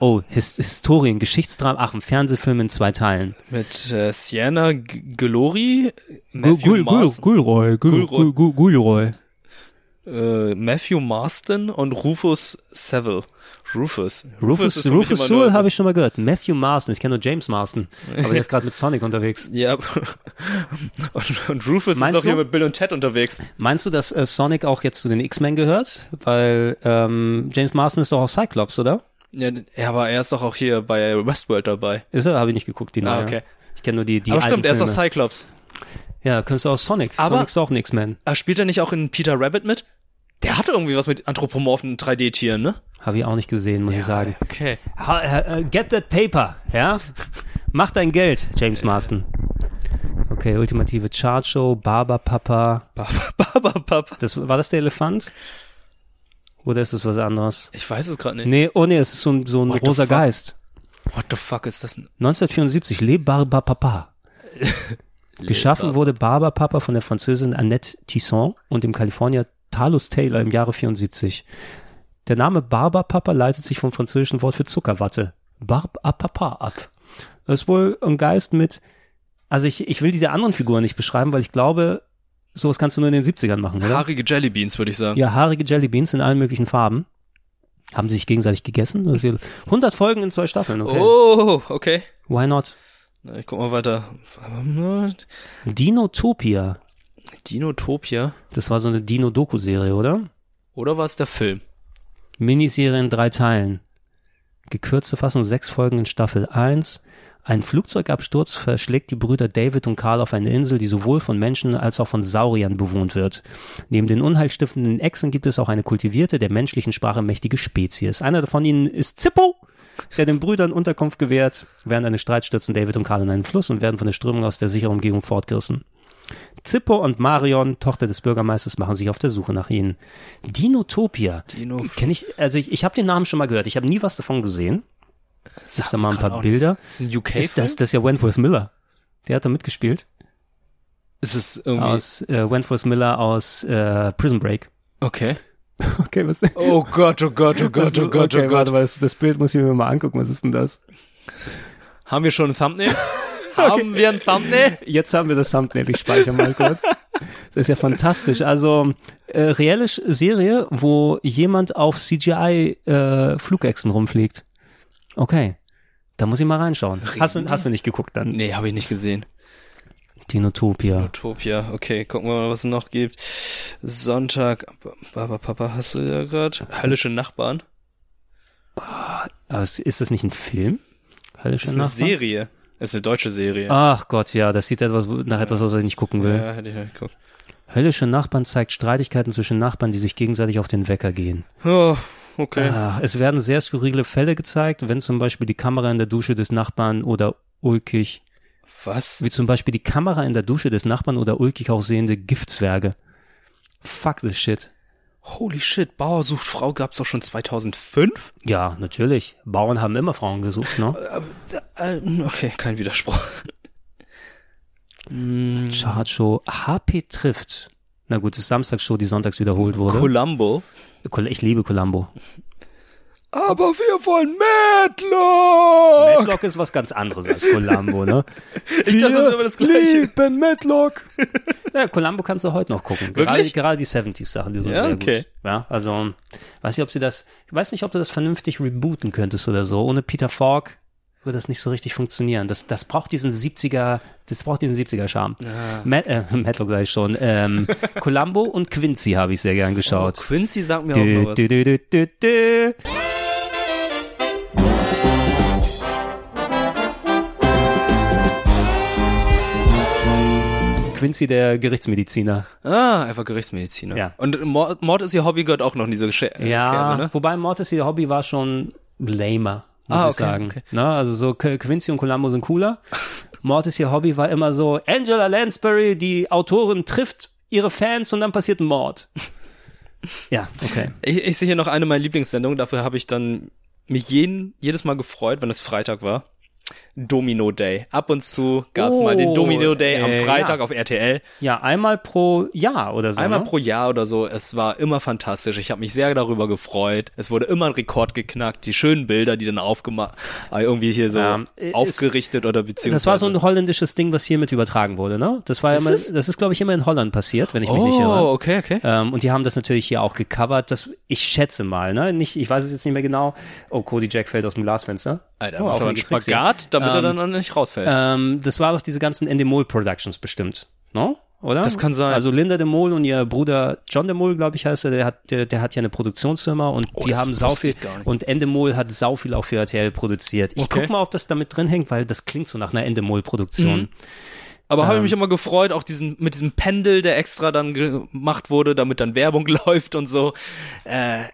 Oh, His Historien, Geschichtsdrama, ach, ein Fernsehfilm in zwei Teilen. Mit äh, Sienna G Glory, Gul- Matthew, Gul- Gul- Marsden, Gulroy, Gul- Gul- Gulroy. Gul- Gulroy. äh, Matthew Marston und Rufus Saville. Rufus. ist Rufus, für mich Rufus immer nur Sewell so- habe ich schon mal gehört. Matthew Marston, ich kenne nur James Marston, aber der ist gerade mit Sonic unterwegs. Ja. Und, und Rufus Meinst ist doch hier du? mit Bill und Ted unterwegs. Meinst du, dass äh, Sonic auch jetzt zu den X-Men gehört? Weil ähm, James Marston ist doch auch Cyclops, oder? Ja, ja, aber er ist doch auch hier bei Westworld dabei. Ist er? Habe ich nicht geguckt, die Ah, neue. okay. Ich kenne nur die, die aber alten stimmt, er ist doch Filme. Cyclops. Ja, könntest du auch Sonic. Aber- Sonic ist auch ein X-Men. Ah, spielt er nicht auch in Peter Rabbit mit? Der hatte irgendwie was mit anthropomorphen 3D-Tieren, ne? Habe ich auch nicht gesehen, muss ich sagen. Okay. Ha, äh, äh, get that paper, ja? Mach dein Geld, James Marston. Okay, ultimative Chart Show, Barber Papa. Barber Papa. Das, war das der Elefant? Oder ist das was anderes? Ich weiß es gerade nicht. Nee, oh nee, es ist so ein, so ein What the rosa fuck? Geist. What the fuck ist das denn? 1974, Le Barber Papa. Geschaffen wurde Barber Papa von der Französin Annette Tisson und dem Kalifornier Talus Taylor im Jahre 74. Der Name Barber Papa leitet sich vom französischen Wort für Zuckerwatte, Barb a Papa, ab. Das ist wohl ein Geist mit, also ich, ich will diese anderen Figuren nicht beschreiben, weil ich glaube, sowas kannst du nur in den 70ern machen, oder? Haarige Jellybeans, würde ich sagen. Ja, haarige Jellybeans in allen möglichen Farben. Haben sie sich gegenseitig gegessen? Das ist hier- 100 Folgen in zwei Staffeln, okay. Oh, okay. Why not? Na, Ich guck mal weiter. Dinotopia. Dinotopia. Das war so eine Dino-Doku-Serie, oder? Oder war es der Film? Miniserie in drei Teilen. Gekürzte Fassung, sechs Folgen in Staffel 1. Ein Flugzeugabsturz verschlägt die Brüder David und Karl auf eine Insel, die sowohl von Menschen als auch von Sauriern bewohnt wird. Neben den unheilstiftenden Echsen gibt es auch eine kultivierte, der menschlichen Sprache mächtige Spezies. Einer von ihnen ist Zippo, der den Brüdern Unterkunft gewährt. Während eines Streits stürzen David und Karl in einen Fluss und werden von der Strömung aus der sicheren Umgebung fortgerissen. Zippo und Marion, Tochter des Bürgermeisters, machen sich auf der Suche nach ihnen. Dinotopia. Dino- Kenne ich, also ich, ich habe den Namen schon mal gehört. Ich habe nie was davon gesehen. Sag da mal ein paar Bilder. Ist es ein UK? Ist das, das ist ja Wentworth Miller. Der hat da mitgespielt. Ist es irgendwie. Aus äh, Wentworth Miller aus äh, Prison Break. Okay. Okay, was Oh Gott, oh Gott, oh Gott, oh Gott, Also, okay, oh Warte, Gott. mal, das, das Bild muss ich mir mal angucken. Was ist denn das? Haben wir schon ein Thumbnail? Haben wir ein Thumbnail? Jetzt haben wir das Thumbnail, ich speichere mal kurz. Das ist ja fantastisch. Also, äh, reelle Sch- Serie, wo jemand auf CGI-Flugechsen äh, rumfliegt. Okay, da muss ich mal reinschauen. Hast du, hast du nicht geguckt dann? Nee, habe ich nicht gesehen. Dinotopia. Utopia. Okay, gucken wir mal, was es noch gibt. Sonntag. Baba Papa hast du ja gerade. Höllische Nachbarn. Aber ist- ist das nicht ein Film? Höllische Ist eine Nachbarn? Ah, Serie. Ist eine deutsche Serie. Ach Gott, ja, das sieht etwas nach etwas aus, was ich nicht gucken will. Ja, hätte ich mal geguckt. Höllische Nachbarn zeigt Streitigkeiten zwischen Nachbarn, die sich gegenseitig auf den Wecker gehen. Oh, okay. Ah, es werden sehr skurrile Fälle gezeigt, wenn zum Beispiel die Kamera in der Dusche des Nachbarn oder ulkig, Was? wie zum Beispiel die Kamera in der Dusche des Nachbarn oder ulkig aussehende Giftzwerge. Fuck this shit. Holy shit, Bauer sucht Frau gab's doch schon 2005? Ja, natürlich. Bauern haben immer Frauen gesucht, ne? Äh, okay, kein Widerspruch. Mm, Chartshow HP trifft. Na gut, das ist Samstagshow, die sonntags wiederholt wurde. Columbo. Col- ich liebe Columbo. Aber wir wollen Matlock! Matlock ist was ganz anderes als Columbo, ne? Ich dachte, das wäre das Gleiche. lieben Matlock. Ja, Columbo kannst du heute noch gucken. Gerade, Wirklich? gerade die 70s-Sachen, die sind Ja, sehr okay. gut. Ja, also, weiß nicht, ob sie das, ich weiß nicht, ob du das vernünftig rebooten könntest oder so. Ohne Peter Falk würde das nicht so richtig funktionieren. Das, das braucht diesen 70er, das braucht diesen 70er-Charme. Ja. Matt, äh, Matlock sage ich schon. Ähm, Columbo und Quincy habe ich sehr gern geschaut. Oh, Quincy sagt mir auch Dü, mal was. dü, dü, dü, dü, dü. Quincy, der Gerichtsmediziner. Ah, einfach Gerichtsmediziner. Ja. Und Mord, Mord ist ihr Hobby, gehört auch noch in diese Gesche äh, Ja, Kerbe, ne? wobei Mortis ihr Hobby war schon lamer, muss Ah, ich okay, sagen. okay. Na, also so Qu- Quincy und Columbo sind cooler. Mortis ihr Hobby war immer so, Angela Lansbury, die Autorin, trifft ihre Fans und dann passiert ein Mord. Ja, okay. Ich, ich sehe hier noch eine meiner Lieblingssendungen, dafür habe ich dann mich jeden, jedes Mal gefreut, wenn es Freitag war. Domino Day. Ab und zu gab es mal den Oh, Domino Day äh, am Freitag ja. auf RTL. Ja, einmal pro Jahr oder so. Einmal ne? pro Jahr oder so. Es war immer fantastisch. Ich habe mich sehr darüber gefreut. Es wurde immer ein Rekord geknackt. Die schönen Bilder, die dann aufgemacht, irgendwie hier so Ja, es- aufgerichtet oder beziehungsweise. Das war so ein holländisches Ding, was hier mit übertragen wurde, ne? Das war Ist immer, es? das ist, glaube ich, immer in Holland passiert, wenn ich mich Oh, nicht irre. okay, okay. Ähm, und die haben das natürlich hier auch gecovert. Das, ich schätze mal, ne? Nicht, ich weiß es jetzt nicht mehr genau. Oh, Cody Jack fällt aus dem Glasfenster. Alter, oh, Äh, macht aber einen aufwendiges Trickschen. Spagat, damit er Ähm, dann auch nicht rausfällt. Ähm, das war doch diese ganzen Endemol Productions bestimmt, ne? Oder? Das kann sein. Also Linda de Mol und ihr Bruder John de Mol, glaube ich, heißt er, der hat, der, der hat ja eine Produktionsfirma und Oh, die das haben wusste sau viel, ich gar nicht. und Endemol hat sau viel auch für RTL produziert. Ich Okay. guck mal, ob das damit drin hängt, weil das klingt so nach einer Endemol-Produktion. Mhm. Aber habe ich Ähm, mich immer gefreut, auch diesen, mit diesem Pendel, der extra dann gemacht wurde, damit dann Werbung läuft und so. Äh,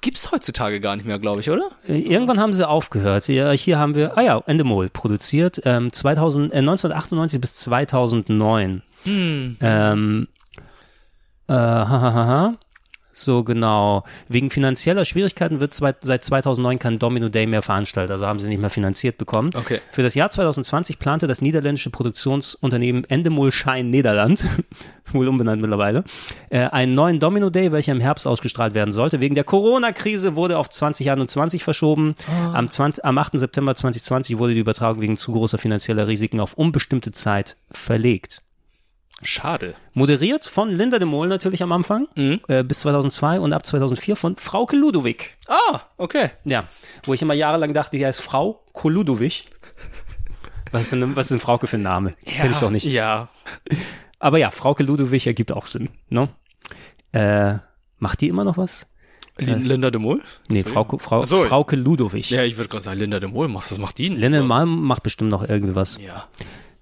gibt's heutzutage gar nicht mehr, glaube ich, oder? Äh, Irgendwann haben sie aufgehört. Ja, Hier haben wir, ah ja, Endemol produziert, ähm, 2000, äh, 1998 bis 2009. Hm. Ähm, äh, ha, ha, ha, ha. So genau. Wegen finanzieller Schwierigkeiten wird zweit- seit 2009 kein Domino Day mehr veranstaltet, also haben sie nicht mehr finanziert bekommen. Okay. Für das Jahr 2020 plante das niederländische Produktionsunternehmen Endemol Schein Niederland, wohl umbenannt mittlerweile, äh, einen neuen Domino Day, welcher im Herbst ausgestrahlt werden sollte. Wegen der Corona-Krise wurde auf 2021 verschoben. Am, 20, am 8. September 2020 wurde die Übertragung wegen zu großer finanzieller Risiken auf unbestimmte Zeit verlegt. Schade. Moderiert von Linda de Mol natürlich am Anfang, Mhm. äh, bis 2002 und ab 2004 von Frauke Ludowig. Ah, okay. Ja, wo ich immer jahrelang dachte, die heißt Frau Ludowig. Was ist denn, was ist denn Frauke für ein Name? Kenn ich doch nicht. Ja. Aber ja, Frauke Ludowig ergibt auch Sinn, ne? Äh, macht die immer noch was? Lin- Das- Linda de Mol? Nee, Sorry. Frauke, Frau, Ach so. Frauke Ludowig. Äh, Ja, ich würde gerade sagen, Linda de Mol, macht- was macht die denn? Linda Malm macht bestimmt noch irgendwie was. Ja.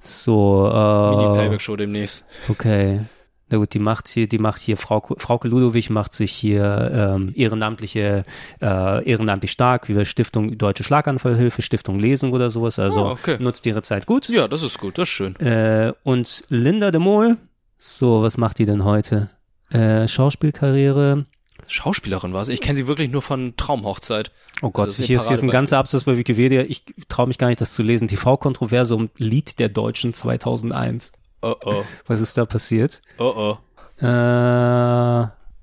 So, äh, Mini-Playback-Show demnächst. Okay. Na gut, die macht hier, die macht hier, Frau, Frauke Ludowig macht sich hier ähm, ehrenamtliche, äh, ehrenamtlich stark, wie wir Stiftung Deutsche Schlaganfallhilfe, Stiftung Lesung oder sowas. Also Ah, okay. nutzt ihre Zeit gut. Ja, das ist gut, das ist schön. Äh, und Linda de Mol, so, was macht die denn heute? Äh, Schauspielkarriere. Schauspielerin war sie. Ich kenne sie wirklich nur von Traumhochzeit. Oh Gott, Also das ist hier ist hier ist ein Paradebeispiel. ganzer Absatz bei Wikipedia. Ich traue mich gar nicht, das zu lesen. TV-Kontroverse um Lied der Deutschen 2001. Oh oh, Was ist da passiert? oh oh. Äh,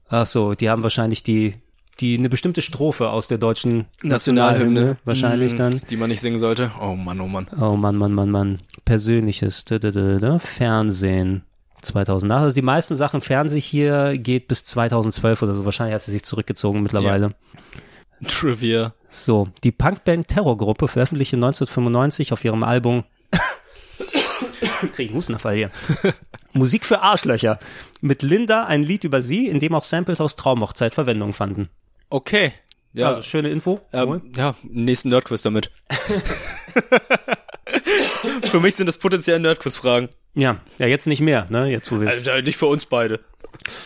ach so, die haben wahrscheinlich die, die eine bestimmte Strophe aus der deutschen Nationalhymne. wahrscheinlich Mm, dann. Die man nicht singen sollte. Oh Mann, oh Mann. Oh Mann, Mann, Mann, Mann. Persönliches. Da, da, da, da, da. Fernsehen. 2008. Also die meisten Sachen Fernseh hier geht bis 2012 oder so. Wahrscheinlich hat sie sich zurückgezogen mittlerweile. Trivia. So, die Punkband Terrorgruppe veröffentlichte 1995 auf ihrem Album Krieg einen Hustenfall hier. Musik für Arschlöcher. Mit Linda ein Lied über sie, in dem auch Samples aus Traumhochzeit Verwendung fanden. Okay. Ja, Also schöne Info. ähm, ja nächsten Nerdquiz damit. für mich sind das potenziell Nerdquiz-Fragen. Ja, ja, jetzt nicht mehr, ne? Jetzt wo wir Also äh, nicht für uns beide.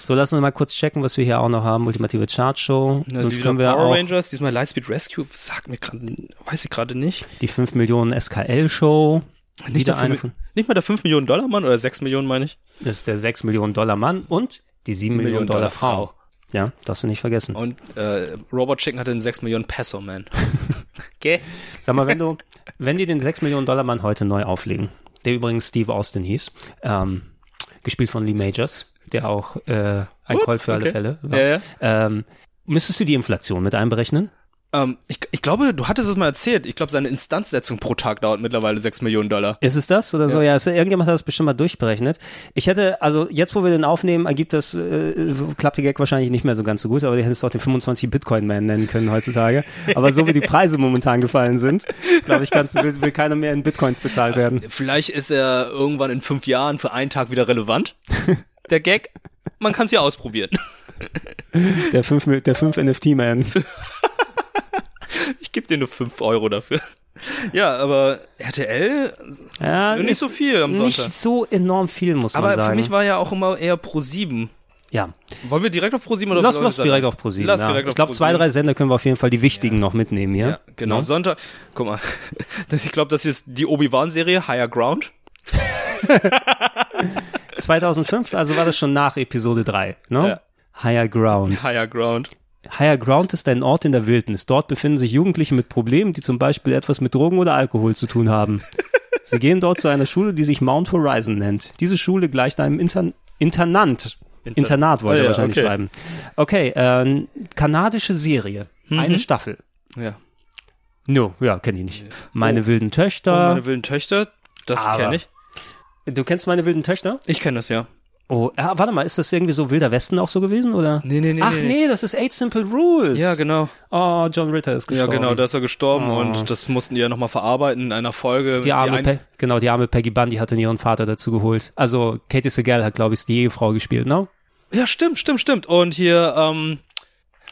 So, lass uns mal kurz checken, was wir hier auch noch haben. Ultimative Chartshow. Na, Sonst Also, die können wir Power auch Rangers, diesmal Lightspeed Rescue, sagt mir gerade, weiß ich gerade nicht. die 5 Millionen SKL Show. Nicht, Wieder der eine fünf- von. nicht mal der 5 Millionen Dollar Mann oder 6 Millionen, meine ich. Das ist der 6 Millionen Dollar Mann und die 7 Millionen, Millionen Dollar, Dollar Frau. Ja, darfst du nicht vergessen. Und äh, Robot Chicken hatte einen 6 Millionen Peso, man. okay. Sag mal, wenn du, wenn die den 6 Millionen Dollar Mann heute neu auflegen, der übrigens Steve Austin hieß, ähm, gespielt von Lee Majors, der auch äh, ein What? Colt für alle Okay. Fälle war, Ja, ja. Ähm, müsstest du die Inflation mit einberechnen? Ähm, ich, ich glaube, du hattest es mal erzählt. Ich glaube, seine Instanzsetzung pro Tag dauert mittlerweile 6 Millionen Dollar. Ist es das oder so? Ja, es- irgendjemand hat das bestimmt mal durchberechnet. Ich hätte, also jetzt, wo wir den aufnehmen, ergibt das, äh, klappt der Gag wahrscheinlich nicht mehr so ganz so gut, aber die hättest du auch den 25 Bitcoin-Man nennen können heutzutage. Aber so wie die Preise momentan gefallen sind, glaube ich, kannst, will, will keiner mehr in Bitcoins bezahlt werden. Vielleicht ist er irgendwann in fünf Jahren für einen Tag wieder relevant. Der Gag, man kann es ja ausprobieren. Der 5 der fünf NFT-Man. Ich gebe dir nur 5 Euro dafür. Ja, aber RTL, Ja, Also nicht Äh, ist so viel am Sonntag. Nicht so enorm viel, muss aber man sagen. für mich war ja auch immer eher Pro 7. ja. Wollen wir direkt auf Pro 7 oder Lass, wollen wir lass sagen? direkt auf ProSieben. Lass ja. direkt ich auf glaube, zwei, ProSieben. drei Sender können wir auf jeden Fall die wichtigen noch mitnehmen hier. Ja, Genau, Sonntag. Guck mal, das, ich glaube, das ist die Obi-Wan-Serie, Higher Ground. 2005, also war das schon nach Episode 3, ne? Higher Ground. Higher Ground. Higher Ground ist ein Ort in der Wildnis. Dort befinden sich Jugendliche mit Problemen, die zum Beispiel etwas mit Drogen oder Alkohol zu tun haben. Sie gehen dort zu einer Schule, die sich Mount Horizon nennt. Diese Schule gleicht einem Intern Internant. Inter- Internat wollte Ah, er ja, wahrscheinlich okay. schreiben. Okay, ähm, kanadische Serie. Eine Mhm. Staffel. Ja. No, ja, kenne ich nicht. Meine wilden Töchter. Und Äh. Oh, meine wilden Töchter, das Ah. Aber- kenne ich. Du kennst meine wilden Töchter? Ich kenne das, ja. Oh, ah, warte mal, ist das irgendwie so Wilder Westen auch so gewesen, oder? Nee, nee, nee. Ach nee, das ist Eight Simple Rules. Ja, genau. Oh, John Ritter ist Ja, gestorben. genau, da ist er gestorben Oh. und das mussten die ja nochmal verarbeiten in einer Folge. Die arme, ein- Pe genau, die arme Peggy Bundy hat dann ihren Vater dazu geholt. Also Katie Segal hat, glaube ich, die Ehefrau gespielt, ne? Ja, stimmt, stimmt, stimmt. Und hier, ähm.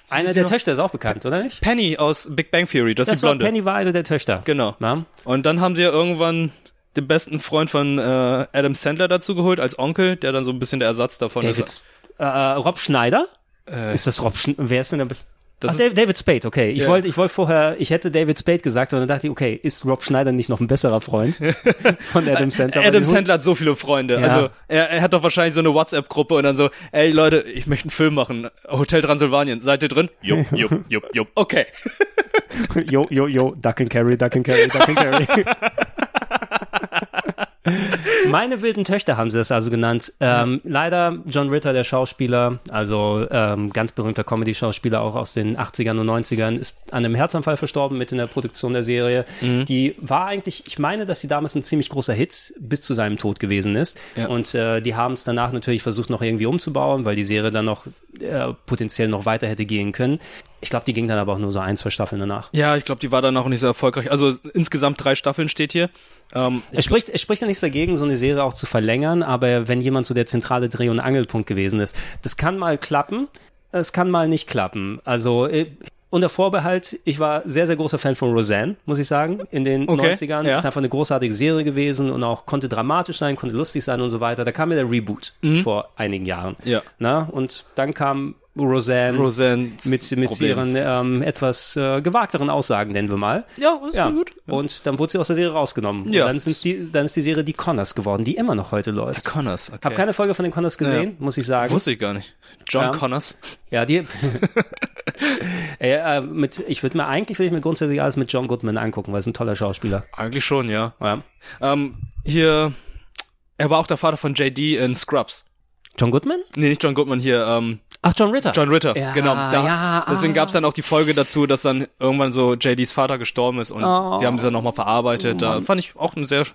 Eine der Töchter ist auch bekannt, oder nicht? Penny aus Big Bang Theory, das, ist die war, Blonde. Penny war eine der Töchter. Genau. Na? Und dann haben sie ja irgendwann den besten Freund von äh, Adam Sandler dazu geholt, als Onkel, der dann so ein bisschen der Ersatz davon David ist. Äh, Rob Schneider? Äh, ist das Rob Schneider? Wer ist denn der bis Das Ach, ist- Dav- David Spade, okay. Ich Ja. wollte, ich wollte vorher, ich hätte David Spade gesagt und dann dachte ich, okay, ist Rob Schneider nicht noch ein besserer Freund von Adam Sandler? Adam Die- Sandler hat so viele Freunde. Ja. Also er, er hat doch wahrscheinlich so eine WhatsApp-Gruppe und dann so, ey Leute, ich möchte einen Film machen. Hotel Transylvanien, seid ihr drin? Jupp, jupp, jupp, jupp. Okay. Jo, jo, jo, Duck and Carry, Duck and Carry, Duck and Carry. Meine wilden Töchter haben sie das also genannt. Ähm, leider John Ritter, der Schauspieler, also ähm, ganz berühmter Comedy-Schauspieler auch aus den 80ern und 90ern, ist an einem Herzanfall verstorben mit in der Produktion der Serie. Die war eigentlich, ich meine, dass die damals ein ziemlich großer Hit bis zu seinem Tod gewesen ist. Ja. Und äh, die haben es danach natürlich versucht, noch irgendwie umzubauen, weil die Serie dann noch äh, potenziell noch weiter hätte gehen können. Ich glaube, die ging dann aber auch nur so ein, zwei Staffeln danach. Ja, ich glaube, die war dann auch nicht so erfolgreich. Also es- insgesamt drei Staffeln steht hier. Ähm, Es spricht, es spricht ja nichts dagegen, so eine Serie auch zu verlängern, aber wenn jemand so der zentrale Dreh- und Angelpunkt gewesen ist, das kann mal klappen, es kann mal nicht klappen. Also äh, unter Vorbehalt, ich war sehr, sehr großer Fan von Roseanne, muss ich sagen, in den Okay, 90ern. ja. Ist einfach eine großartige Serie gewesen und auch konnte dramatisch sein, konnte lustig sein und so weiter. Da kam mir der Reboot Mhm. vor einigen Jahren. Ja. Na, und dann kam Roseanne Roseannes mit, mit ihren Problem. ähm, etwas äh, gewagteren Aussagen, nennen wir mal. Ja, ist voll gut. Und dann wurde sie aus der Serie rausgenommen. Ja. Und dann, sind's die, dann ist die Serie Die Connors geworden, die immer noch heute läuft. Die Connors, okay. Hab keine Folge von den Connors gesehen, muss ich sagen. Wusste ich gar nicht. John Ja. Connors. Ja, die. äh, äh, mit, ich würde mir eigentlich würde ich mir grundsätzlich alles mit John Goodman angucken, weil er ist ein toller Schauspieler. Eigentlich schon, ja. Ja. Ähm, hier, er war auch der Vater von JD in Scrubs. John Goodman? Nee, nicht John Goodman, hier, ähm, Ach, John Ritter. John Ritter, Ja, genau. Da, ja, deswegen ah. gab's dann auch die Folge dazu, dass dann irgendwann so JDs Vater gestorben ist und Oh. die haben sie dann nochmal verarbeitet. Da Mann. fand ich auch eine sehr,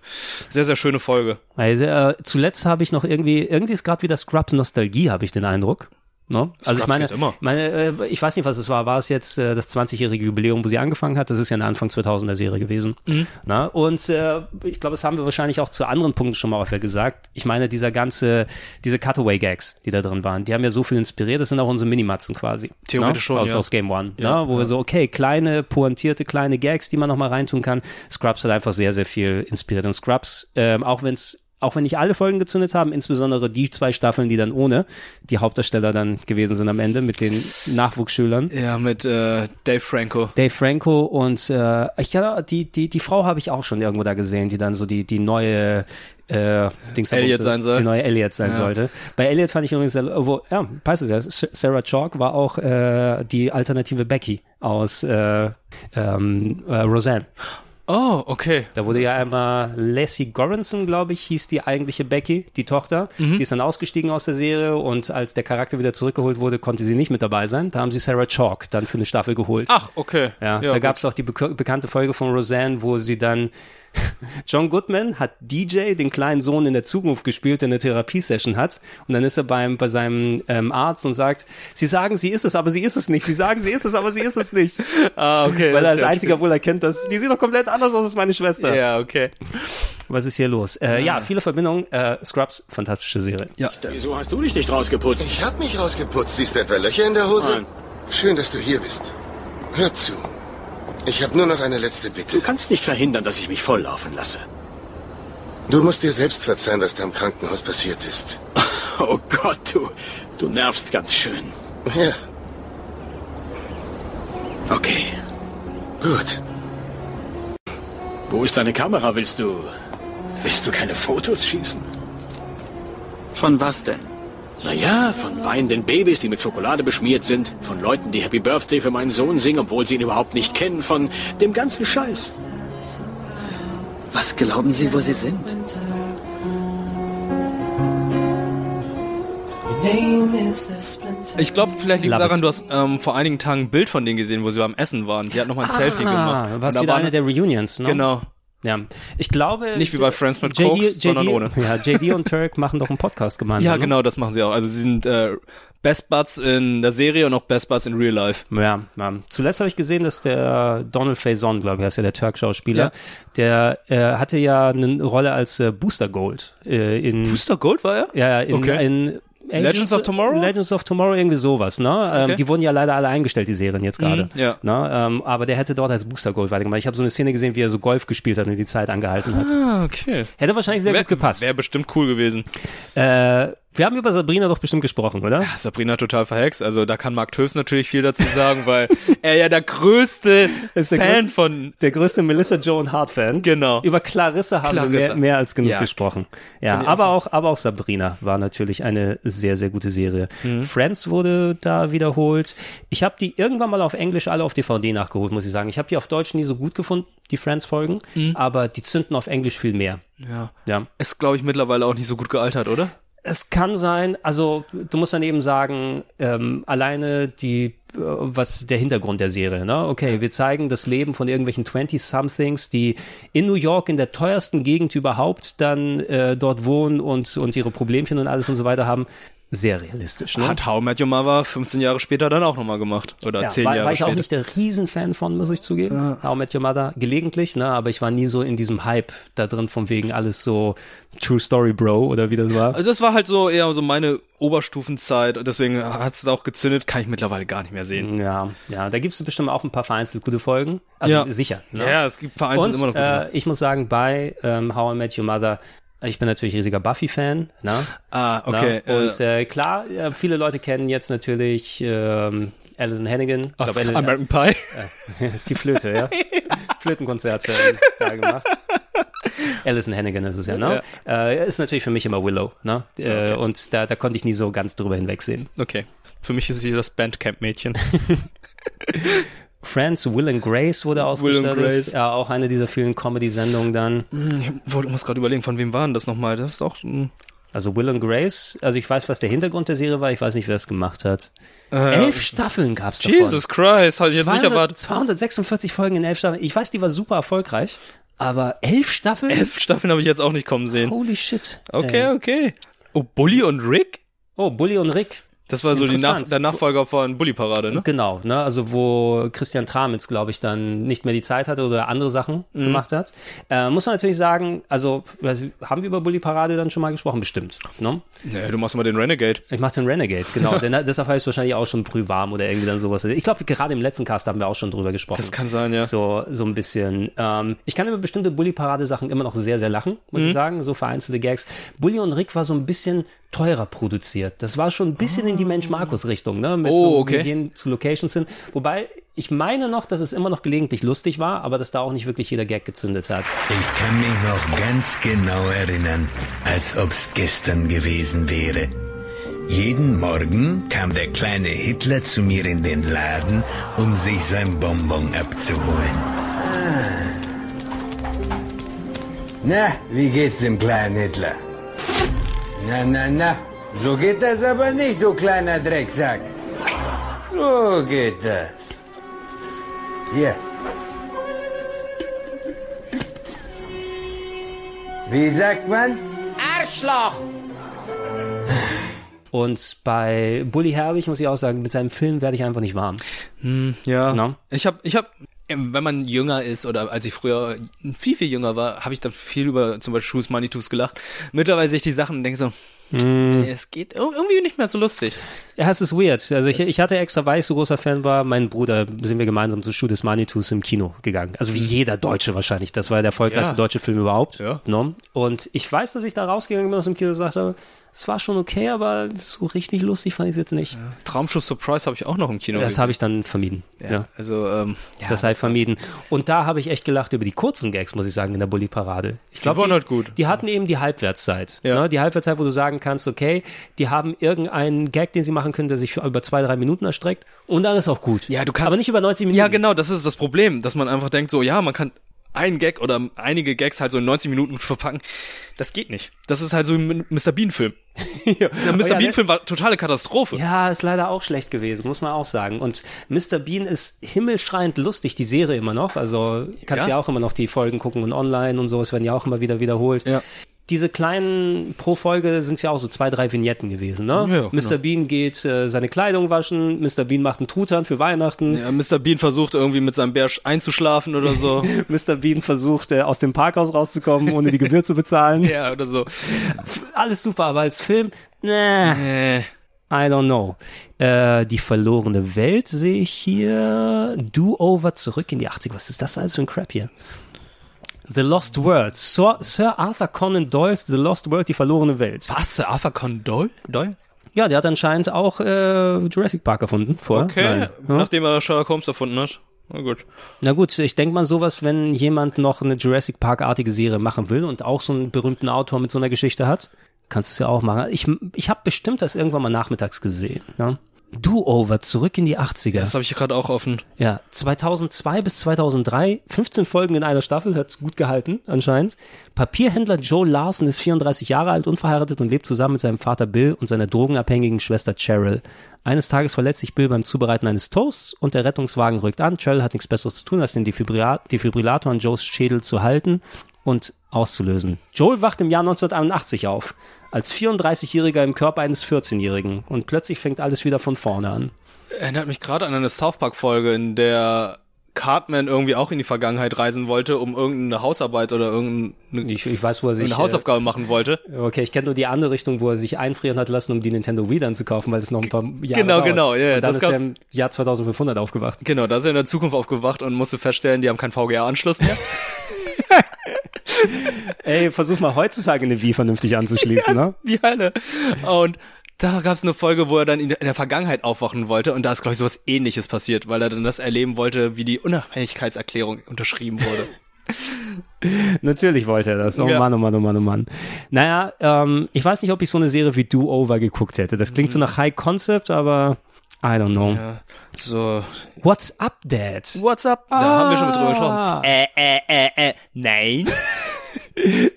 sehr, sehr schöne Folge. Weil, äh, zuletzt habe ich noch irgendwie, irgendwie ist gerade wieder Scrubs Nostalgie, habe ich den Eindruck. Ne? Also Scrubs ich meine, geht immer. meine äh, ich weiß nicht, was es war. War es jetzt äh, das 20-jährige Jubiläum, wo sie angefangen hat? Das ist ja eine Anfang 2000er Serie gewesen. Mhm. Na, und äh, ich glaube, das haben wir wahrscheinlich auch zu anderen Punkten schon mal öfter gesagt. Ich meine, dieser ganze, diese Cutaway-Gags, die da drin waren, die haben ja so viel inspiriert. Das sind auch unsere Minimatzen quasi. Theoretisch ne? schon, Aus, ja. aus Game One. Ja, ne? Wo wir so, okay, kleine, pointierte, kleine Gags, die man nochmal reintun kann. Scrubs hat einfach sehr, sehr viel inspiriert. Und Scrubs, ähm, auch wenn es auch wenn nicht alle Folgen gezündet haben, insbesondere die zwei Staffeln, die dann ohne die Hauptdarsteller dann gewesen sind am Ende mit den Nachwuchsschülern. Ja, mit äh, Dave Franco. Dave Franco und äh, ich kann, die, die, die Frau habe ich auch schon irgendwo da gesehen, die dann so die, die neue äh, Dings Elliot sein soll. Die neue Elliot sein Ja. sollte. Bei Elliot fand ich übrigens, äh, wo, ja, weißt du ja, Sarah Chalk war auch äh, die alternative Becky aus äh, ähm, äh, Roseanne. Oh, okay. Da wurde ja einmal Lassie Goranson, glaube ich, hieß die eigentliche Becky, die Tochter. Mhm. Die ist dann ausgestiegen aus der Serie und als der Charakter wieder zurückgeholt wurde, konnte sie nicht mit dabei sein. Da haben sie Sarah Chalk dann für eine Staffel geholt. Ach, okay. Ja, da gut. gab es auch die bek bekannte Folge von Roseanne, wo sie dann John Goodman hat DJ, den kleinen Sohn in der Zukunft gespielt, der eine Therapiesession hat. Und dann ist er beim, bei seinem ähm, Arzt und sagt, sie sagen, sie ist es, aber sie ist es nicht. Sie sagen, sie ist es, aber sie ist es nicht. ah, okay. Weil er als Okay, einziger okay. wohl erkennt, dass die sieht doch komplett anders aus als meine Schwester. Ja, okay. Was ist hier los? Äh, ja, viele Verbindungen. Äh, Scrubs, fantastische Serie. Ja. Wieso hast du dich nicht rausgeputzt? Ich hab mich rausgeputzt. Siehst du etwa Löcher in der Hose? Nein. Schön, dass du hier bist. Hör zu. Ich habe nur noch eine letzte Bitte. Du kannst nicht verhindern, dass ich mich volllaufen lasse. Du musst dir selbst verzeihen, was da im Krankenhaus passiert ist. Oh Gott, du. Du nervst ganz schön. Ja, Okay. Gut. Wo ist deine Kamera? Willst du. Willst du keine Fotos schießen? Von was denn? Naja, von weinenden Babys, die mit Schokolade beschmiert sind, von Leuten, die Happy Birthday für meinen Sohn singen, obwohl sie ihn überhaupt nicht kennen, von dem ganzen Scheiß. Was glauben Sie, wo Sie sind? Ich glaube, vielleicht liegt es Love daran, it. du hast ähm, vor einigen Tagen ein Bild von denen gesehen, wo sie beim Essen waren. Die hat nochmal ein Ah. Selfie gemacht. Was Und wieder da waren- Genau. eine der Reunions, ne? Genau. Ja, ich glaube. Nicht wie bei Friends mit JD, JD, Koks, sondern ohne. Ja, JD und Turk machen doch einen Podcast gemeinsam. Ja, ne? genau, das machen sie auch. Also sie sind äh, Best Buds in der Serie und auch Best Buds in Real Life. Ja, ja. Zuletzt habe ich gesehen, dass der Donald Faison, glaube ich, heißt ja der Turk-Schauspieler, der äh, hatte ja eine Rolle als äh, Booster Gold äh, in Booster Gold war er? ja, ja, in, Okay. in Legends of Tomorrow? Legends of Tomorrow, irgendwie sowas, ne? Ähm, Okay. Die wurden ja leider alle eingestellt, die Serien jetzt gerade. Mhm, ja. Ne? Ähm, aber der hätte dort als Booster Gold weitergemacht. Ich habe so eine Szene gesehen, wie er so Golf gespielt hat und die Zeit angehalten hat. Ah, okay. Hätte wahrscheinlich sehr Wär- gut gepasst. Wäre bestimmt cool gewesen. Äh, wir haben über Sabrina doch bestimmt gesprochen, oder? Ja, Ah, Sabrina total verhext. Also da kann Mark Tövs natürlich viel dazu sagen, weil er ja der größte Ist der Fan größte- von der größte Melissa Joan Hart Fan. Genau. Über Clarissa haben wir Clarissa. mehr, mehr als genug Ja. gesprochen. Ja, Finde ich aber auch, aber auch Sabrina war natürlich eine sehr, sehr gute Serie. Mhm. Friends wurde da wiederholt. Ich habe die irgendwann mal auf Englisch alle auf DVD nachgeholt, muss ich sagen. Ich habe die auf Deutsch nie so gut gefunden, die Friends-Folgen, aber die zünden auf Englisch viel mehr. Mhm. Ja. Ja. Ist, glaube ich, mittlerweile auch nicht so gut gealtert, oder? Es kann sein, also du musst dann eben sagen, ähm, alleine die, äh, was der Hintergrund der Serie, ne? Okay, wir zeigen das Leben von irgendwelchen 20-somethings, die in New York in der teuersten Gegend überhaupt dann äh, dort wohnen und, und ihre Problemchen und alles und so weiter haben. Sehr realistisch, ne? Hat How I Met Your Mother 15 Jahre später dann auch nochmal gemacht. Oder ja, 10 war, Jahre war ich auch später. nicht der Riesenfan von, muss ich zugeben. How I Met Your Mother gelegentlich, ne? Aber ich war nie so in diesem Hype da drin, von wegen alles so True Story Bro oder wie das war. Also das war halt so eher so meine Oberstufenzeit. und Deswegen hat es da auch gezündet. Kann ich mittlerweile gar nicht mehr sehen. Ja, ja, da gibt es bestimmt auch ein paar vereinzelt gute Folgen. Also Ja. sicher. Ja, ja, es gibt vereinzelt Und, immer noch ne? gute Äh, ich muss sagen, bei ähm, How I Met Your Mother, ich bin natürlich riesiger Buffy-Fan. Ne? Ah, okay, Ne? Und äh, klar, äh, viele Leute kennen jetzt natürlich ähm, Alison Hannigan. Aus Ich glaub, Alison- American Pie. Äh, die Flöte, ja. Flötenkonzert werden da gemacht. Alison Hannigan ist es ja, ne? Äh, ist natürlich für mich immer Willow, ne? Äh, Und da, da konnte ich nie so ganz drüber hinwegsehen. Okay. Für mich ist sie das Bandcamp-Mädchen. Friends, Will and Grace wurde ausgestattet. Grace. Ja, äh, auch eine dieser vielen Comedy-Sendungen dann. Hm, Ich wollte- muss gerade überlegen, von wem war denn das nochmal? Das ist auch. hm. Also Will and Grace, also ich weiß, was der Hintergrund der Serie war, ich weiß nicht, wer das gemacht hat. elf Staffeln gab's davon. Äh, Jesus Christ, hatte ich jetzt nicht 200 erwartet. 246 Folgen in elf Staffeln. Ich weiß, die war super erfolgreich, aber elf Staffeln? Elf Staffeln habe ich jetzt auch nicht kommen sehen. Holy shit. Okay, Ey. okay. Oh, Bully und Rick? Oh, Bully und Rick. Das war so die Nach Interessant. der Nachfolger von Bully Parade, ne? Genau, ne? also wo Christian Tramitz, glaube ich, dann nicht mehr die Zeit hatte oder andere Sachen Mhm. gemacht hat. Äh, muss man natürlich sagen, also was- haben wir über Bully Parade dann schon mal gesprochen, bestimmt. Ne? Nee, du machst immer den Renegade. Ich mache den Renegade, genau. denn, deshalb heißt es wahrscheinlich auch schon Prüvarm oder irgendwie dann sowas. Ich glaube, gerade im letzten Cast haben wir auch schon drüber gesprochen. Das kann sein, ja. So, so ein bisschen. Ähm, ich kann über bestimmte Bully-Parade-Sachen immer noch sehr, sehr lachen, muss Mhm. ich sagen. So vereinzelte Gags. Bully und Rick war so ein bisschen teurer produziert. Das war schon ein bisschen in die Mensch-Markus-Richtung, ne? Mit Ah. Oh, so, okay. wir gehen zu Locations hin. Wobei, ich meine noch, dass es immer noch gelegentlich lustig war, aber dass da auch nicht wirklich jeder Gag gezündet hat. Ich kann mich noch ganz genau erinnern, als ob's gestern gewesen wäre. Jeden Morgen kam der kleine Hitler zu mir in den Laden, um sich sein Bonbon abzuholen. Na, wie geht's dem kleinen Hitler? Na, na, na, so geht das aber nicht, du kleiner Drecksack. So geht das. Hier. Wie sagt man? Arschloch! Und bei Bully Herbig muss ich auch sagen, mit seinem Film werde ich einfach nicht warm. ja. Ich habe, ich habe, wenn man jünger ist oder als ich früher viel viel jünger war, habe ich dann viel über zum Beispiel Shoes Money Tools gelacht. Mittlerweile sehe ich die Sachen und denke so, Mm. es geht ir- irgendwie nicht mehr so lustig. Ja, es ist weird. Also ich, Das- ich hatte extra, weil ich so großer Fan war, mein Bruder, sind wir gemeinsam zu Shoot des Manitus im Kino gegangen. Also wie jeder Deutsche wahrscheinlich. Das war der erfolgreichste Ja. deutsche Film überhaupt. Ja. Ne? Und ich weiß, dass ich da rausgegangen bin aus dem Kino und gesagt habe, es war schon okay, aber so richtig lustig fand ich es jetzt nicht. Traumschiff Surprise habe ich auch noch im Kino. Das habe ich dann vermieden. Ja, Ja. Also, ähm, das heißt vermieden. Und da habe ich echt gelacht über die kurzen Gags, muss ich sagen, in der Bulli-Parade. Ich glaube, waren die, halt gut. die hatten eben die Halbwertszeit. Ne? Die Halbwertszeit, wo du sagen kannst, okay, die haben irgendeinen Gag, den sie machen können, der sich für über zwei, drei Minuten erstreckt. Und dann ist auch gut. Ja, du kannst. Aber nicht über 90 Minuten. Ja, genau, das ist das Problem, dass man einfach denkt, so, ja, man kann einen Gag oder einige Gags halt so in 90 Minuten verpacken. Das geht nicht. Das ist halt so ein Mr. Bean-Film. Der Oh Mr. ja, ne? Bean-Film war totale Katastrophe. Ja, ist leider auch schlecht gewesen, muss man auch sagen. Und Mr. Bean ist himmelschreiend lustig, die Serie immer noch. Also kannst Ja. ja, auch immer noch die Folgen gucken und online und so. Es werden ja auch immer wieder wiederholt. Diese kleinen pro Folge sind ja auch so zwei, drei Vignetten gewesen. Ne? Ja, ja, genau. Mr. Bean geht äh, seine Kleidung waschen, Mr. Bean macht einen Truthahn für Weihnachten. Ja, Mr. Bean versucht irgendwie mit seinem Bär einzuschlafen oder so. Mr. Bean versucht, äh, aus dem Parkhaus rauszukommen, ohne die Gebühr zu bezahlen. ja, oder so. Alles super, aber als Film, nee. I don't know. Äh, die verlorene Welt sehe ich hier. Do-Over zurück in die 80er. Was ist das alles für ein Crap hier? The Lost World. Sir, Sir Arthur Conan Doyles The Lost World, die verlorene Welt. Was? Sir Arthur Conan Doyle? Doyle? Ja, der hat anscheinend auch äh, Jurassic Park erfunden vorher. Okay, Nein. Hm? Ja? nachdem er Sherlock Holmes erfunden hat. Na gut. Na gut, ich denke mal sowas, wenn jemand noch eine Jurassic Park-artige Serie machen will und auch so einen berühmten Autor mit so einer Geschichte hat, kannst du es ja auch machen. Ich, ich habe bestimmt das irgendwann mal nachmittags gesehen. Ne? Do-Over, zurück in die 80er. Das habe ich gerade auch offen. Ja, 2002 bis 2003, 15 Folgen in einer Staffel, hat's gut gehalten anscheinend. Papierhändler Joe Larson ist 34 Jahre alt, unverheiratet und lebt zusammen mit seinem Vater Bill und seiner drogenabhängigen Schwester Cheryl. Eines Tages verletzt sich Bill beim Zubereiten eines Toasts und der Rettungswagen rückt an. Cheryl hat nichts Besseres zu tun, als den Defibrilla- Defibrillator an Joes Schädel zu halten und auszulösen. Joel wacht im Jahr 1981 auf, als 34-Jähriger im Körper eines 14-Jährigen und plötzlich fängt alles wieder von vorne an. Erinnert mich gerade an eine South Park-Folge, in der Cartman irgendwie auch in die Vergangenheit reisen wollte, um irgendeine Hausarbeit oder irgendeine ich, ich weiß, wo er sich, eine äh, Hausaufgabe machen wollte. Okay, ich kenne nur die andere Richtung, wo er sich einfrieren hat lassen, um die Nintendo Wii dann zu kaufen, weil es noch ein paar Jahre genau, dauert. genau, ja, ja, Und dann das ist er gab's- im Jahr 2500 aufgewacht. Genau, da ist er in der Zukunft aufgewacht und musste feststellen, die haben keinen VGA-Anschluss mehr. Ey, versuch mal heutzutage eine Wii vernünftig anzuschließen, ne? die Hölle. Und da gab es eine Folge, wo er dann in der in der Vergangenheit aufwachen wollte und da ist, glaube ich, sowas ähnliches passiert, weil er dann das erleben wollte, wie die Unabhängigkeitserklärung unterschrieben wurde. Natürlich wollte er das. Oh Ja. Mann, oh Mann, oh Mann, oh Mann. Naja, ähm, ich weiß nicht, ob ich so eine Serie wie Do-Over geguckt hätte. Das klingt so nach High Concept, aber I don't know. Ja, so. What's up, Dad? What's up? Ah. Da haben wir schon mit drüber gesprochen. Äh, äh, äh, äh, nein.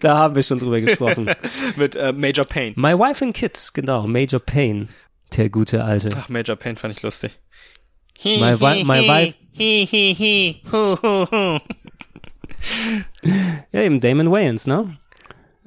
da haben wir schon drüber gesprochen. Mit äh, Major Payne. My Wife and Kids, genau, Major Payne. Der gute Alte. Ach, Major Payne fand ich lustig. My wi- my wife- Ja, eben Damon Wayans, ne?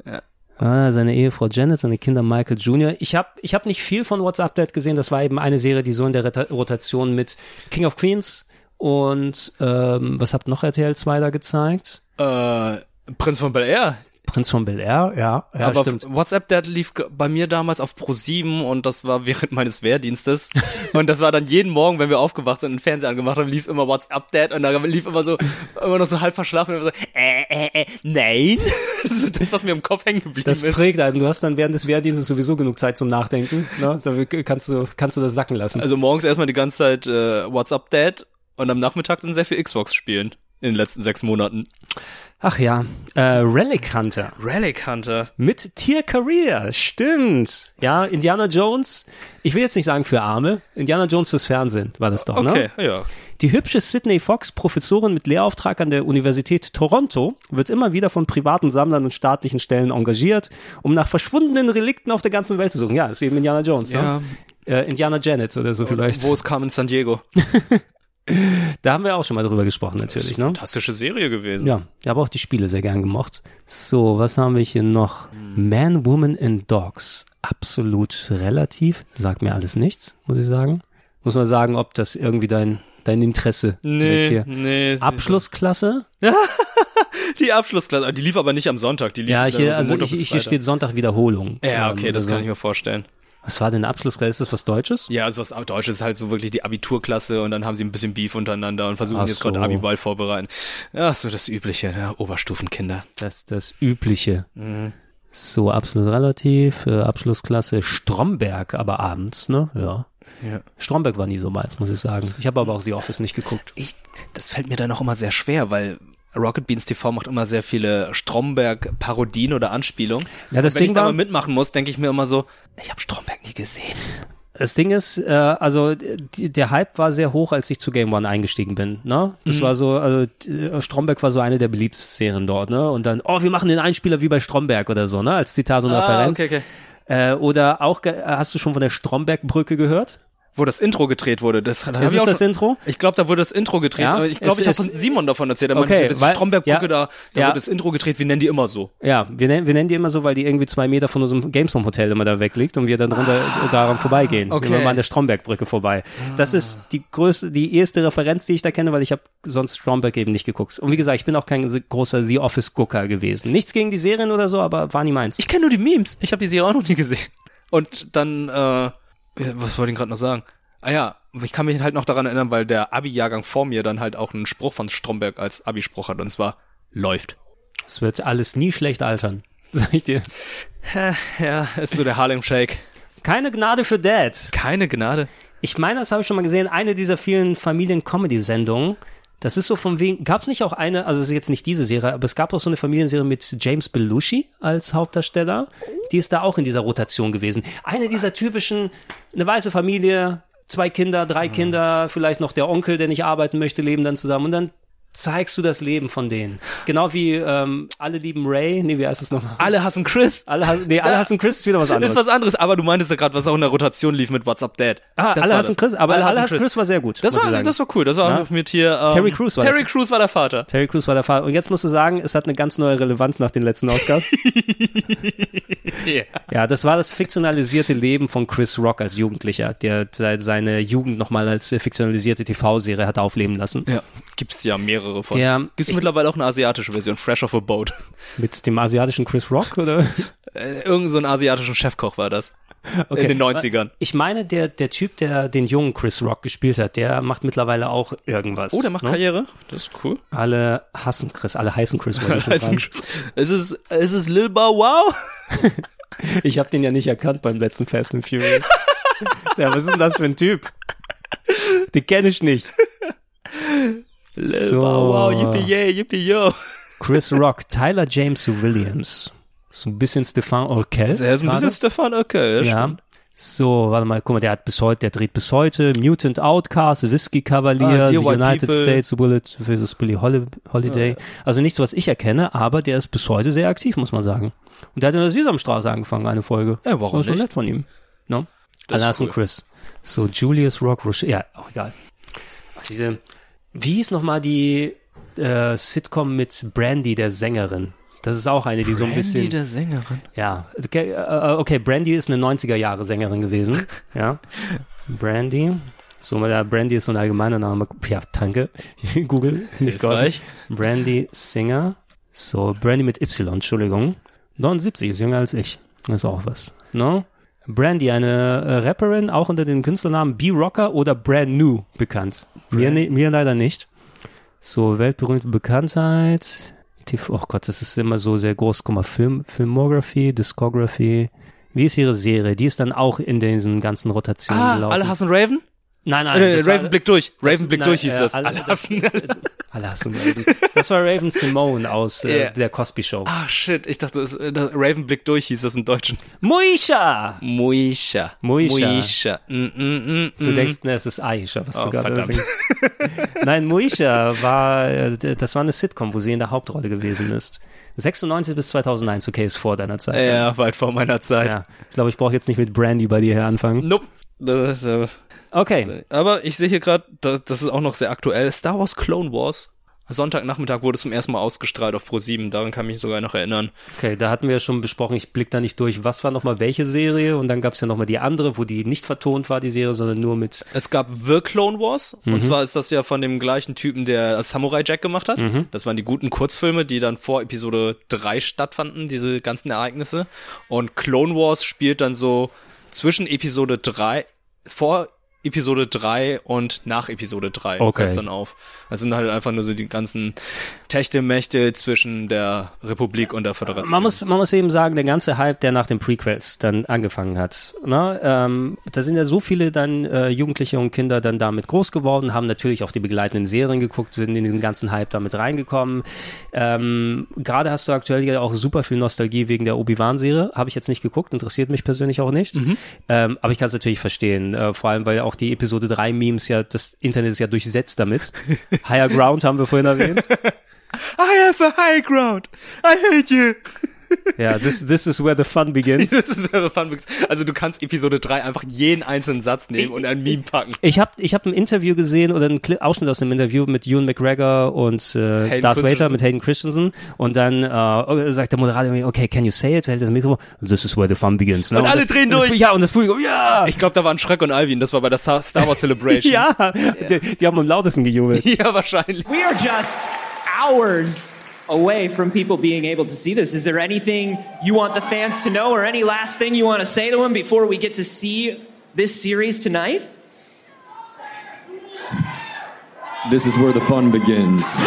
Ja. Ah, seine Ehefrau Janet, seine Kinder Michael Jr. Ich habe ich hab nicht viel von What's Up Dad gesehen. Das war eben eine Serie, die so in der Rota- Rotation mit King of Queens und ähm, was habt noch RTL 2 da gezeigt? Äh, Prinz von Bel Air. Prinz von Bel Air, ja, ja Aber stimmt. WhatsApp, der lief g- bei mir damals auf Pro7 und das war während meines Wehrdienstes. und das war dann jeden Morgen, wenn wir aufgewacht sind und den Fernseher angemacht haben, lief immer WhatsApp Dad und da lief immer so, immer noch so halb verschlafen und immer so, äh, äh, äh, nein. das ist das, was mir im Kopf hängen geblieben Das ist. prägt einen. Du hast dann während des Wehrdienstes sowieso genug Zeit zum Nachdenken. Ne? Da kannst du, kannst du das sacken lassen. Also morgens erstmal die ganze Zeit äh, WhatsApp Dad und am Nachmittag dann sehr viel Xbox spielen. in den letzten sechs Monaten. Ach ja, äh, Relic Hunter. Relic Hunter. Mit Tier Career, stimmt. Ja, Indiana Jones, ich will jetzt nicht sagen für Arme, Indiana Jones fürs Fernsehen war das doch, Okay, ne? ja. Die hübsche Sydney Fox, Professorin mit Lehrauftrag an der Universität Toronto, wird immer wieder von privaten Sammlern und staatlichen Stellen engagiert, um nach verschwundenen Relikten auf der ganzen Welt zu suchen. Ja, ist eben Indiana Jones, Ja. ne? Äh, Indiana Janet oder so vielleicht. Wo es kam in San Diego. Da haben wir auch schon mal drüber gesprochen, natürlich, ne? Fantastische Serie gewesen. Ja, ich habe auch die Spiele sehr gern gemocht. So, was haben wir hier noch? Hm. Man, Woman and Dogs. Absolut relativ. Sagt mir alles nichts, muss ich sagen. Muss man sagen, ob das irgendwie dein, dein Interesse Nee, hier- nee, es ist- Abschlussklasse? Die Abschlussklasse, die lief aber nicht am Sonntag, die lief Ja, hier, so also Montag ich, bis ich, hier Freitag. steht Sonntag Wiederholung. Ja, Ähm, okay, das oder kann so. ich mir vorstellen. Was war denn Abschlussklasse? Ist das was Deutsches? Ja, also was Deutsches ist halt so wirklich die Abiturklasse und dann haben sie ein bisschen Beef untereinander und versuchen Ach jetzt so. gerade Abiball vorbereiten. Ja, so das Übliche, ne? Oberstufenkinder. Das, das Übliche. So, absolut relativ. Äh, Abschlussklasse Stromberg, aber abends, ne? Ja. Ja. Stromberg war nie so meins, muss ich sagen. Ich habe aber auch The Office nicht geguckt. Ich, das fällt mir dann auch immer sehr schwer, weil Rocket Beans TV macht immer sehr viele Stromberg-Parodien oder Anspielungen. Ja, das und wenn Ding ich da war- mal mitmachen muss, denke ich mir immer so, ich habe Stromberg nie gesehen. Das Ding ist, äh, also die, der Hype war sehr hoch, als ich zu Game One eingestiegen bin. Ne? Das Mhm. war so, also äh, Stromberg war so eine der beliebtesten Serien dort. Ne? Und dann, oh, wir machen den Einspieler wie bei Stromberg oder so, ne? als Zitat und Ah, Referenz. okay, okay. Äh, oder auch, ge- äh, hast du schon von der Stromberg-Brücke gehört? Wo das Intro gedreht wurde, das da hab Ist ich es auch das schon, Intro? Ich glaube, da wurde das Intro gedreht. Ja? aber Ich glaube, Es ich habe ist- von Simon davon erzählt. Er meinte, Okay, das weil- Stromberg-Brücke, ja, da, da ja. wird das Intro gedreht. Wir nennen die immer so. Ja, wir nennen, wir nennen die immer so, weil die irgendwie zwei Meter von unserem Gamescom-Hotel immer da wegliegt und wir dann runter daran vorbeigehen. Okay. Immer mal an der Strombergbrücke vorbei. Das ist die größte, die erste Referenz, die ich da kenne, weil ich habe sonst Stromberg eben nicht geguckt. Und wie gesagt, ich bin auch kein großer The Office-Gucker gewesen. Nichts gegen die Serien oder so, aber war nie meins. Ich kenne nur die Memes. Ich habe die Serie auch noch nie gesehen. Und dann, äh, ja, was wollte ich gerade noch sagen? Ah ja, ich kann mich halt noch daran erinnern, weil der Abi-Jahrgang vor mir dann halt auch einen Spruch von Stromberg als Abi-Spruch hat. Und zwar, läuft. Es wird alles nie schlecht altern, sag ich dir. ja, ist so der Harlem Shake. Keine Gnade für Dad. Keine Gnade. Ich meine, das habe ich schon mal gesehen, eine dieser vielen Familien-Comedy-Sendungen. Das ist so von wegen, gab es nicht auch eine, also es ist jetzt nicht diese Serie, aber es gab doch so eine Familienserie mit James Belushi als Hauptdarsteller. Die ist da auch in dieser Rotation gewesen. Eine dieser typischen, eine weiße Familie, zwei Kinder, drei Mhm. Kinder, vielleicht noch der Onkel, der nicht arbeiten möchte, leben dann zusammen und dann zeigst du das Leben von denen. Genau wie ähm, alle lieben Ray, nee, wie heißt es nochmal? Alle hassen Chris. Alle hassen, nee, alle Ja. hassen Chris ist wieder was anderes. Ist was anderes, aber du meintest ja gerade, was auch in der Rotation lief mit What's Up Dad. Ah, Das alle war hassen das. Chris, aber alle, hassen Chris. war sehr gut. Das muss ich war, sagen. das war cool. Das war Na? auch mit hier. Ähm, Terry Crews war der Terry Vater. Crews war der Vater. Terry Crews war der Fall. Und jetzt musst du sagen, es hat eine ganz neue Relevanz nach den letzten Oscars. Ja. ja, das war das fiktionalisierte Leben von Chris Rock als Jugendlicher, der se- seine Jugend nochmal als äh, fiktionalisierte TV-Serie hat aufleben lassen. Ja, gibt's ja mehrere von. Der- gibt's mittlerweile auch eine asiatische Version, Fresh off a Boat. Mit dem asiatischen Chris Rock, oder? Äh, irgend so ein asiatischen Chefkoch war das. In den 90ern. Ich meine, der, der Typ, der den jungen Chris Rock gespielt hat, der macht mittlerweile auch irgendwas. Oh, der macht ne? Karriere. Das ist cool. Alle hassen Chris, alle heißen Chris. wollte ich schon sagen. Heißen Chris. Ist es, ist es Lil Bow Wow? Ich habe den ja nicht erkannt beim letzten Fast and Furious. ja, was ist denn das für ein Typ? Den kenne ich nicht. Lil Bow Wow, yippie yay, yippie yo. Chris Rock, Tyler James Williams. So ein bisschen Stefan Orkel. Der ist ein bisschen gerade. Stefan Oeckel. Ja. So, warte mal, guck mal, der hat bis heute, der dreht bis heute Mutant Outcast, Whiskey Cavalier, Ah, Dear The White United People. States, Bullet vs. Billy Holli- Holiday. Also nichts, was ich erkenne, aber der ist bis heute sehr aktiv, muss man sagen. Und der hat in der Sesamstraße angefangen, eine Folge. Ja, warum Das war nicht? nett von ihm. No? Das ist Alas und cool. Chris. So, Julius Rock, Roche, ja, auch egal. Ach, diese, wie hieß nochmal die äh, Sitcom mit Brandy, der Sängerin? Das ist auch eine, die so ein bisschen. der Sängerin. Ja, okay, äh, okay, Brandy ist eine 90er-Jahre-Sängerin gewesen. Ja. Brandy. So, der Brandy ist so ein allgemeiner Name. Ja, danke. Google. Nicht Hilfreich. geholfen. Brandy Singer. So, Brandy mit Y, Entschuldigung. 79 ist jünger als ich. Das ist auch was. No? Brandy, eine äh, Rapperin, auch unter dem Künstlernamen B-Rocker oder Brand New bekannt. Mir, ne, mir leider nicht. So, weltberühmte Bekanntheit. TV, oh Gott, das ist immer so sehr groß. Guck mal, Film, Filmography, Discography. Wie ist ihre Serie? Die ist dann auch in diesen ganzen Rotationen Ah, gelaufen. alle hassen Raven? Nein, nein. Äh, das Raven war- Blick durch. das- Raven Blick durch hieß das. Al- Alle das- Alle hassen Raven. Das war Raven Simone aus äh, Ja. der Cosby Show. Ah, shit. Ich dachte, das, äh, das Ravenblick durch hieß das im Deutschen. Moisha! Moisha. Moisha. Moisha. Mm, mm, mm, Du mm. denkst, ne, es ist Aisha, was Oh, du gerade verdammt. singst. Nein, Moisha war, äh, d- das war eine Sitcom, wo sie in der Hauptrolle gewesen ist. 96 bis 2001, okay, ist vor deiner Zeit. Ja, weit vor meiner Zeit. Ja. Ich glaube, ich brauche jetzt nicht mit Brandy bei dir hier anfangen. Nope. Das ist, äh, Okay. Aber ich sehe hier gerade, das, das ist auch noch sehr aktuell. Star Wars Clone Wars. Sonntagnachmittag wurde es zum ersten Mal ausgestrahlt auf Pro7. Daran kann ich mich sogar noch erinnern. Okay, da hatten wir ja schon besprochen, ich blick da nicht durch, was war nochmal welche Serie und dann gab es ja nochmal die andere, wo die nicht vertont war, die Serie, sondern nur mit Es gab The Clone Wars. Mhm. Und zwar ist das ja von dem gleichen Typen, der Samurai Jack gemacht hat. Mhm. Das waren die guten Kurzfilme, die dann vor Episode 3 stattfanden, diese ganzen Ereignisse. Und Clone Wars spielt dann so zwischen Episode 3, vor Episode 3 und nach Episode 3 Okay. hört's dann auf. Das sind halt einfach nur so die ganzen Techte-Mächte zwischen der Republik und der Föderation. Man muss, man muss eben sagen, der ganze Hype, der nach den Prequels dann angefangen hat, ne? ähm, da sind ja so viele dann äh, Jugendliche und Kinder dann damit groß geworden, haben natürlich auch die begleitenden Serien geguckt, sind in diesen ganzen Hype damit reingekommen. Ähm, Gerade hast du aktuell ja auch super viel Nostalgie wegen der Obi-Wan-Serie, habe ich jetzt nicht geguckt, interessiert mich persönlich auch nicht, ähm, aber ich kann es natürlich verstehen, äh, vor allem, weil auch die Episode 3 Memes ja, das Internet ist ja durchsetzt damit. Higher Ground haben wir vorhin erwähnt. I have a high ground. I hate you. Ja, this, this is where the fun begins. Das wäre fun. Also du kannst Episode 3 einfach jeden einzelnen Satz nehmen und ein Meme packen. Ich habe ich hab ein Interview gesehen oder einen Cli- Ausschnitt aus einem Interview mit Ewan McGregor und äh, Hayden Darth Vader Christensen. mit Hayden Christensen und dann äh, sagt der Moderator, irgendwie, okay, can you say it? Hält das Mikro, this is where the fun begins. ne? Und alle das, drehen das, durch. Ja, und das Publikum, ja! Ich glaube, da waren Shrek und Alvin. Das war bei der Star Star Wars Celebration. Ja, Die, die haben am lautesten gejubelt. Ja, wahrscheinlich. We are just hours away from people being able to see this. Is there anything you want the fans to know or any last thing you want to say to them before we get to see this series tonight? This is where the fun begins.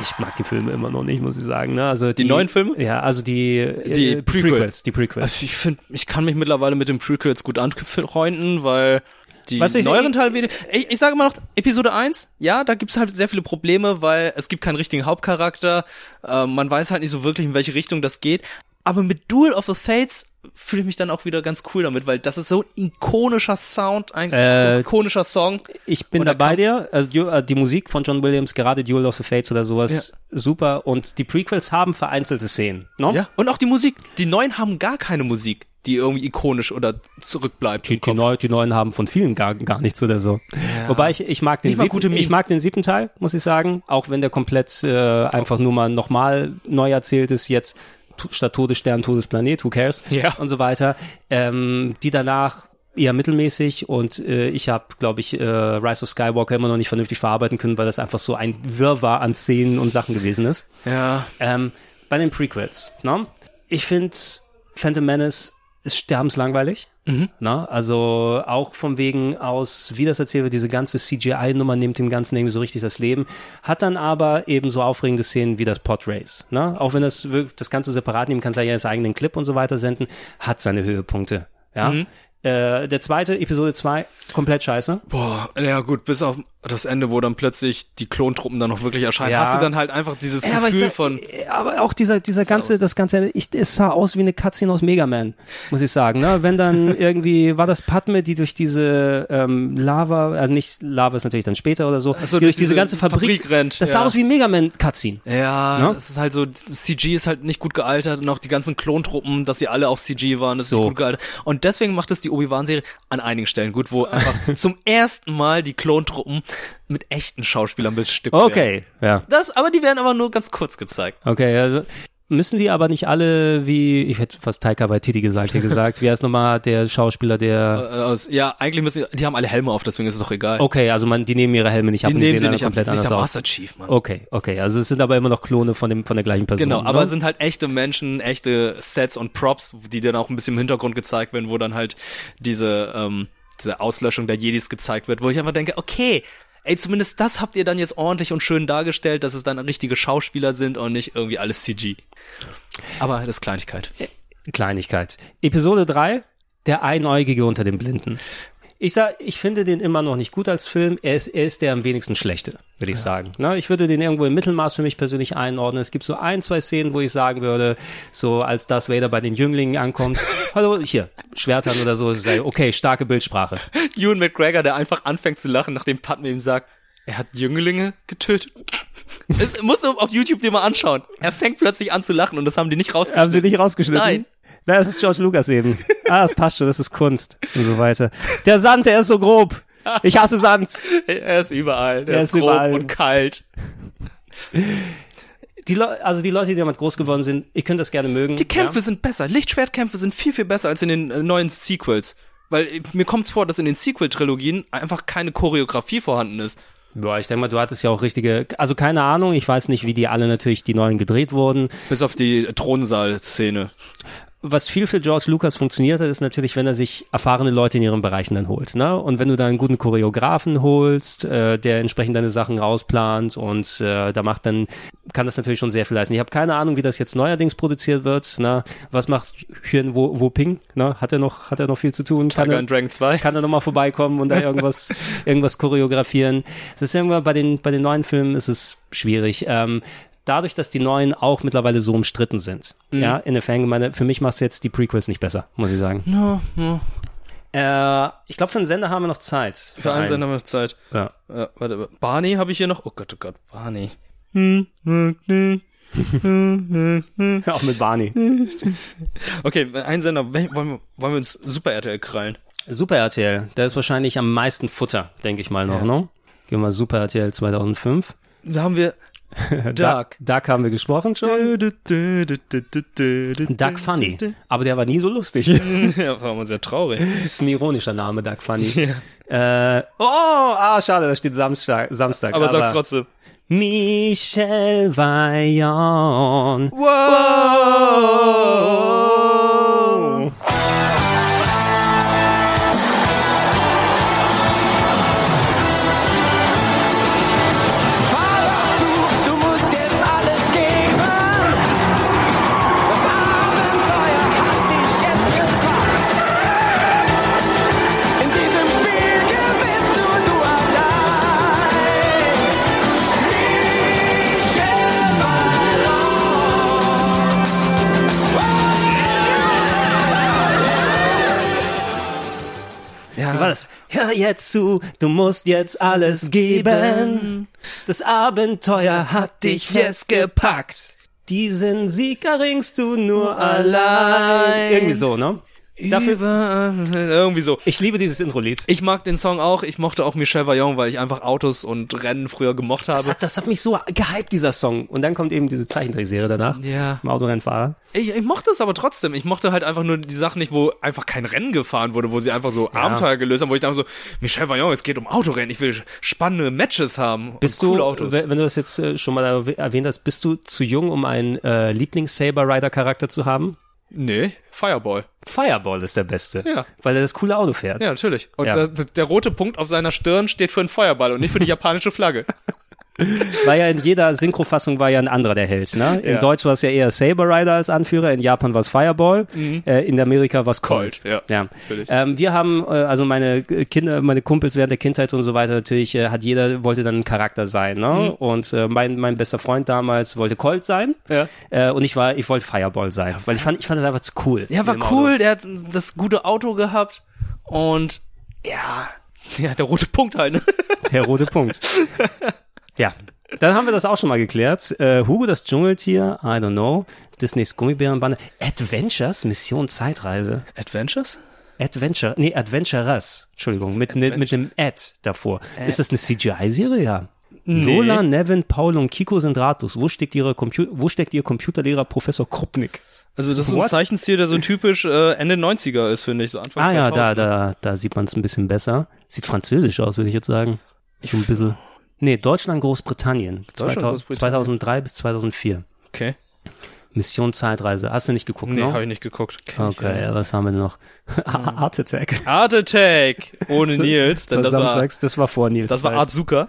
Ich mag die Filme immer noch nicht, muss ich sagen. Ne? Also die, neuen Filme? Ja, also die, Die äh, Prequel. Die Prequels. Also ich finde, ich kann mich mittlerweile mit den Prequels gut anfreunden, weil die Was ich- neueren Teile wieder. Ich, ich sage mal noch, Episode 1, ja, da gibt's halt sehr viele Probleme, weil es gibt keinen richtigen Hauptcharakter. Äh, man weiß halt nicht so wirklich, in welche Richtung das geht. Aber mit Duel of the Fates fühle ich mich dann auch wieder ganz cool damit, weil das ist so ein ikonischer Sound, ein Äh, ikonischer Song. Ich bin da bei dir. Also die, äh, die Musik von John Williams, gerade Duel of the Fates oder sowas, super. Und die Prequels haben vereinzelte Szenen. ne? No? Ja. Und auch die Musik. Die neuen haben gar keine Musik, die irgendwie ikonisch oder zurückbleibt. Die, die, neu, die neuen haben von vielen gar, gar nichts oder so. Wobei ich, ich mag den Nicht mal gute siebten, Memes. ich mag den siebten Teil, muss ich sagen, auch wenn der komplett äh, einfach nur mal nochmal neu erzählt ist jetzt tu- statt Todesstern Todesplanet, who cares Ja. und so weiter. Ähm, die danach eher mittelmäßig und äh, ich habe, glaube ich, äh, Rise of Skywalker immer noch nicht vernünftig verarbeiten können, weil das einfach so ein Wirrwarr an Szenen und Sachen gewesen ist. Ja. Ähm, bei den Prequels, ne? Ich finde Phantom Menace ist sterbenslangweilig. Mhm. Ne? Also auch vom Wegen aus, wie das erzählt wird, diese ganze CGI-Nummer nimmt dem Ganzen irgendwie so richtig das Leben, hat dann aber eben so aufregende Szenen wie das Podrace. Ne? Auch wenn das wirk- das Ganze separat nehmen kann, sei ja als eigenen Clip und so weiter senden, hat seine Höhepunkte. Ja? Mhm. Äh, der zweite, Episode 2, komplett scheiße. Boah, ja gut, bis auf das Ende, wo dann plötzlich die Klontruppen dann noch wirklich erscheinen, Ja. hast du dann halt einfach dieses Ja, aber ich Gefühl sag- äh, von. aber auch dieser, dieser ganze, das ganze, ich, es sah aus wie eine Cutscene aus Mega Man, muss ich sagen. Ne? Wenn dann irgendwie, war das Padme, die durch diese ähm, Lava, also nicht Lava ist natürlich dann später oder so, Also die durch diese diese, ganze Fabrik, Fabrik rennt, das sah ja. aus wie Mega Man Cutscene. Ja, Ne? das ist halt so, das CG ist halt nicht gut gealtert und auch die ganzen Klontruppen, dass sie alle auch CG waren, das ist nicht gut gealtert. Und deswegen macht es die Obi-Wan-Serie an einigen Stellen gut, wo einfach zum ersten Mal die Klontruppen mit echten Schauspielern bestückt werden. Okay, ja. Das, aber die werden aber nur ganz kurz gezeigt. Okay, also müssen die aber nicht alle, wie, ich hätte fast Taika Waititi gesagt, hier gesagt, wie heißt nochmal der Schauspieler, Äh, der, Aus, ja, eigentlich müssen, die haben alle Helme auf, deswegen ist es doch egal. okay, also man, die nehmen ihre Helme nicht ab Die und nehmen die sie sehen nicht dann ab, das komplett ist anders nicht der aus. Master Chief, Mann. Okay, okay, also es sind aber immer noch Klone von dem, von der gleichen Person. Genau, aber ne? es sind halt echte Menschen, echte Sets und Props, die dann auch ein bisschen im Hintergrund gezeigt werden, wo dann halt diese, ähm, diese Auslöschung der Jedis gezeigt wird, wo ich einfach denke, okay, ey, zumindest das habt ihr dann jetzt ordentlich und schön dargestellt, dass es dann richtige Schauspieler sind und nicht irgendwie alles CG. Aber das ist Kleinigkeit. Kleinigkeit. Episode 3 Der Einäugige unter den Blinden. Ich sag, ich finde den immer noch nicht gut als Film. Er ist, er ist der am wenigsten schlechte, würde ich sagen. Na, ich würde den irgendwo im Mittelmaß für mich persönlich einordnen. Es gibt so ein, zwei Szenen, wo ich sagen würde, so als Darth Vader bei den Jünglingen ankommt, hallo, hier, Schwertern oder so, ich sage, okay, starke Bildsprache. Ewan McGregor, der einfach anfängt zu lachen, nachdem Padme ihm sagt, er hat Jünglinge getötet. Das musst du auf YouTube dir mal anschauen. Er fängt plötzlich an zu lachen und das haben die nicht rausgeschnitten. Haben sie nicht rausgeschnitten? Nein. Na, das ist George Lucas eben. Ah, das passt schon, das ist Kunst und so weiter. Der Sand, der ist so grob. Ich hasse Sand. Er ist überall. Er, Er ist, ist grob überall. und kalt. Die Leu- also die Leute, die damit groß geworden sind, ihr könnt das gerne mögen. Die Kämpfe sind besser. Lichtschwertkämpfe sind viel, viel besser als in den äh, neuen Sequels. Weil äh, mir kommt's vor, dass in den Sequel-Trilogien einfach keine Choreografie vorhanden ist. Boah, ich denke mal, du hattest ja auch richtige, also keine Ahnung, ich weiß nicht, wie die alle natürlich, die neuen gedreht wurden. Bis auf die Thronsaal-Szene. Was viel für George Lucas funktioniert hat, ist natürlich, wenn er sich erfahrene Leute in ihren Bereichen dann holt. Ne? Und wenn du da einen guten Choreografen holst, äh, der entsprechend deine Sachen rausplant und äh, da macht, dann kann das natürlich schon sehr viel leisten. Ich habe keine Ahnung, wie das jetzt neuerdings produziert wird. Ne? Was macht Hyun Wo, Wo Ping? Ne? Hat er noch, hat er noch viel zu tun? Kann Tiger er- and Dragon 2. kann er nochmal vorbeikommen und da irgendwas, irgendwas choreografieren. Es ist irgendwann bei den, bei den neuen Filmen ist es schwierig. Ähm, dadurch, dass die neuen auch mittlerweile so umstritten sind, Mhm. ja, in der Fangemeinde, für mich machst du jetzt die Prequels nicht besser, muss ich sagen. No, no. Äh, ich glaube, für einen Sender haben wir noch Zeit. Für einen Sender haben wir Zeit. Ja. Äh, warte, aber Barney habe ich hier noch. Oh Gott, oh Gott, Barney. Auch mit Barney. Mhm. Okay, ein Sender. Wel- Wollen wir, wollen wir uns Super RTL krallen? Super RTL, da ist wahrscheinlich am meisten Futter, denke ich mal noch, Ja. ne? Gehen wir Super RTL 2005. Da haben wir Dark. Dark. Dark haben wir gesprochen schon. Dark Funny. Aber der war nie so lustig. ja, war immer sehr traurig. Ist ein ironischer Name, Dark Funny. Äh, oh, ah, schade, da steht Samstag. Samstag Aber sag's trotzdem. Michel Vaillant. Wow! Du musst jetzt alles geben. Das Abenteuer hat dich jetzt gepackt. In diesem Spiel gewinnst nur du allein. Michel Ja. Wie war das? Hör jetzt zu, du musst jetzt alles geben. Das Abenteuer hat dich jetzt gepackt. Diesen Sieg erringst du nur allein. Irgendwie so, ne? Dafür, Irgendwie so. ich liebe dieses Intro-Lied. Ich mag den Song auch. Ich mochte auch Michel Vaillant, weil ich einfach Autos und Rennen früher gemocht Das habe. hat, das hat mich so gehypt, dieser Song. Und dann kommt eben diese Zeichentrickserie danach. Ja. Im Autorennfahrer. Ich, ich mochte es aber trotzdem. Ich mochte halt einfach nur die Sachen nicht, wo einfach kein Rennen gefahren wurde, wo sie einfach so Abenteuer gelöst haben, wo ich dachte so, Michel Vaillant, es geht um Autorennen. Ich will spannende Matches haben. Bist und du, coole Autos. we- wenn du das jetzt äh, schon mal erw- erwähnt hast, bist du zu jung, um einen äh, Lieblings-Saber-Rider-Charakter zu haben? Nee, Fireball. Fireball ist der Beste. Ja. Weil er das coole Auto fährt. Ja, natürlich. Und Ja. der, der rote Punkt auf seiner Stirn steht für einen Feuerball und nicht für die japanische Flagge. War ja in jeder Synchrofassung war ja ein anderer der Held. Ne? In Ja. Deutsch war es ja eher Saber Rider als Anführer, in Japan war es Fireball, äh, in Amerika war es Colt. Mhm. Colt, ja. ja. Natürlich. Ähm, wir haben, äh, also meine Kinder, meine Kumpels während der Kindheit und so weiter, natürlich äh, hat jeder, wollte dann ein Charakter sein. Ne? Mhm. Und äh, mein, mein bester Freund damals wollte Colt sein Ja. äh, und ich war, ich wollte Fireball sein, weil ich fand, ich fand das einfach zu cool. Ja, war Mit dem Auto. cool, der hat das gute Auto gehabt und ja, ja, der rote Punkt halt. Ne? Der rote Punkt. Ja. Dann haben wir das auch schon mal geklärt. Äh, Hugo das Dschungeltier, I don't know. Disneys Gummibärenbande. Adventures, Mission Zeitreise. Adventures? Adventure, nee, Adventurers. Entschuldigung, mit, ne- mit dem Ad davor. Ist das eine CGI-Serie? Ja. Nee. Lola, Nevin, Paul und Kiko sind ratlos. Wo steckt, ihre Compu wo steckt ihr Computerlehrer Professor Krupnik? Also das ist What? ein Zeichenstil, der so typisch äh, Ende 90er ist, finde ich, so Anfang Ah ja, da, 2000. da, da sieht man es ein bisschen besser. Sieht französisch aus, würde ich jetzt sagen. So ein bisschen. Nee, Deutschland, Großbritannien. Deutschland, 2000, Großbritannien. 2003 bis 2004. Okay. Mission Zeitreise. Hast du nicht geguckt, Nee, ne? habe ich nicht geguckt. Kenn ich Okay, ja Hm. ja, was haben wir denn noch? Art Attack. nicht. Art Attack ohne Nils, denn das war Samstags, das war vor Nils. das war Zeit. Art Zucker.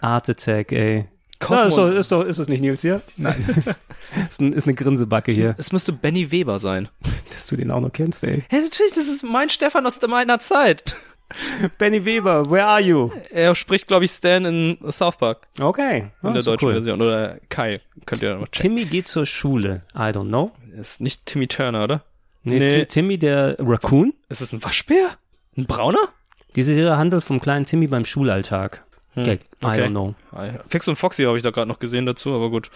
Art Attack, ey. Ja, ist, doch, ist, doch, ist es nicht Nils hier? Nein. ist, ein, ist eine Grinsebacke hier. Es müsste Benny Weber sein. Dass du den auch noch kennst, ey. Hey, natürlich, das ist mein Stefan aus meiner Zeit. Benny Weber, where are you? Er spricht, glaube ich, Stan in South Park. Okay. In Ah, der so deutschen cool. Version. Oder Kai. Könnt ihr ja noch checken. Timmy geht zur Schule. I don't know. Ist nicht Timmy Turner, oder? Nee, Ti- Timmy, der Raccoon. Ist es ein Waschbär? Ein brauner? Diese Serie handelt vom kleinen Timmy beim Schulalltag. Hm, Okay. I don't know. I- Ah, Fix und Foxy habe ich da gerade noch gesehen dazu, aber gut.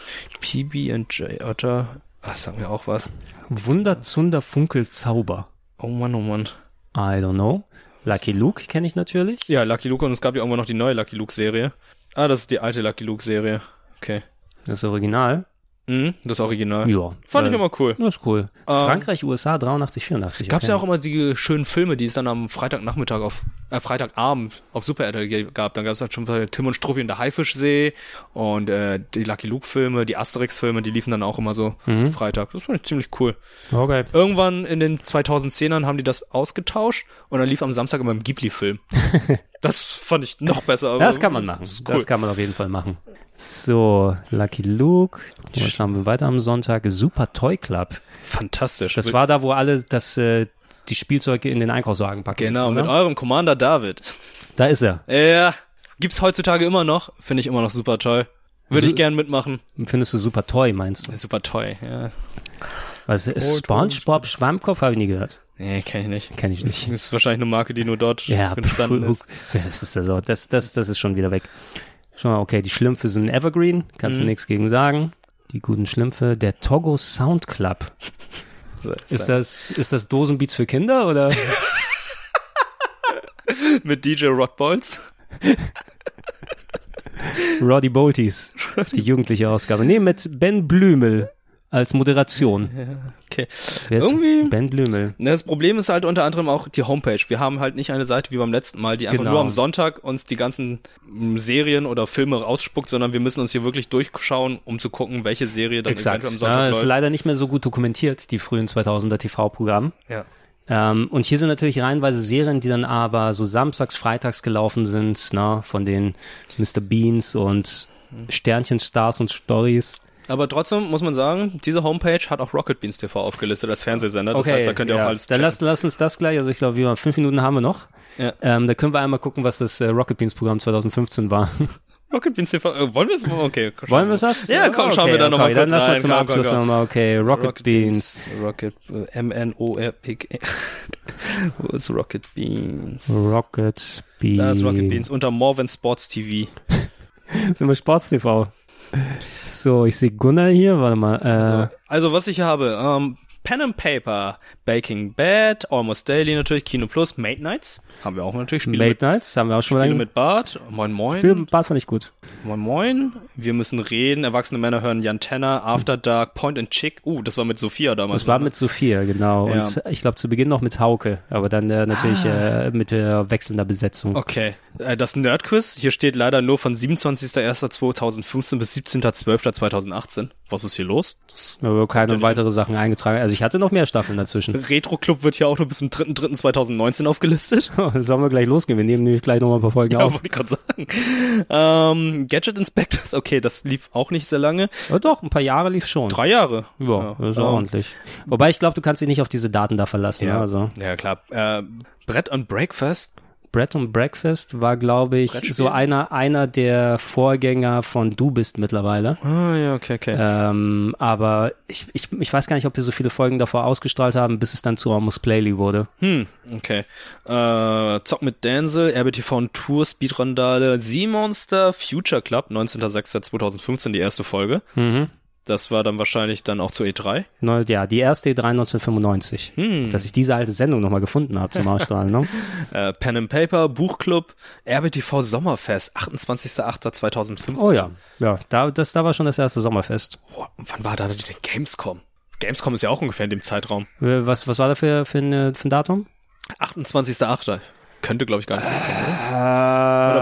PB&J Otter. Ach, sag mir auch was. Wunder, Zunder, Funkel, Zauber. Oh Mann, oh Mann. I don't know. Lucky Luke kenne ich natürlich. Ja, Lucky Luke und es gab ja irgendwann noch die neue Lucky Luke Serie. Ah, das ist die alte Lucky Luke Serie. Okay. Das Original. Mhm, das Original. Ja. Fand ich Äh, immer cool. Ähm, Das ist cool. Frankreich, USA 83, 84. Gab es okay. ja auch immer die schönen Filme, die es dann am Freitagnachmittag auf, äh, Freitagabend auf Super RTL gab. Dann gab es halt schon bei Tim und Struppi und der Haifischsee und äh, die Lucky Luke Filme, die Asterix Filme, die liefen dann auch immer so Mhm. Freitag. Das fand ich ziemlich cool. Okay. Irgendwann in den 2010ern haben die das ausgetauscht und dann lief am Samstag immer ein Ghibli Film. das fand ich noch besser. aber Ja, Das kann man machen. ist Das kann man auf jeden Fall machen. So, Lucky Luke. Was haben wir weiter am Sonntag? Super Toy Club. Fantastisch. Das war da, wo alle das, äh, die Spielzeuge in den Einkaufswagen packen. Genau, mit müssen, oder? eurem Commander David. Da ist er. Ja, gibt's heutzutage immer noch. Finde ich immer noch super toll. Würde ich gern mitmachen. Findest du Super Toy, meinst du? Super toll, ja. Was ist SpongeBob äh, Schwammkopf? Habe ich nie gehört. Nee, kenne ich nicht. Kenn ich Das nicht. ist wahrscheinlich eine Marke, die nur dort Ja, entstanden pf, ist. ja, das ist ja so. Das, das, das ist schon wieder weg. Schon mal, okay, die Schlümpfe sind Evergreen. Kannst Mhm. du nichts gegen sagen. Die guten Schlümpfe. Der Togo Sound Club. Ist das, ist das Dosenbeats für Kinder oder? Mit DJ Rockballs. Roddy Bolties, die jugendliche Ausgabe. Nee, mit Ben Blümel als Moderation. Ja, okay. Wer ist Irgendwie- Ben Blümel. Ne, Das Problem ist halt unter anderem auch die Homepage. Wir haben halt nicht eine Seite wie beim letzten Mal, die einfach Genau. nur am Sonntag uns die ganzen mm, Serien oder Filme rausspuckt, sondern wir müssen uns hier wirklich durchschauen, um zu gucken, welche Serie dann Exakt. eventuell am Sonntag Ja, ist läuft. leider nicht mehr so gut dokumentiert, die frühen 2000er TV-Programme. Ja. Ähm, und hier sind natürlich reihenweise Serien, die dann aber so samstags, freitags gelaufen sind, ne, von den Mr. Beans und Sternchen, Stars und Stories. Aber trotzdem muss man sagen, diese Homepage hat auch Rocket Beans TV aufgelistet als Fernsehsender. Das Okay, heißt, da könnt ihr ja. auch alles Dann lass, lass uns das gleich, also ich glaube, wir haben fünf Minuten haben wir noch. Ja. Ähm, da können wir einmal gucken, was das äh, Rocket Beans Programm 2015 war. Rocket Beans TV. Äh, wollen wir es? Okay. komm, Wollen schauen wir das? Ja, komm, okay, schauen wir da nochmal okay, Dann kurz lass mal rein. zum Komm, Abschluss komm, komm. nochmal, okay, Rocket, Beans. Rocket, äh, M-N-O-R-P-G. Wo ist Rocket Beans? Rocket Beans. Da ist Rocket Beans unter Morven Sports TV. Sind wir Sports TV. So, ich sehe Gunnar hier, warte mal. Äh, Also, was ich hier habe, ähm, Pen and Paper, Baking Bad, Almost Daily natürlich, Kino Plus, Mate Nights, haben wir auch natürlich, Spiele, Late Nights, haben wir auch schon mit, Spiele mal. mit Bart, Moin Moin. Spiel mit Bart fand ich gut. Moin Moin, wir müssen reden, erwachsene Männer hören Jan Tenner, After Dark, Point and Chick, uh, das war mit Sophia damals. Das war ne? mit Sophia, genau. Ja. Und ich glaube zu Beginn noch mit Hauke, aber dann äh, natürlich Ah. äh, mit äh, wechselnder Besetzung. Okay, äh, das Nerdquiz, hier steht leider nur von 27.01.2015 bis 17.12.2018. Was ist hier los? Das Aber keine weitere Sachen eingetragen. Also ich hatte noch mehr Staffeln dazwischen. Retro Club wird hier auch nur bis zum 3.3.2019 aufgelistet. Sollen wir gleich losgehen? Wir nehmen nämlich gleich nochmal ein paar Folgen Ja, auf. wollte ich gerade sagen. Ähm, Gadget Inspectors, okay, das lief auch nicht sehr lange. Ja, Oh, doch, ein paar Jahre lief schon. Drei Jahre. Ja, das ist ähm, ordentlich. Wobei ich glaube, du kannst dich nicht auf diese Daten da verlassen. ne? Ja, Also. ja klar. Äh, Brett und Breakfast, Brett und Breakfast war, glaube ich, Brettspiel? so einer, einer der Vorgänger von Du bist mittlerweile. Ah, ja, okay, okay. Ähm, aber ich, ich, ich weiß gar nicht, ob wir so viele Folgen davor ausgestrahlt haben, bis es dann zu Almost Playly wurde. Hm, okay. Äh, Zock mit Denzel, RBTV und Tour, Speedrandale, Seamonster, Future Club, 19.06.2015, die erste Folge. Mhm. Das war dann wahrscheinlich dann auch zu E E3. Neu, ja, die erste E3 1995. Hm. Dass ich diese alte Sendung nochmal gefunden habe zum Ausstrahlen. ne? Äh, Pen and Paper, Buchclub, RBTV Sommerfest, 28.08.2015. Oh ja, ja, da, das, da war schon das erste Sommerfest. Boah, und wann war da die Gamescom? Gamescom ist ja auch ungefähr in dem Zeitraum. Äh, Was, was war da für, für, ein, äh, für ein Datum? 28.08. Könnte, glaube ich, gar nicht. Oder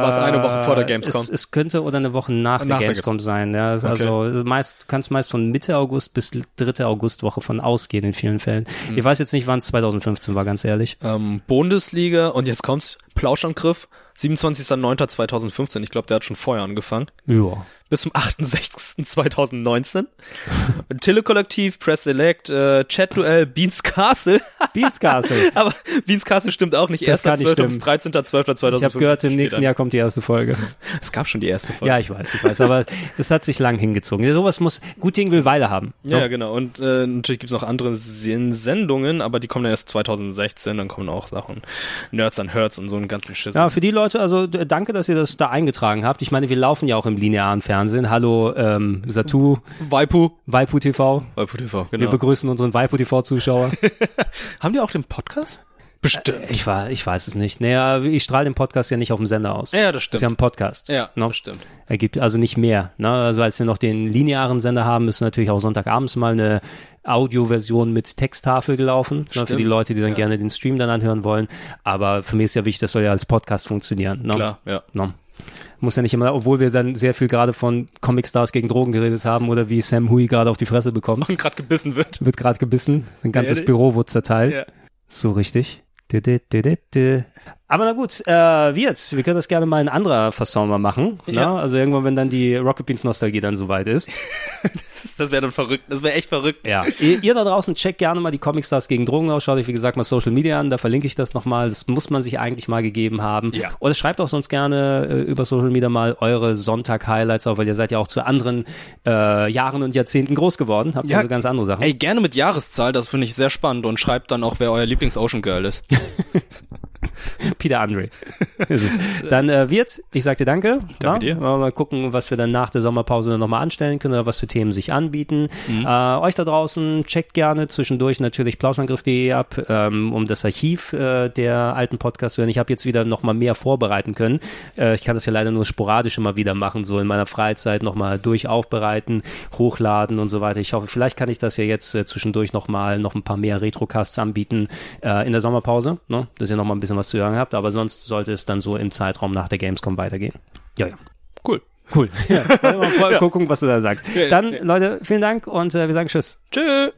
war es eine Woche vor der Äh, Gamescom? Es, es könnte oder eine Woche nach, Nach der der Gamescom Gamescom. sein. Ja, Es- Also meist, du kannst meist von Mitte August bis dritte Augustwoche von ausgehen in vielen Fällen. Mhm. Ich weiß jetzt nicht, wann es 2015 war, ganz ehrlich. ähm, Bundesliga und jetzt kommt's, Plauschangriff, 27.09.2015, ich glaube, der hat schon vorher angefangen. Ja. Bis zum 8.6.2019. Telekollektiv, Press Elect, äh, Chat-Duell, Beans Castle. Beans Castle. Aber Beans Castle stimmt auch nicht. Das kann nicht 1.12. bis stimmen. 13.12.2015. Ich habe gehört, im steht nächsten da. Jahr kommt die erste Folge. Es gab schon die erste Folge. Ja, ich weiß, ich weiß, aber es hat sich lang hingezogen. Ja, Sowas muss, gut Ding will Weile haben. Ja, ja, genau. Und äh, natürlich gibt's noch andere Sen- Sendungen, aber die kommen dann erst 2016, dann kommen auch Sachen. Nerds an Hertz und so einen ganzen Schiss. Ja, für die Leute, also d- danke, dass ihr das da eingetragen habt. Ich meine, wir laufen ja auch im linearen Fernsehen. Hallo, ähm, Satu. Waipu. Waipu TV. Waipu TV, Wir genau. begrüßen unseren Waipu TV-Zuschauer. Haben die auch den Podcast? Bestimmt. Ich, war, ich weiß es nicht. Naja, ich strahle den Podcast ja nicht auf dem Sender aus. Ja, das stimmt. Ist ja ein Podcast. Ja, ne? das stimmt. Er gibt also nicht mehr. Ne? Also als wir noch den linearen Sender haben, ist natürlich auch Sonntagabends mal eine Audioversion mit Texttafel gelaufen. Ne? Für Stimmt. die Leute, die dann gerne den Stream dann anhören wollen. Aber für mich ist ja wichtig, das soll ja als Podcast funktionieren. Ne? Klar, ja. Ne? Muss ja nicht immer, obwohl wir dann sehr viel gerade von Comicstars gegen Drogen geredet haben oder wie Sam Hui gerade auf die Fresse bekommt. Und gerade gebissen wird. Wird gerade gebissen. Sein ganzes Ehrlich? Büro wurde zerteilt. Ja. So richtig. Dü, dü, dü, dü, dü. Aber na gut, äh, wir jetzt, wir können das gerne mal in anderer Fasson mal machen. Ja. Ne? Also irgendwann, wenn dann die Rocket Beans Nostalgie dann soweit ist. Das wäre dann verrückt. Das wäre echt verrückt. Ja. ihr, ihr da draußen checkt gerne mal die Comicstars gegen Drogen aus. Schaut euch, wie gesagt, mal Social Media an. Da verlinke ich das nochmal. Das muss man sich eigentlich mal gegeben haben. Ja. Oder schreibt auch sonst gerne äh, über Social Media mal eure Sonntag-Highlights auf, weil ihr seid ja auch zu anderen äh, Jahren und Jahrzehnten groß geworden. Habt ja. also ganz andere Sachen. Ey, gerne mit Jahreszahl, das finde ich sehr spannend und schreibt dann auch, wer euer Lieblings-Ocean Girl ist. Peter Andre. Ist es. Dann äh, wird, ich sag dir danke. Danke Ja, dir. Mal mal gucken, was wir dann nach der Sommerpause dann nochmal anstellen können oder was für Themen sich anbieten. Äh, euch da draußen, checkt gerne zwischendurch natürlich plauschangriff.de ab, ähm, um das Archiv äh, der alten Podcasts zu hören. Ich habe jetzt wieder nochmal mehr vorbereiten können. Äh, ich kann das ja leider nur sporadisch immer wieder machen, so in meiner Freizeit nochmal durch aufbereiten, hochladen und so weiter. Ich hoffe, vielleicht kann ich das ja jetzt äh, zwischendurch nochmal noch ein paar mehr Retrocasts anbieten äh, in der Sommerpause, ne? dass ihr nochmal ein bisschen was zu hören habt. Aber sonst sollte es dann so im Zeitraum nach der Gamescom weitergehen. Ja, ja. Cool. Cool. Ja, wollen wir mal vor- gucken, was du da sagst. Ja, Dann, ja. Leute, vielen Dank und äh, wir sagen Tschüss. Tschüss.